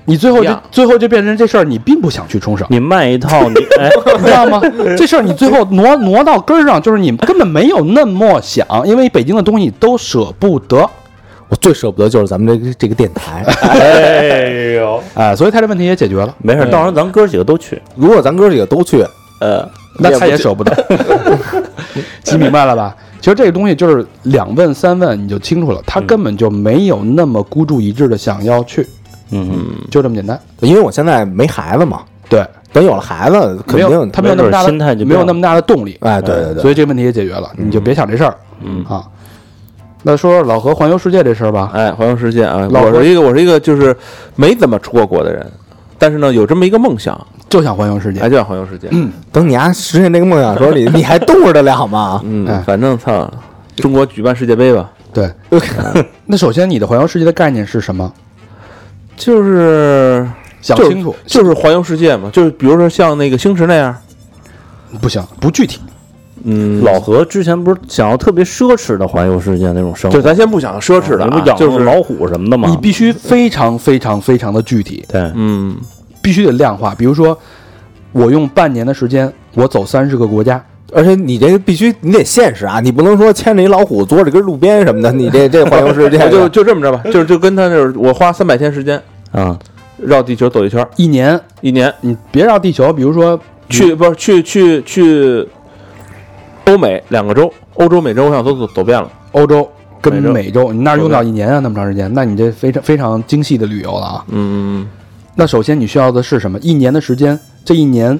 Speaker 2: 你最后
Speaker 4: 一
Speaker 2: 就
Speaker 4: 样
Speaker 2: 最后就变成这事儿，你并不想去冲绳，
Speaker 8: 你卖一套，你 哎，
Speaker 2: 你知道吗？这事儿你最后挪挪到根儿上，就是你根本没有那么想，因为北京的东西都舍不得。
Speaker 3: 我最舍不得就是咱们这个这个电台。
Speaker 2: 哎，所以他这问题也解决了，
Speaker 8: 没事，到时候咱哥几个都去，
Speaker 3: 如果咱哥几个都去，
Speaker 8: 呃，
Speaker 2: 那他也舍不得， 你明白了吧？其实这个东西就是两问三问你就清楚了，他根本就没有那么孤注一掷的想要去，
Speaker 8: 嗯，
Speaker 2: 就这么简单。
Speaker 3: 因为我现在没孩子嘛，
Speaker 2: 对，
Speaker 3: 等有了孩子肯
Speaker 2: 没有
Speaker 3: 定
Speaker 2: 他没有那么大的
Speaker 8: 没准心态就变
Speaker 2: 没
Speaker 8: 了
Speaker 2: 有那么大的动力，
Speaker 3: 哎，对对对，
Speaker 2: 所以这问题也解决了，你就别想这事儿，
Speaker 8: 嗯
Speaker 2: 啊。那说说老何环游世界这事儿吧，
Speaker 4: 哎，环游世界啊！
Speaker 2: 老
Speaker 4: 我
Speaker 2: 郭
Speaker 4: 是一个我是一个就是没怎么出过国的人，但是呢有这么一个梦想，
Speaker 2: 就想环游世界
Speaker 4: 哎，，就想环游世界。嗯
Speaker 3: 等你丫实现这个梦想的时候，你 你还动着得了吗？
Speaker 2: 哎
Speaker 4: 嗯反正操，中国举办世界杯吧，
Speaker 2: 对。那首先，你的环游世界的概念是什么？
Speaker 4: 就是
Speaker 2: 想
Speaker 4: 就是
Speaker 2: 清楚，
Speaker 4: 就是环游世界嘛，就是比如说像那个星驰那样，
Speaker 2: 不行，不具体。
Speaker 4: 嗯，
Speaker 8: 老何之前不是想要特别奢侈的环游世界那种生
Speaker 4: 就
Speaker 8: 活，
Speaker 4: 咱先不想奢侈的
Speaker 8: 你不
Speaker 4: 啊，
Speaker 8: 养
Speaker 4: 就
Speaker 8: 过
Speaker 4: 是
Speaker 8: 老虎什么的吗
Speaker 2: 你？必须非常非常非常的具体，
Speaker 8: 对，
Speaker 4: 嗯，
Speaker 2: 必须得量化。比如说，我用半年的时间，我走三十个国家，
Speaker 3: 而且你这必须你得现实啊，你不能说牵着一老虎坐着根路边什么的，你这这环游世界
Speaker 4: 就就这么着吧，就是就跟他就是我花三百天时间
Speaker 8: 啊，
Speaker 4: 绕地球走一圈，
Speaker 2: 一年
Speaker 4: 一年
Speaker 2: 你别绕地球，比如说
Speaker 4: 去不是去去去欧美两个州，欧洲美洲我想都走走遍了，
Speaker 2: 欧洲跟
Speaker 4: 美洲
Speaker 2: 美洲，你那儿用到一年啊，那么长时间，那你这非常非常精细的旅游了啊。
Speaker 4: 嗯，
Speaker 2: 那首先你需要的是什么？一年的时间，这一年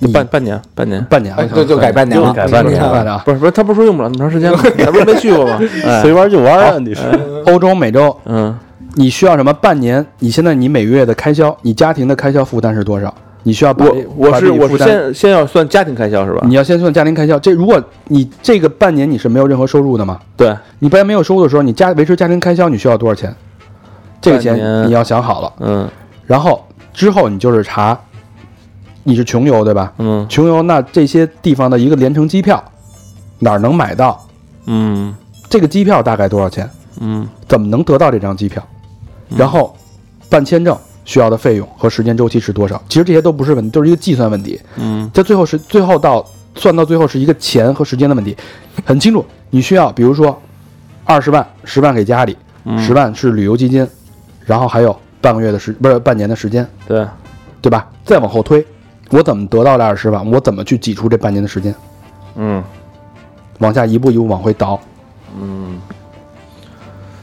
Speaker 2: 你
Speaker 4: 半半年半年。
Speaker 2: 半年，
Speaker 3: 哎
Speaker 2: 我想
Speaker 3: 就就改半年了，
Speaker 8: 就改半年
Speaker 2: 半
Speaker 3: 了。
Speaker 2: 年啊。
Speaker 4: 不是不是，他不是说用不了那么长时间 吗？咱不是没去过吗？
Speaker 8: 随玩就玩啊，你是
Speaker 2: 欧洲、美洲，
Speaker 4: 哎嗯，
Speaker 2: 你需要什么？半年，你现在你每月的开销，你家庭的开销负担是多少？你需要把
Speaker 4: 我我是
Speaker 2: 把这
Speaker 4: 我
Speaker 2: 负
Speaker 4: 是
Speaker 2: 担
Speaker 4: 先先要算家庭开销是吧
Speaker 2: 你？要先算家庭开销。这如果你这个半年你是没有任何收入的嘛？
Speaker 4: 对，
Speaker 2: 你半年没有收入的时候，你家维持家庭开销你需要多少钱？这个
Speaker 4: 半年
Speaker 2: 钱你要想好了，
Speaker 4: 嗯
Speaker 2: 然后之后你就是查，你是穷游对吧？
Speaker 4: 嗯
Speaker 2: 穷游那这些地方的一个联程机票哪儿能买到？
Speaker 4: 嗯
Speaker 2: 这个机票大概多少钱？
Speaker 4: 嗯
Speaker 2: 怎么能得到这张机票？然后办签证需要的费用和时间周期是多少？其实这些都不是问题，就是一个计算问题。
Speaker 4: 嗯
Speaker 2: 这最后是最后到算到最后是一个钱和时间的问题，很清楚。你需要比如说二十万，十万给家里，
Speaker 4: 嗯
Speaker 2: 十万是旅游基金，然后还有半个月的时不是半年的时间，
Speaker 4: 对，
Speaker 2: 对吧？再往后推，我怎么得到这二十万？我怎么去挤出这半年的时间？
Speaker 4: 嗯。
Speaker 2: 往下一步一步往回倒，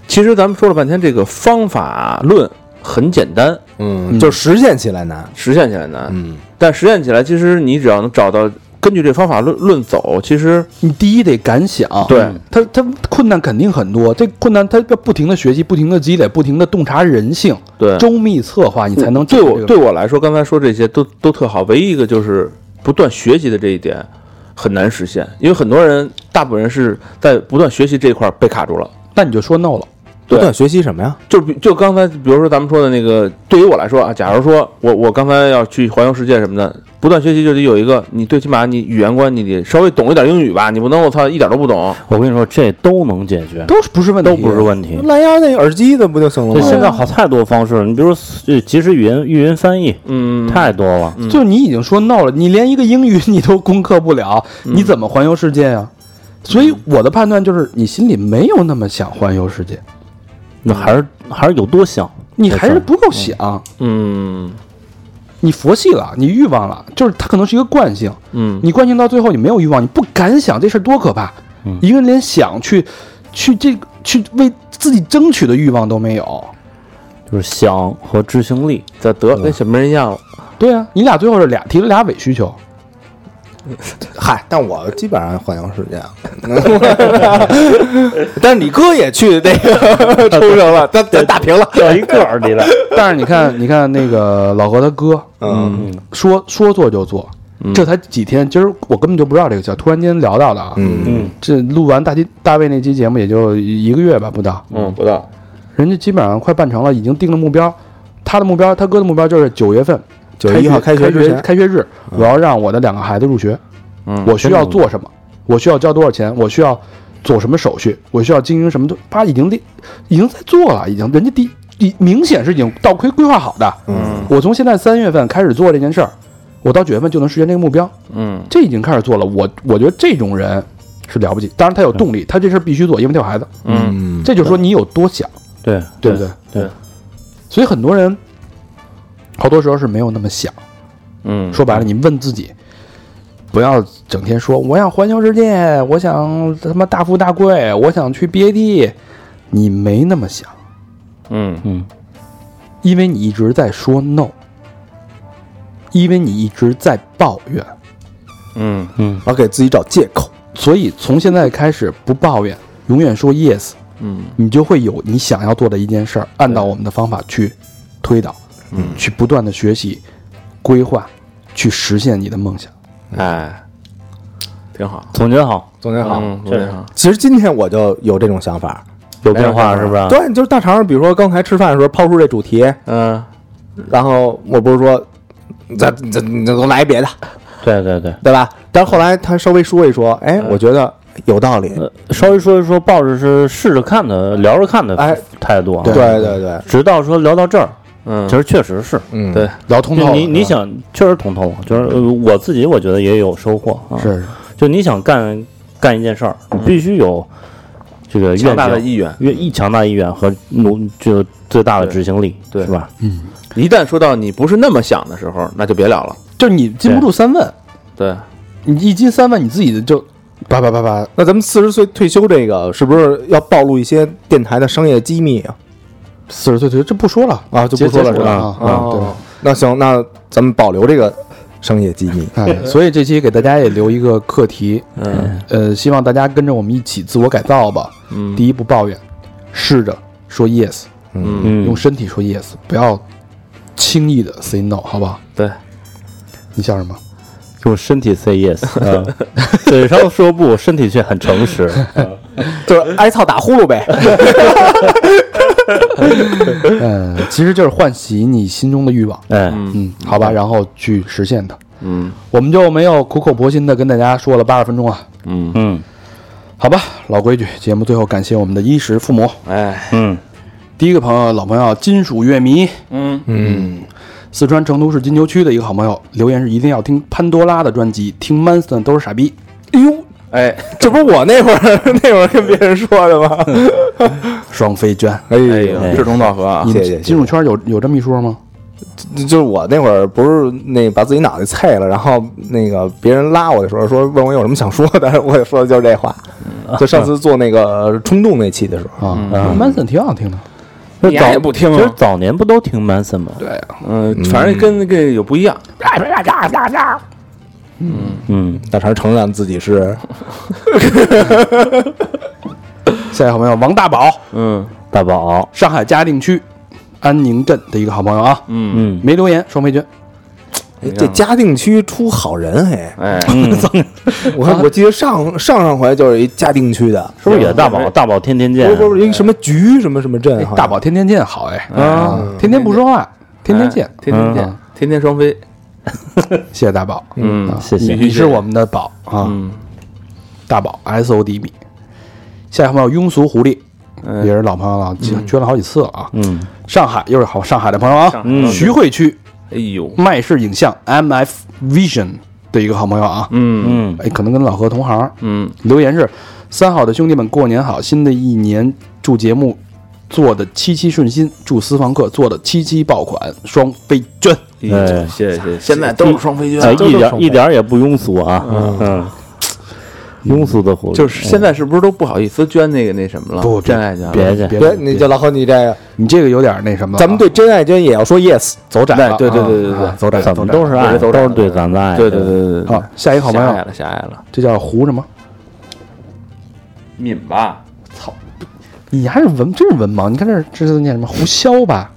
Speaker 4: 其实咱们说了半天，这个方法论很简单，
Speaker 3: 嗯，就实现起来难。
Speaker 4: 实现起来难，
Speaker 3: 嗯，
Speaker 4: 但实现起来，其实你只要能找到根据这方法论论走，其实
Speaker 2: 你第一得敢想，
Speaker 4: 对
Speaker 2: 他他困难肯定很多，这困难他要不停的学习，不停的积累，不停的洞察人性，
Speaker 4: 对
Speaker 2: 周密策划，你才能
Speaker 4: 对
Speaker 2: 解决
Speaker 4: 我
Speaker 2: 这个
Speaker 4: 对我来说，刚才说这些都都特好，唯一一个就是不断学习的这一点很难实现，因为很多人大部分人是在不断学习这一块儿被卡住了。
Speaker 2: 那你就说 no 了，
Speaker 3: 不
Speaker 4: 对
Speaker 3: 断学习什么呀？
Speaker 4: 就比就刚才，比如说咱们说的那个，对于我来说啊，假如说我我刚才要去环游世界什么的，不断学习就得有一个，你最起码你语言观你得稍微懂一点英语吧，你不能我操一点都不懂。
Speaker 8: 我跟你说，这都能解决，
Speaker 2: 都是不是问题，啊
Speaker 8: 都不是问题。
Speaker 3: 蓝牙那个耳机的不就行了
Speaker 8: 这现
Speaker 3: 吗？
Speaker 8: 在好太多方式了，你比如这即时语音、语音翻译，
Speaker 4: 嗯，
Speaker 8: 太多了。
Speaker 2: 就是你已经说 no 了，你连一个英语 你都攻克不了，
Speaker 4: 嗯
Speaker 2: 你怎么环游世界呀、啊所以我的判断就是，你心里没有那么想环游世界，
Speaker 8: 那还是还是有多想，
Speaker 2: 你还
Speaker 8: 这
Speaker 2: 是
Speaker 8: 事儿
Speaker 2: 不够想，
Speaker 4: 嗯
Speaker 2: 你佛系了，你欲望了，就是它可能是一个惯性，
Speaker 4: 嗯，
Speaker 2: 你惯性到最后你没有欲望，你不敢想这事儿多可怕，一个人连想去去这个去为自己争取的欲望都没有，
Speaker 8: 就是想和执行力。
Speaker 4: 咋得跟小没人一样了？
Speaker 2: 对啊，你俩最后是俩提了俩伪需求，
Speaker 3: 嗨，但我基本上环游世界。但是你哥也去那个冲绳了，咱咱打平了。
Speaker 8: 掉一个儿里来，
Speaker 2: 但是你看你看那个老何他哥，
Speaker 3: 嗯
Speaker 2: 说说做就做，这才几天，今儿我根本就不知道这个事儿，突然间聊到的啊。
Speaker 3: 嗯，
Speaker 2: 这录完大期大卫那期节目也就一个月吧，不到，
Speaker 4: 嗯，不到。
Speaker 2: 人家基本上快办成了，已经定了目标。他的目标，他哥的目标就是九月份
Speaker 3: 九月一号开
Speaker 2: 开
Speaker 3: 学之前，嗯
Speaker 2: 开学日，我要让我的两个孩子入学。
Speaker 4: 嗯
Speaker 2: 我需要做什么？我需要交多少钱？我需要走什么手续，我需要经营什么都，啪已经列，已经在做了，已经人家第已明显是已经倒亏规划好的。
Speaker 3: 嗯，
Speaker 2: 我从现在三月份开始做这件事儿，我到九月份就能实现这个目标。
Speaker 9: 嗯，
Speaker 2: 这已经开始做了，我我觉得这种人是了不起。当然他有动力，他这事儿必须做，因为他有孩子。
Speaker 3: 嗯，
Speaker 2: 这就是说你有多想，
Speaker 8: 对
Speaker 2: 对不对？
Speaker 8: 对。
Speaker 2: 所以很多人，好多时候是没有那么想。
Speaker 9: 嗯，
Speaker 2: 说白了，你问自己，不要整天说我想环游世界，我想他妈大富大贵，我想去 BAT，你没那么想，
Speaker 9: 嗯
Speaker 2: 因为你一直在说 no，因为你一直在抱怨，
Speaker 9: 嗯
Speaker 3: 而给自己找借口。
Speaker 2: 所以从现在开始不抱怨，永远说 yes，
Speaker 9: 嗯
Speaker 2: 你就会有你想要做的一件事儿，按照我们的方法去推导，
Speaker 9: 嗯，
Speaker 2: 去不断的学习、规划，去实现你的梦想。
Speaker 9: 哎，挺好，
Speaker 8: 总结好，
Speaker 3: 总结好，
Speaker 9: 嗯，挺好，
Speaker 3: 其实今天我就有这种想法。
Speaker 8: 有变化是吧？
Speaker 3: 对，就是大肠，比如说刚才吃饭的时候抛出这主题，
Speaker 9: 嗯
Speaker 3: 然后我不是说，咱咱咱咱来一别的，
Speaker 8: 对对对，
Speaker 3: 对吧？但是后来他稍微说一说，哎，我觉得有道理。
Speaker 8: 呃，稍微说一说，抱着是试着看的、聊着看的
Speaker 3: 哎
Speaker 8: 态度啊。
Speaker 3: 对对对，
Speaker 8: 直到说聊到这儿，
Speaker 9: 嗯，
Speaker 8: 其实确实是，
Speaker 3: 嗯，
Speaker 9: 对
Speaker 2: 聊通透
Speaker 8: 就
Speaker 2: 了，
Speaker 8: 你你想，确实通透了，就是呃我自己我觉得也有收获啊。
Speaker 2: 是吧是
Speaker 8: 就你想干干一件事儿，你必须有这个
Speaker 9: 嗯强
Speaker 8: 愿
Speaker 9: 大的
Speaker 8: 景，
Speaker 9: 意愿。
Speaker 8: 愿一强大意愿和努就最大的执行力，
Speaker 9: 对对
Speaker 8: 是吧？
Speaker 9: 一旦说到你不是那么想的时候，那就别聊了。
Speaker 2: 就是你禁不住三问，
Speaker 9: 对，
Speaker 2: 你一进三问，你自己就叭叭叭叭，
Speaker 3: 那咱们四十岁退休这个是不是要暴露一些电台的商业机密啊？
Speaker 2: 四十岁退这不说了
Speaker 3: 啊，就不说了
Speaker 2: 结
Speaker 3: 是
Speaker 2: 束
Speaker 3: 吧？
Speaker 2: 了啊啊，对
Speaker 3: 哦，那行，那咱们保留这个商业机密。
Speaker 2: 哎，所以这期给大家也留一个课题，
Speaker 9: 嗯
Speaker 2: 呃，希望大家跟着我们一起自我改造吧。
Speaker 9: 嗯
Speaker 2: 第一不抱怨，试着说 yes，
Speaker 9: 嗯，
Speaker 8: 嗯
Speaker 2: 用，身体说 yes，不要轻易的 say no，好不好？
Speaker 9: 对，
Speaker 2: 你笑什么？
Speaker 8: 用身体 say yes，嗯嘴上说不，身体却很诚 实。
Speaker 3: 就是挨操打呼噜呗。
Speaker 2: 嗯，其实就是唤起你心中的欲望，
Speaker 8: 哎，
Speaker 2: 嗯，好吧，然后去实现它。
Speaker 9: 嗯
Speaker 2: 我们就没有苦口婆心的跟大家说了八十分钟啊，
Speaker 9: 嗯，
Speaker 8: 嗯
Speaker 2: 好吧，老规矩，节目最后感谢我们的衣食父母。
Speaker 9: 哎，
Speaker 8: 嗯，
Speaker 2: 第一个朋友，老朋友，金属乐迷，
Speaker 9: 嗯
Speaker 2: 嗯，四川成都市金牛区的一个好朋友，留言是一定要听潘多拉的专辑，听 Manson 都是傻逼。
Speaker 3: 哎呦，
Speaker 9: 哎，
Speaker 3: 这不是我那会儿 那会儿跟别人说的吗？
Speaker 2: 双飞娟，
Speaker 3: 哎
Speaker 9: 哎呦，志同道合啊
Speaker 2: 你！
Speaker 3: 谢谢
Speaker 2: 们金属圈有有这么一说吗？
Speaker 3: 就是我那会儿不是那把自己脑袋菜了，然后那个别人拉我的时候说问我有什么想说的， 我也说的就是这话。就上次做那个冲动那期的时候，
Speaker 2: 啊、m
Speaker 9: 嗯
Speaker 2: a n s o n 挺好听的，
Speaker 8: 那
Speaker 9: 你
Speaker 8: 早
Speaker 9: 也不听啊
Speaker 8: 其实早年不都听 Manson 吗？
Speaker 9: 嗯，反正跟那个有不一样。
Speaker 8: 嗯，
Speaker 3: 大肠承认自己是
Speaker 2: 下一个好朋友王大宝，
Speaker 9: 嗯
Speaker 8: 大宝，
Speaker 2: 上海嘉定区安宁镇的一个好朋友啊，
Speaker 9: 嗯，
Speaker 8: 嗯，
Speaker 2: 没留言，双飞娟，
Speaker 3: 哎这嘉定区出好人哎！
Speaker 9: 哎，
Speaker 3: 我看我记得上上上回就是一嘉定区的，
Speaker 8: 是不是也大宝？大宝天天
Speaker 3: 不
Speaker 8: 见
Speaker 3: 是，不是一个什么局什么什么镇，好像
Speaker 2: 大宝天天见好哎，
Speaker 9: 啊，
Speaker 2: 天天不说话，天天见
Speaker 9: 哎，天天见，天天双飞。
Speaker 2: 谢谢大宝，
Speaker 9: 嗯，
Speaker 8: 啊谢
Speaker 2: 你
Speaker 8: 谢。
Speaker 2: 你是我们的宝啊。
Speaker 9: 嗯，
Speaker 2: 大宝 S O D 米。下一个朋友庸俗狐狸，
Speaker 9: 哎
Speaker 2: 也是老朋友了，捐捐了好几次了啊。
Speaker 8: 嗯，
Speaker 2: 上海又是好上海的朋友
Speaker 9: 上
Speaker 2: 啊
Speaker 9: 海，嗯
Speaker 2: 徐汇区
Speaker 9: 哎呦，
Speaker 2: 麦氏影像 M F Vision 的一个好朋友啊，
Speaker 9: 嗯
Speaker 8: 嗯，
Speaker 2: 哎，可能跟老何同行。
Speaker 9: 嗯
Speaker 2: 留言是：三好的兄弟们，过年好！新的一年祝节目做的七七顺心，祝私房课做的七七爆款，双飞娟。
Speaker 9: 哎呦，
Speaker 8: 哎
Speaker 9: 谢谢谢谢，现在都是双飞
Speaker 8: 哎，
Speaker 9: 娟，
Speaker 8: 一点一点也不庸俗啊，嗯，庸俗的哎狐狸
Speaker 9: 就是现在是不是都不好意思捐那个那什么了？
Speaker 2: 不
Speaker 9: 真爱去了，
Speaker 8: 别介，
Speaker 2: 别
Speaker 3: 别，你
Speaker 2: 别
Speaker 3: 就老何你这个，
Speaker 2: 你这个有点那什么了啊，
Speaker 3: 咱们对真爱捐也要说 yes，
Speaker 2: 走窄了啊，
Speaker 9: 对对对对对
Speaker 2: 啊走窄了，
Speaker 8: 怎
Speaker 2: 走窄
Speaker 8: 么
Speaker 2: 了
Speaker 8: 都是爱，
Speaker 9: 都是
Speaker 8: 都是对咱的爱。
Speaker 9: 对对对对对对
Speaker 2: 好，，下一个好朋
Speaker 9: 狭隘
Speaker 2: 友，
Speaker 9: 了狭隘了，
Speaker 2: 这叫胡什么？
Speaker 9: 敏吧，
Speaker 2: 你还是文，真是文盲。你看这儿这字念什么？胡萧吧，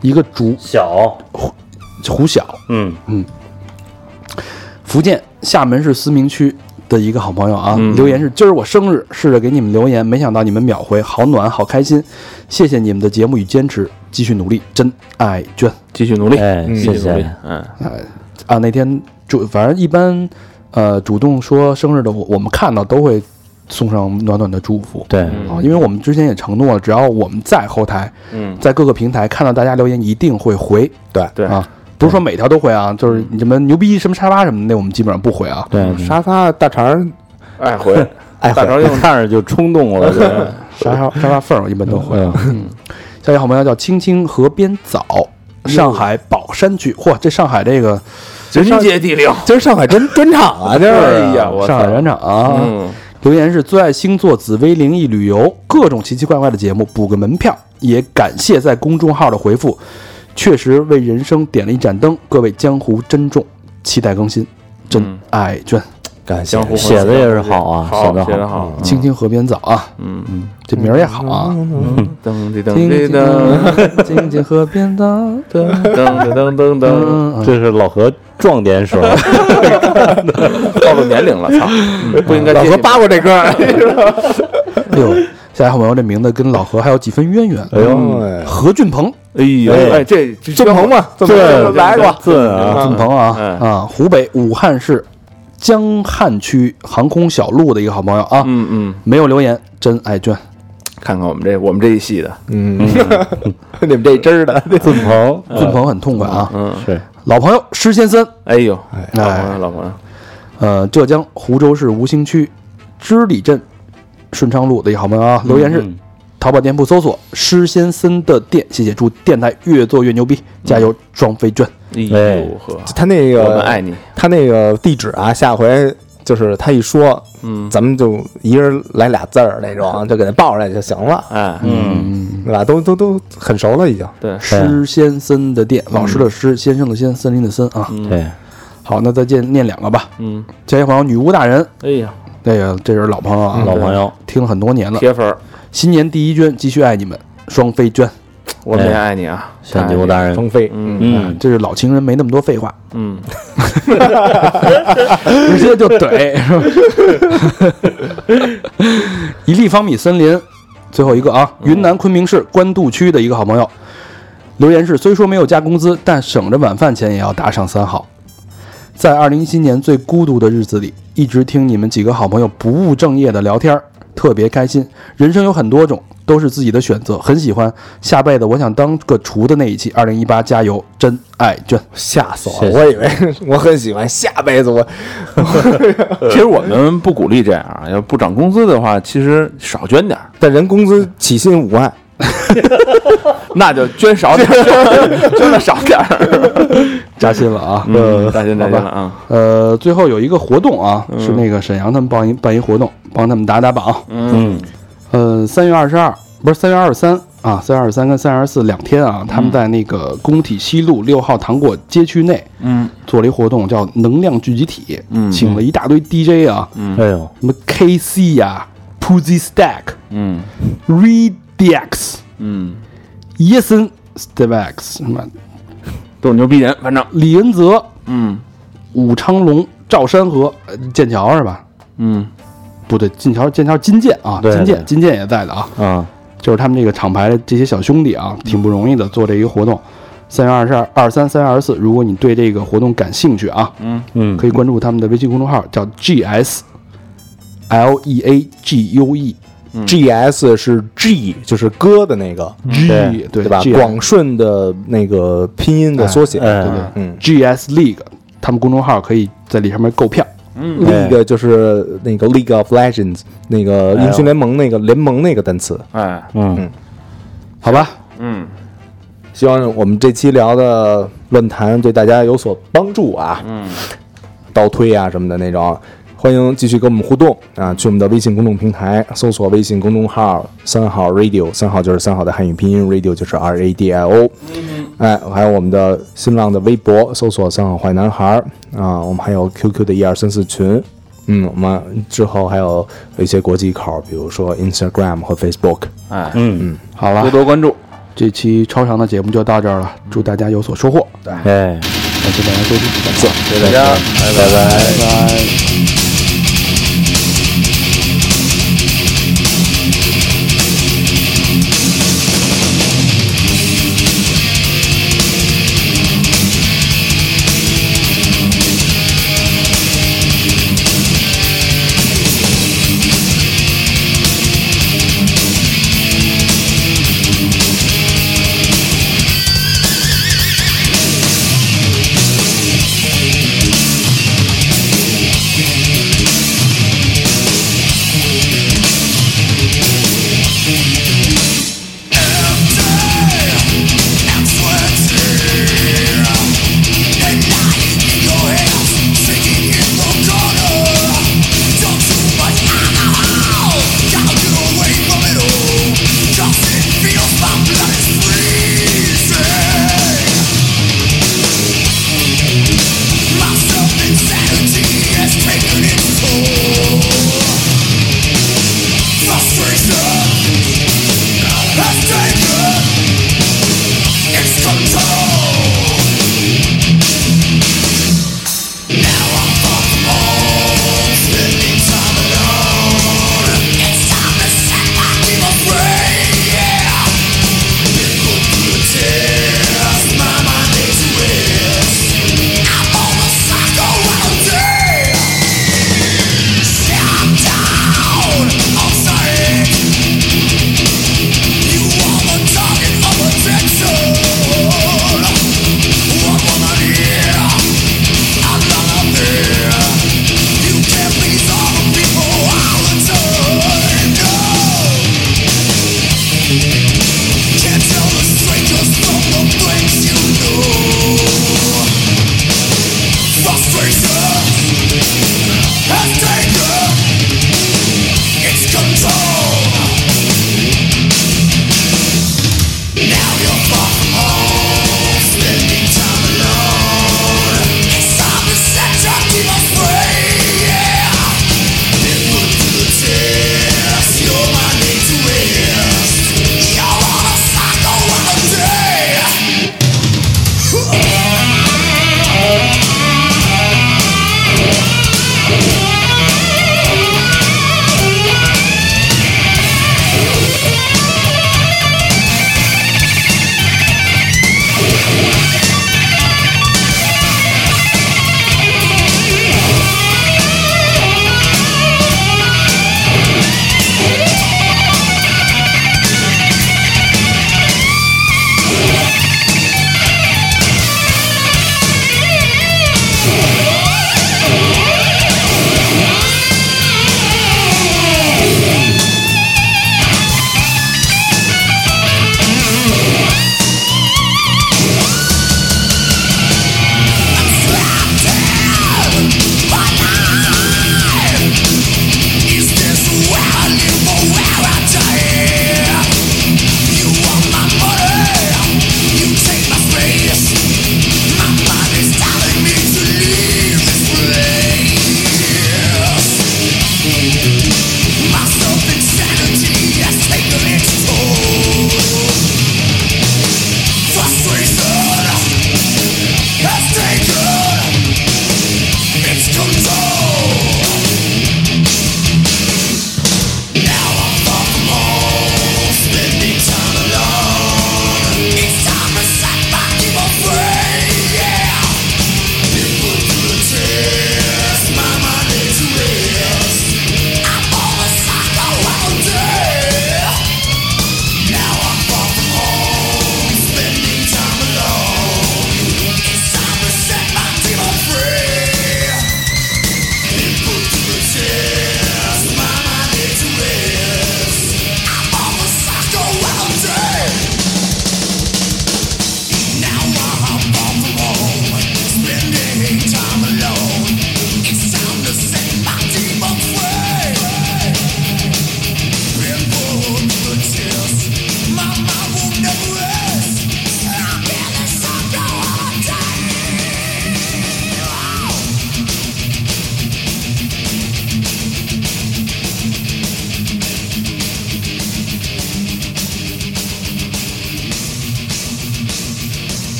Speaker 2: 一个竹
Speaker 8: 小，
Speaker 2: 胡小，
Speaker 8: 嗯
Speaker 2: 福建厦门市思明区的一个好朋友啊，
Speaker 9: 嗯
Speaker 2: 留言是：今儿我生日，试着给你们留言，没想到你们秒回，好暖，好开心，谢谢你们的节目与坚持，继续努力，真爱娟。
Speaker 9: 继续努力，
Speaker 8: 哎，
Speaker 9: 继
Speaker 8: 谢
Speaker 9: 续努力
Speaker 8: 谢，，
Speaker 9: 嗯
Speaker 2: 啊，那天祝，反正一般。呃，主动说生日的我，我们看到都会送上暖暖的祝福。
Speaker 8: 对，
Speaker 2: 啊，因为我们之前也承诺了，只要我们在后台，
Speaker 9: 嗯，
Speaker 2: 在各个平台看到大家留言，一定会回。
Speaker 3: 对
Speaker 9: 对
Speaker 2: 啊，不是说每条都回啊，就是你什么牛逼什么沙发什么的，我们基本上不回啊。
Speaker 8: 对，哎
Speaker 3: 沙发大肠儿
Speaker 9: 爱 回
Speaker 3: 爱
Speaker 9: 大肠
Speaker 3: 喝
Speaker 9: 硬
Speaker 8: 看着就冲 动了，就
Speaker 2: 沙发沙发缝儿我一般都回。
Speaker 8: 嗯
Speaker 2: 嗯，下一个好朋友叫青青河边早，上海宝山区。嚯，这上海这个
Speaker 9: 人杰地灵。
Speaker 3: 今儿上海真专场啊，这是
Speaker 9: 哎呀，我
Speaker 2: 上海
Speaker 9: 操！
Speaker 2: 展场啊。
Speaker 9: 嗯，
Speaker 2: 留言是最爱星座、紫薇、灵异、旅游，各种奇奇怪怪的节目，补个门票。也感谢在公众号的回复，确实为人生点了一盏灯。各位江湖珍重，期待更新，真
Speaker 9: 嗯
Speaker 2: 爱卷。
Speaker 3: 感谢
Speaker 9: 江湖
Speaker 8: 写的也是好啊，
Speaker 9: 好
Speaker 8: 的
Speaker 9: 写的
Speaker 8: 好，
Speaker 9: 好，
Speaker 2: 青青河边早啊，
Speaker 9: 嗯，
Speaker 2: 嗯， 这名儿也好啊。
Speaker 3: 嗯
Speaker 9: 噔滴噔
Speaker 2: 青
Speaker 9: 滴
Speaker 2: 青
Speaker 9: 噔
Speaker 2: 河 青青河 边早，
Speaker 9: 噔噔噔噔噔，
Speaker 2: 嗯，
Speaker 8: 这是老何壮 年时候，
Speaker 9: 暴露年龄了， 操，嗯不应该
Speaker 3: 老
Speaker 9: 接
Speaker 3: 何
Speaker 9: 你
Speaker 3: 扒过这歌儿，
Speaker 2: 哎呦，下一好朋友这名字跟老何还有几分渊源。
Speaker 8: 哎呦，
Speaker 3: 哎
Speaker 2: 何俊鹏，
Speaker 9: 哎呦，哎，这这
Speaker 3: 俊鹏嘛，俊
Speaker 8: 对
Speaker 3: 鹏来过，
Speaker 8: 对啊，
Speaker 2: 俊鹏啊
Speaker 9: 哎
Speaker 2: 啊，湖北武汉市江汉区航空小路的一个好朋友啊，
Speaker 9: 嗯嗯，
Speaker 2: 没有留言，真爱卷。
Speaker 9: 看看我们这我们这一系的，
Speaker 3: 嗯， 你们这真儿的，
Speaker 8: 俊鹏，
Speaker 2: 俊鹏很痛快啊，
Speaker 9: 嗯，
Speaker 8: 是
Speaker 2: 老朋友施先森，
Speaker 9: 哎呦，老朋
Speaker 2: 哎
Speaker 9: 友，老朋友，
Speaker 2: 呃，浙江湖州市吴兴区织里镇顺昌路的一个好朋友啊，留言是
Speaker 8: 嗯
Speaker 2: 淘宝店铺搜索施先森的店，谢谢，祝电台越做越牛逼，
Speaker 8: 嗯
Speaker 2: 加油，双飞卷。
Speaker 9: 哎呦呵，
Speaker 3: 他那
Speaker 9: 我们
Speaker 3: 个
Speaker 9: 爱你，
Speaker 3: 他那个地址啊，下回就是他一说，
Speaker 9: 嗯，
Speaker 3: 咱们就一人来俩字儿那种，就给他报上来就行了，
Speaker 9: 哎，
Speaker 8: 嗯，
Speaker 2: 嗯，
Speaker 3: 对吧？都都都很熟了，已经。
Speaker 9: 对，
Speaker 2: 施先森的店，
Speaker 8: 嗯
Speaker 2: 老师的施，先生的先，森林的森啊。
Speaker 9: 嗯
Speaker 8: 对，
Speaker 2: 好，那再见，念两个吧。
Speaker 9: 嗯，
Speaker 2: 下一个朋友女巫大人，
Speaker 9: 哎呀，
Speaker 2: 那个这是老朋友啊，
Speaker 8: 老朋友，
Speaker 2: 听了很多年了。
Speaker 9: 铁粉儿，
Speaker 2: 新年第一捐，继续爱你们，双飞捐。
Speaker 9: 我们也爱你啊，
Speaker 8: 像
Speaker 9: 太
Speaker 8: 牛大人，
Speaker 3: 鹏飞，
Speaker 9: 嗯
Speaker 8: 嗯，
Speaker 2: 这是老情人没那么多废话，
Speaker 9: 嗯，
Speaker 2: 直接就怼，是吧？一立方米森林，最后一个啊，
Speaker 8: 嗯
Speaker 2: 云南昆明市官渡区的一个好朋友，留言是：虽说没有加工资，但省着晚饭钱也要打赏三好。在二零一七年最孤独的日子里，一直听你们几个好朋友不务正业的聊天儿，特别开心。人生有很多种，都是自己的选择，很喜欢。下辈子我想当个厨的那一期，二零一八加油，真爱卷。
Speaker 3: 吓死我了！
Speaker 8: 谢谢
Speaker 3: 我以为我很喜欢，下辈子我
Speaker 9: 其实我们不鼓励这样啊，要不涨工资的话，其实少捐点儿，
Speaker 3: 但人工资起薪五万，
Speaker 9: 那就捐少 点儿，捐的少点儿，
Speaker 2: 扎心了啊！
Speaker 9: 嗯，大家再见了啊，
Speaker 2: 呃，最后有一个活动啊，是那个沈阳他们办一办一活动，帮他们打打榜。
Speaker 9: 嗯
Speaker 2: 呃，三月二十二不是三月二十三啊，三月二十三跟三月二十四两天
Speaker 9: 嗯
Speaker 2: 啊，他们在那个工体西路六号糖果街区内
Speaker 9: 嗯
Speaker 2: 做了一活动，叫能量聚集体，
Speaker 9: 嗯
Speaker 2: 请了一大堆 DJ 啊，
Speaker 8: 哎呦，
Speaker 2: 什么 KC 呀、Pussy Stack、
Speaker 9: 嗯
Speaker 2: Redx、
Speaker 9: 嗯，
Speaker 2: Eason Stevx 什么
Speaker 9: 都是牛逼人，反正，
Speaker 2: 李恩泽、
Speaker 9: 嗯
Speaker 2: 武昌龙、赵山河、呃剑桥是吧？
Speaker 9: 嗯
Speaker 2: 不对，金条剑桥金剑啊，
Speaker 8: 对
Speaker 2: 金
Speaker 8: 对
Speaker 2: 剑金剑也在的啊，
Speaker 8: 啊，
Speaker 2: 就是他们这个厂牌的这些小兄弟啊，挺不容易的做这一个活动。三月二十二、二三、三月二十四，如果你对这个活动感兴趣啊，
Speaker 8: 嗯
Speaker 2: 可以关注他们的微信公众号，叫 G S L E A G U E
Speaker 3: G S 是 G，就是 E，歌的那个，
Speaker 2: G 嗯对
Speaker 3: 对吧？
Speaker 2: G E 嗯
Speaker 3: 广顺的那个拼音的缩写，
Speaker 8: 哎
Speaker 2: 对
Speaker 8: 哎
Speaker 2: 对
Speaker 3: 嗯
Speaker 2: G S League，他们公众号可以在里上面购票。
Speaker 3: ，League 就是那个 League of Legends，那个英雄联盟那个联盟那个单词。
Speaker 9: 哎
Speaker 8: 嗯，
Speaker 2: 好吧，
Speaker 9: 嗯
Speaker 3: 希望我们这期聊的论坛对大家有所帮助啊，
Speaker 9: 嗯，
Speaker 3: 倒推啊什么的那种。欢迎继续跟我们互动啊！去我们的微信公众平台搜索微信公众号“三好 radio”，三好就是三好的汉语拼音，radio 就是 R A D I O。哎，还有我们的新浪的微博，搜索“三好坏男孩儿”啊，我们还有 QQ 的一二三四群，嗯，我们之后还有一些国际口，比如说 Instagram 和 Facebook。
Speaker 9: 哎，
Speaker 2: 好
Speaker 9: 多
Speaker 2: 了，
Speaker 9: 多关注，
Speaker 2: 这期超长的节目就到这儿了，祝大家有所收获，
Speaker 8: 哎。
Speaker 2: 感谢大家收听。
Speaker 9: 谢谢大家。
Speaker 3: 拜拜。
Speaker 2: 拜拜。